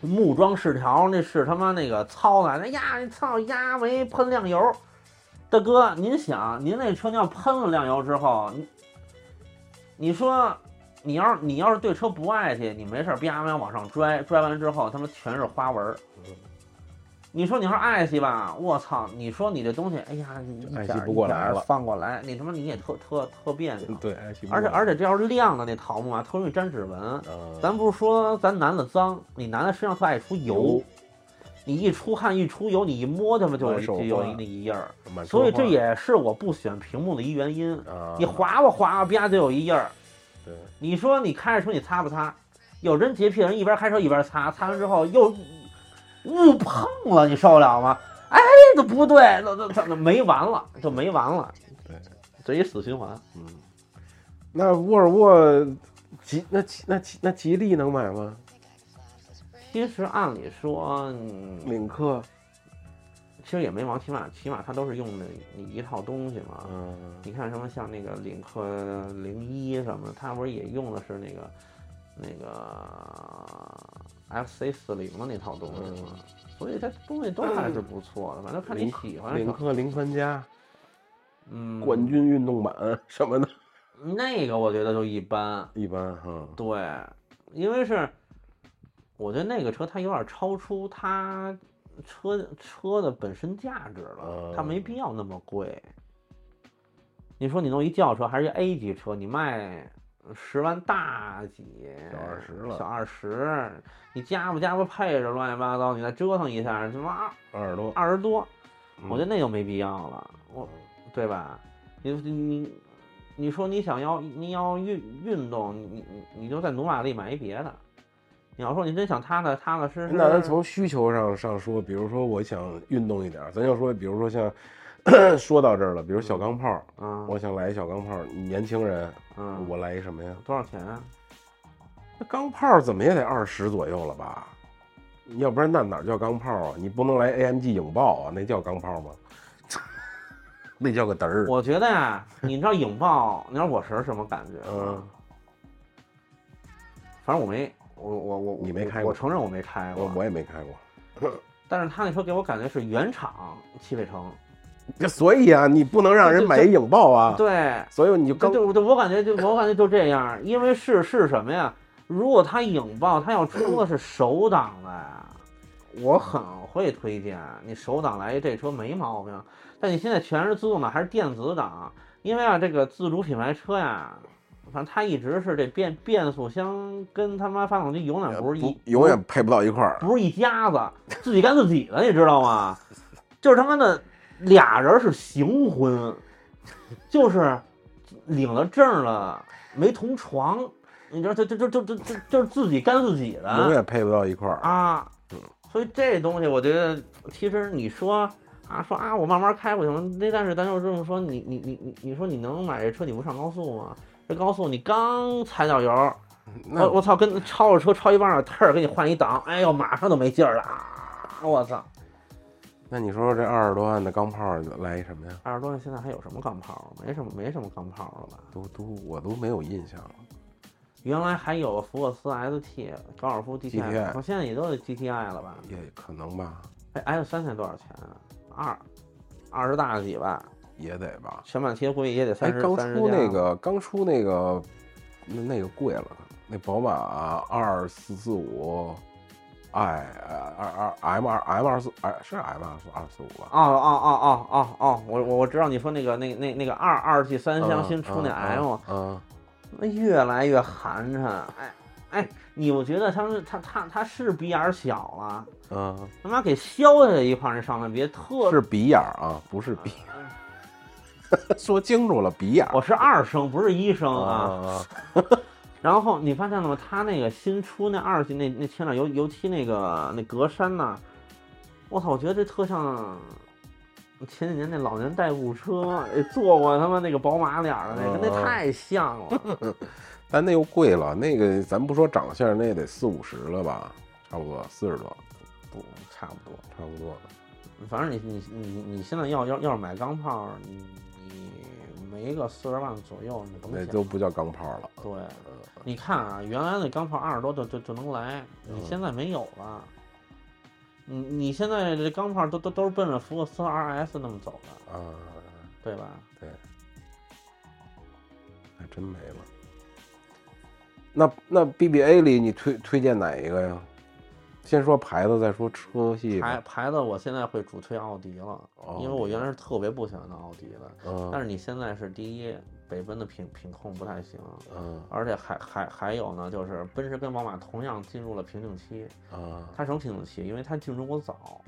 木桩饰条，那是他妈那个糙的，那呀，你操压没喷亮油。大哥，您想，您那车要喷了亮油之后，你你说你要是你要是对车不爱惜，你没事儿啪啪往上拽，拽完之后他妈全是花纹儿。嗯你说你要是爱惜吧，我操！你说你这东西，哎呀，你一爱惜点儿不一过点来儿了放过来，你他妈你也特特特别扭。嗯对，而且而且而且这要是亮的那桃木啊，特容易沾指纹。呃，咱不是说咱男的脏，你男的身上特爱出油，你一出汗一出油，你一摸他妈就有满手就有汗那一印儿，满哎说所以话这也是我不喜欢屏幕的一原因。啊，你划吧划吧，啪就有一印儿。对，你说你开着车你擦不擦？有真洁癖人一边开车一边擦，擦完之后又误碰了，你受得了吗？哎，那不对，那那那那没完了，就没完了。对，这一死循环。嗯那沃尔沃吉那吉那吉那吉利能买吗？其实按理说，嗯领克，其实也没忙，起码起码它都是用的一套东西嘛。嗯，你看什么像那个领克零一什么的，它不是也用的是那个那个 FC 四零的那套东西吗？所以它东西都还是不错的，反正看你喜欢什嗯领么。克零三加嗯，冠军运动版什么的，那个我觉得就一般，一般哈，对，因为是我觉得那个车它有点超出它车车的本身价值了，它没嗯必要那么贵。你说你弄一轿车还是一 A 级车，你卖十万大几，小二十了小二十，你加不加不配置乱七八糟，你再折腾一下，他妈二十多，二十多，嗯我觉得那就没必要了，我对吧？你你你说你想要你要运运动，你你你你就在努马力买一别的。你要说你真想踏踏踏踏实实，那咱从需求上上说，比如说我想运动一点儿，咱就说，比如说像 说到这儿了，比如小钢炮，嗯我想来一小钢炮，年轻人，嗯，我来一什么呀？多少钱啊？那钢炮怎么也得二十左右了吧？要不然那哪叫钢炮啊？你不能来 AMG 影豹啊，那叫钢炮吗？ 那叫个嘚儿。我觉得呀、你知道影豹，你知道我是什么感觉？嗯，反正我没，我我我你没开我，过我承认我没开我过。我也没开过。但是他那车给我感觉是原厂汽配城，啊这所以啊，你不能让人买一影豹啊。对，所以你就就钢就就我感觉就我感觉就这样，因为是是什么呀？如果它影豹，它要出的是手挡的呀，我很会推荐你手挡来这车没毛病。但你现在全是自动挡还是电子档？因为啊，这个自主品牌车呀，反正它一直是这变变速箱跟他妈发动机永远不是一永远呃配不到一块儿。不是一家子，自己干自己的，你知道吗？就是他妈的俩人是行婚，就是领了证了没同床，你知道这这这这这这就是自己干自己永的远配不到一块儿，啊。所以这东西我觉得，其实你说啊说啊我慢慢开不行吗，那但是咱就这么说，你你你你你说你能买这车你不上高速吗？这高速你刚踩脚油，那我我操，跟超着车超一半儿，特儿给你换一档，哎呦，马上就没劲儿了。啊我操，那你说这二十多万的钢炮来一什么呀？二十多万现在还有什么钢炮？没什么，没什么钢炮了吧？都都我都没有印象了。原来还有福克斯 ST、高尔夫 GTI GTI，我现在也都是 GTI 了吧？也可能吧，哎，S 三现在多少钱啊？二二十大几吧？也得吧。全版贴估计也得哎，三十。刚30出加那个，刚出那个，那那个贵了，那宝马二四四五，i 二二 M 二 M 二四，哎是 M 二四二四五吧？哦哦哦哦哦哦，我我我知道你说那个那那那个二二 G 三厢嗯新出那哎嗯 M，、嗯，那越来越寒碜。哎哎，你我觉得他们他他他是鼻眼儿小了，嗯他妈给削下来一块儿，那上面别嗯，特。是鼻眼儿啊，不是鼻，嗯 说清楚了，鼻眼儿我是二声，不是一声啊。啊，然后你发现了吗？他那个新出那二级那那前脸油油漆那个那格栅呐，我操，我觉得这特像前几年那老年代步车，哎坐过他妈那个宝马脸儿的那个，嗯那太像了。但那又贵了，那个咱不说涨价，那也得四五十了吧，差不多四十多， 不差不多。差不多。反正你你你你你现在要要要是买钢炮，你你没个四十万左右，你甭那想。都不叫钢炮了。嗯对，你看啊，原来那钢炮二十多就就就能来，你嗯现在没有了。你你现在这钢炮都都都是奔着福克斯 RS 那么走的，啊，对吧？还真没了。那那 BBA 里你推推荐哪一个呀？先说牌子，再说车系吧。牌牌子我现在会主推奥迪了，哦因为我原来是特别不喜欢的奥迪的。嗯但是你现在是第一，北奔的品品控不太行，嗯而且还还还有呢，就是奔驰跟宝马同样进入了瓶颈期，啊它什么瓶颈期？因为它进中国早，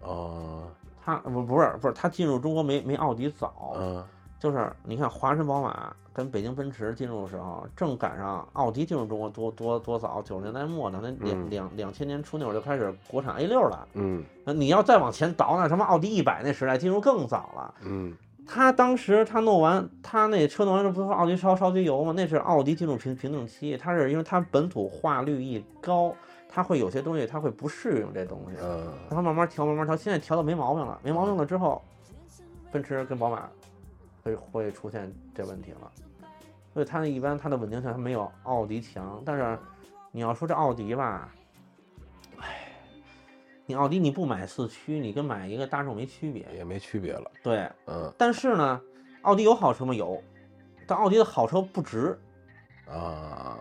啊它不不是不是它进入中国没没奥迪早，啊就是你看华晨宝马跟北京奔驰进入的时候，正赶上奥迪进入中国多多多早，九十年代末呢，那两嗯两两千年初那会儿就开始国产 A 六了。嗯那你要再往前倒，那他妈奥迪一百那时代进入更早了。嗯他当时他弄完他那车弄完，这不是奥迪烧烧机油吗？那是奥迪进入瓶瓶颈期，它是因为它本土化率一高，它会有些东西它会不适应这东西，嗯它慢慢调慢慢调，现在调到没毛病了，没毛病了之后，奔驰跟宝马会会出现这问题了，所以它一般它的稳定性它没有奥迪强，但是你要说这奥迪吧，哎，你奥迪你不买四驱，你跟买一个大众没区别，也没区别了。对。嗯但是呢，奥迪有好车吗？有，但奥迪的好车不值。啊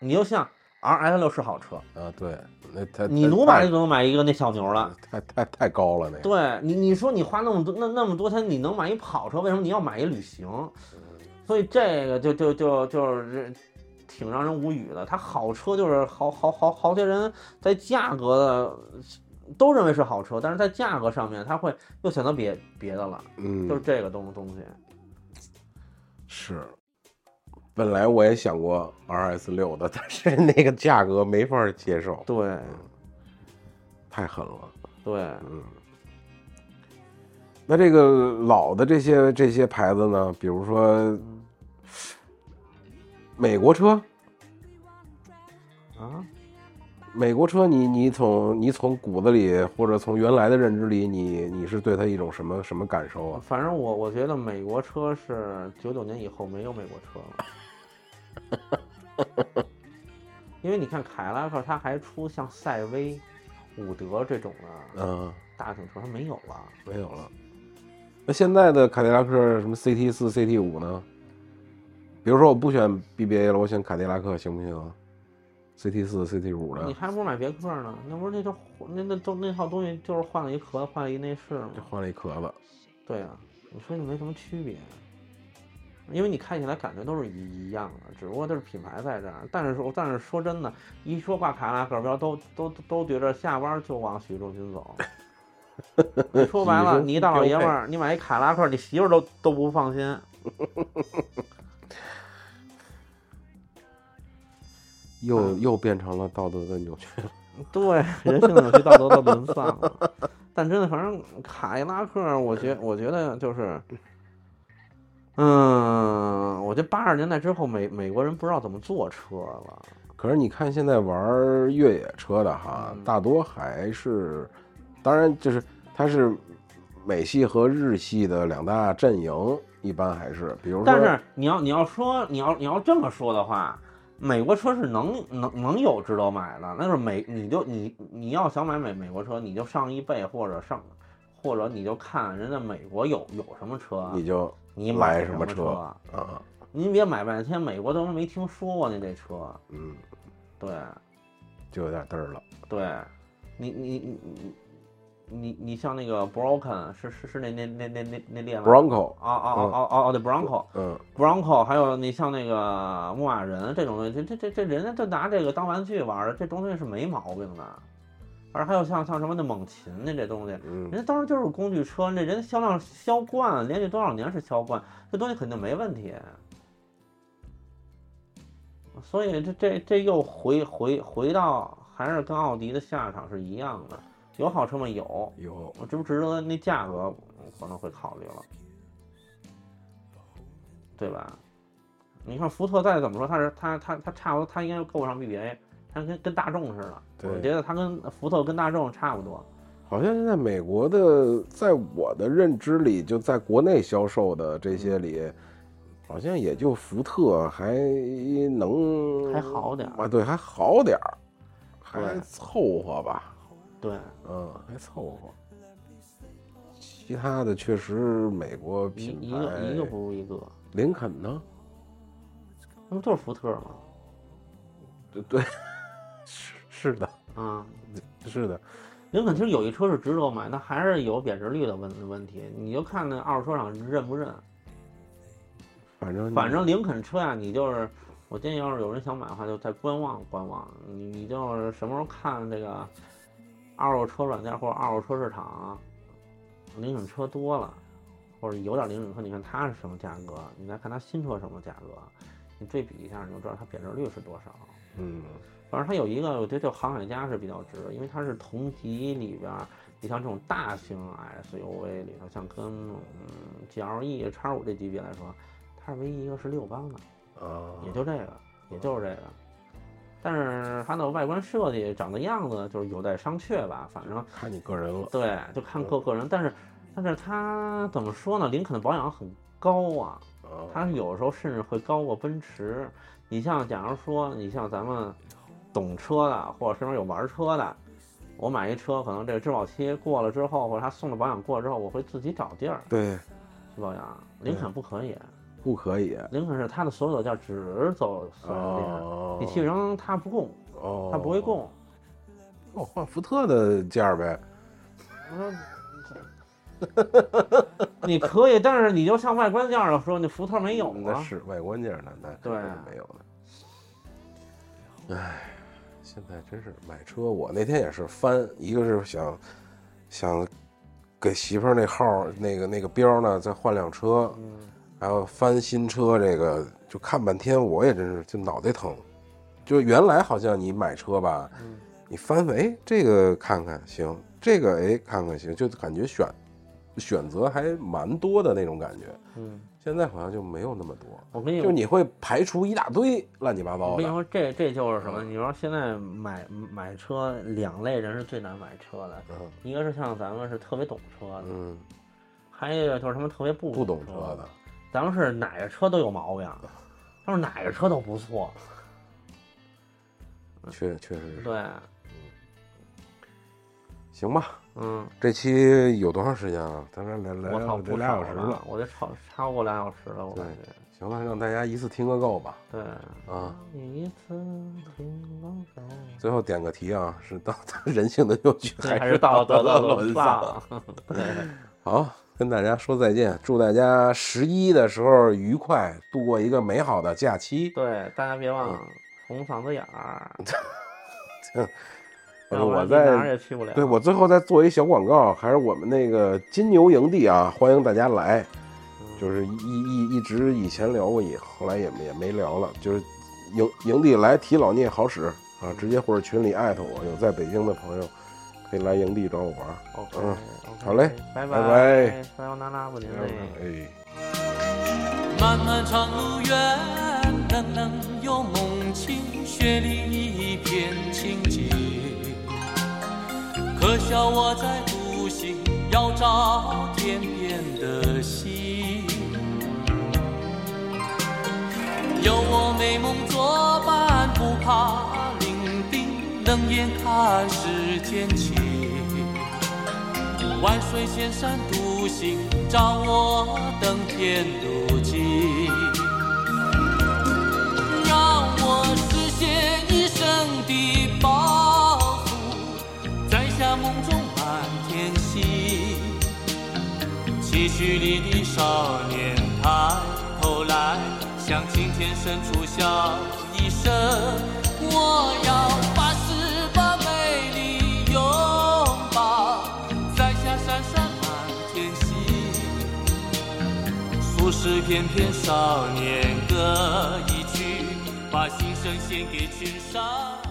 你就像 R S 六是好车，啊，对，那太你太努把这都能买一个那小牛了。 太太太高了那个。啊对你，你说你花那么多那那么多钱，你能买一跑车，为什么你要买一旅行？所以这个就就就就是挺让人无语的。它好车就是好好好好些人在价格的都认为是好车，但是在价格上面他会又选择别别的了，嗯，就是这个东东西。是，本来我也想过 RS 六的， 但是那个价格没法儿接受，对太狠了。对，那这个老的这些这些牌子呢，比如说美国车，啊。美国车你你从你从骨子里或者从原来的认知里，你你是对它一种什么什么感受啊？反正我我觉得美国车是九九年以后没有美国车了，因为你看凯迪拉克它还出像赛威、伍德这种的嗯、大型车，它没有了。没有了。那现在的凯迪拉克什么 CT 四、CT 五呢？比如说我不选 BBA 了，我选凯迪拉克行不行啊？CT 四、CT 五你呢？还不如买别克呢，那不是那就那那都那套东西就是换了一壳，换了一内饰吗这？换了一壳子，对啊，你说就没什么区别，因为你看起来感觉都是一一样的，只不过就是品牌在这儿。但是说，但是说真的，一说挂卡拉克标，都都都觉着下班就往许仲勋 走。你说白了，你一大老爷们儿，你买一凯拉克，你媳妇儿都都不放心。又又变成了道德的扭曲。对，人性的扭曲到头都沦丧了。但真的，反正凯迪拉克，我觉我觉得就是，嗯，我觉得八十年代之后，美美国人不知道怎么坐车了。可是你看现在玩越野车的哈，嗯大多还是，当然就是它是美系和日系的两大阵营，一般还是，比如说，但是你要你要说你要你要这么说的话，美国车是能能能有值得买的，那就是美你就你你要想买美美国车，你就上一倍或者上，或者你就看人家美国有有什么车，你就你买来什么么车车，啊，您别买半天美国都没听说过那这车，嗯，对就有点嘚儿了。对，你你你你你你像那个 Broken 是是是那那那那那那嗯列吗？ Bronco，哦哦哦哦哦哦，对 Bronco。嗯 Bronco，还有你像那个牧马人这种东西，这这这这人家就拿这个当玩具玩儿的，这东西是没毛病的。而还有像像什么那猛禽的这东西，嗯人，家当时就是工具车，那人家销量销冠，连续多少年是销冠，这东西肯定没问题。所以这这这又回回回到还是跟奥迪的下场是一样的，有好车吗？有，有我值不值得那价格我可能会考虑了，对吧？你看福特再怎么说，它是它它它差不多，它应该够不上 BBA，它跟跟大众似的。对我觉得它跟福特跟大众差不多。好像现在美国的，在我的认知里，就在国内销售的这些里，嗯好像也就福特还能还好点儿啊，对，还好点儿，还对凑合吧，对，嗯，还凑合。其他的确实美国一品一牌，个一个不如一个，林肯呢？那不就是福特吗？对对， 是是的，啊，是的，林肯其实有一车是值得买，但还是有贬值率的问问题。你就看那二手车厂认不认。反正你反正林肯车呀、你就是，我建议要是有人想买的话，就再观望观望。你你就是什么时候看这个二手车软件或者二手车市场，林肯车多了，或者有点林肯车，你看它是什么价格，你再看它新车什么价格，你对比一下，你就知道它贬值率是多少。嗯，反正它有一个，我觉得就航海家是比较值，因为它是同级里边儿，你像这种大型 SUV 里头，像跟嗯 GLE、叉五这级别来说，它是唯一一个是六缸的，啊，也就这个，也就是这个。但是它的外观设计、长的样子，就是有待商榷吧。反正看你个人了，对，就看各个人。但是，但是它怎么说呢？林肯的保养很高啊，啊，它有时候甚至会高过奔驰。你像，假如说你像咱们懂车的，或者身边有玩车的，我买一车，可能这个质保期过了之后，或者他送的保养过了之后，我会自己找地儿对，去保养。林肯不可以，不可以，啊林肯是它的所有酒店只走私人店，哦你汽车它不供，哦，它不会供。我换福特的价儿呗。你可以，但是你就像外观价的说，那福特没有嗯那啊。是外观件儿的，那肯对定是没有的。唉，现在真是买车，我那天也是翻，一个是想想给媳妇儿那号儿那个那个标儿呢，再换辆车，还有翻新车这个，就看半天，我也真是就脑袋疼。就原来好像你买车吧，你翻翻，哎，这个看看行，这个哎看看行，就感觉选选择还蛮多的那种感觉。嗯，现在好像就没有那么多，我跟你就你会排除一大堆乱七八我糟跟你的。嗯说，这这就是什么？你说现在买买车，两类人是最难买车的，嗯一个是像咱们是特别懂车的，嗯，还有一个就是他们特别不不懂车车的，咱们是哪个车都有 毛病，他们哪个车都不错，哦确确实是。对，行吧，嗯，这期有多长时间了？咱俩来我来操，了这不俩少小时了了，，我这超超过俩小时了，我感觉，行了，让大家一次听个够吧。 对，啊，一次听不够，最后点个题啊，是到人性的扭曲这还是是道德德的的沦沦丧啊丧？好，跟大家说再见，祝大家十一的时候愉快，度过一个美好的假期。对，大家别嗯忘了红嗓子眼儿，呃要不然我你在哪儿也去不了。对我最后再做一小广告，还是我们那个金牛营地啊，欢迎大家来。就是一一一直以前聊过也，后来也没也没聊了。就是营营地来提老聂好使啊，直接或者群里艾特我，有在北京的朋友可以来营地找我玩儿。 OK，嗯 OK，好嘞拜拜拜拜，撒由那拉，不您嘞。哎。漫漫长路远，冷冷又梦清，雪里一片清静。可笑我在独行，要找天边的星。有我美梦作伴，不怕伶仃，冷眼看世间情。万水千山独行，照我登天路径。让我实现一生的抱负，摘下梦中满天星。崎岖里的少年抬头来，向青天深处笑一声。我要发誓把美丽拥抱，摘下闪闪满天星。数十翩翩少年歌一曲，把心声献给群山。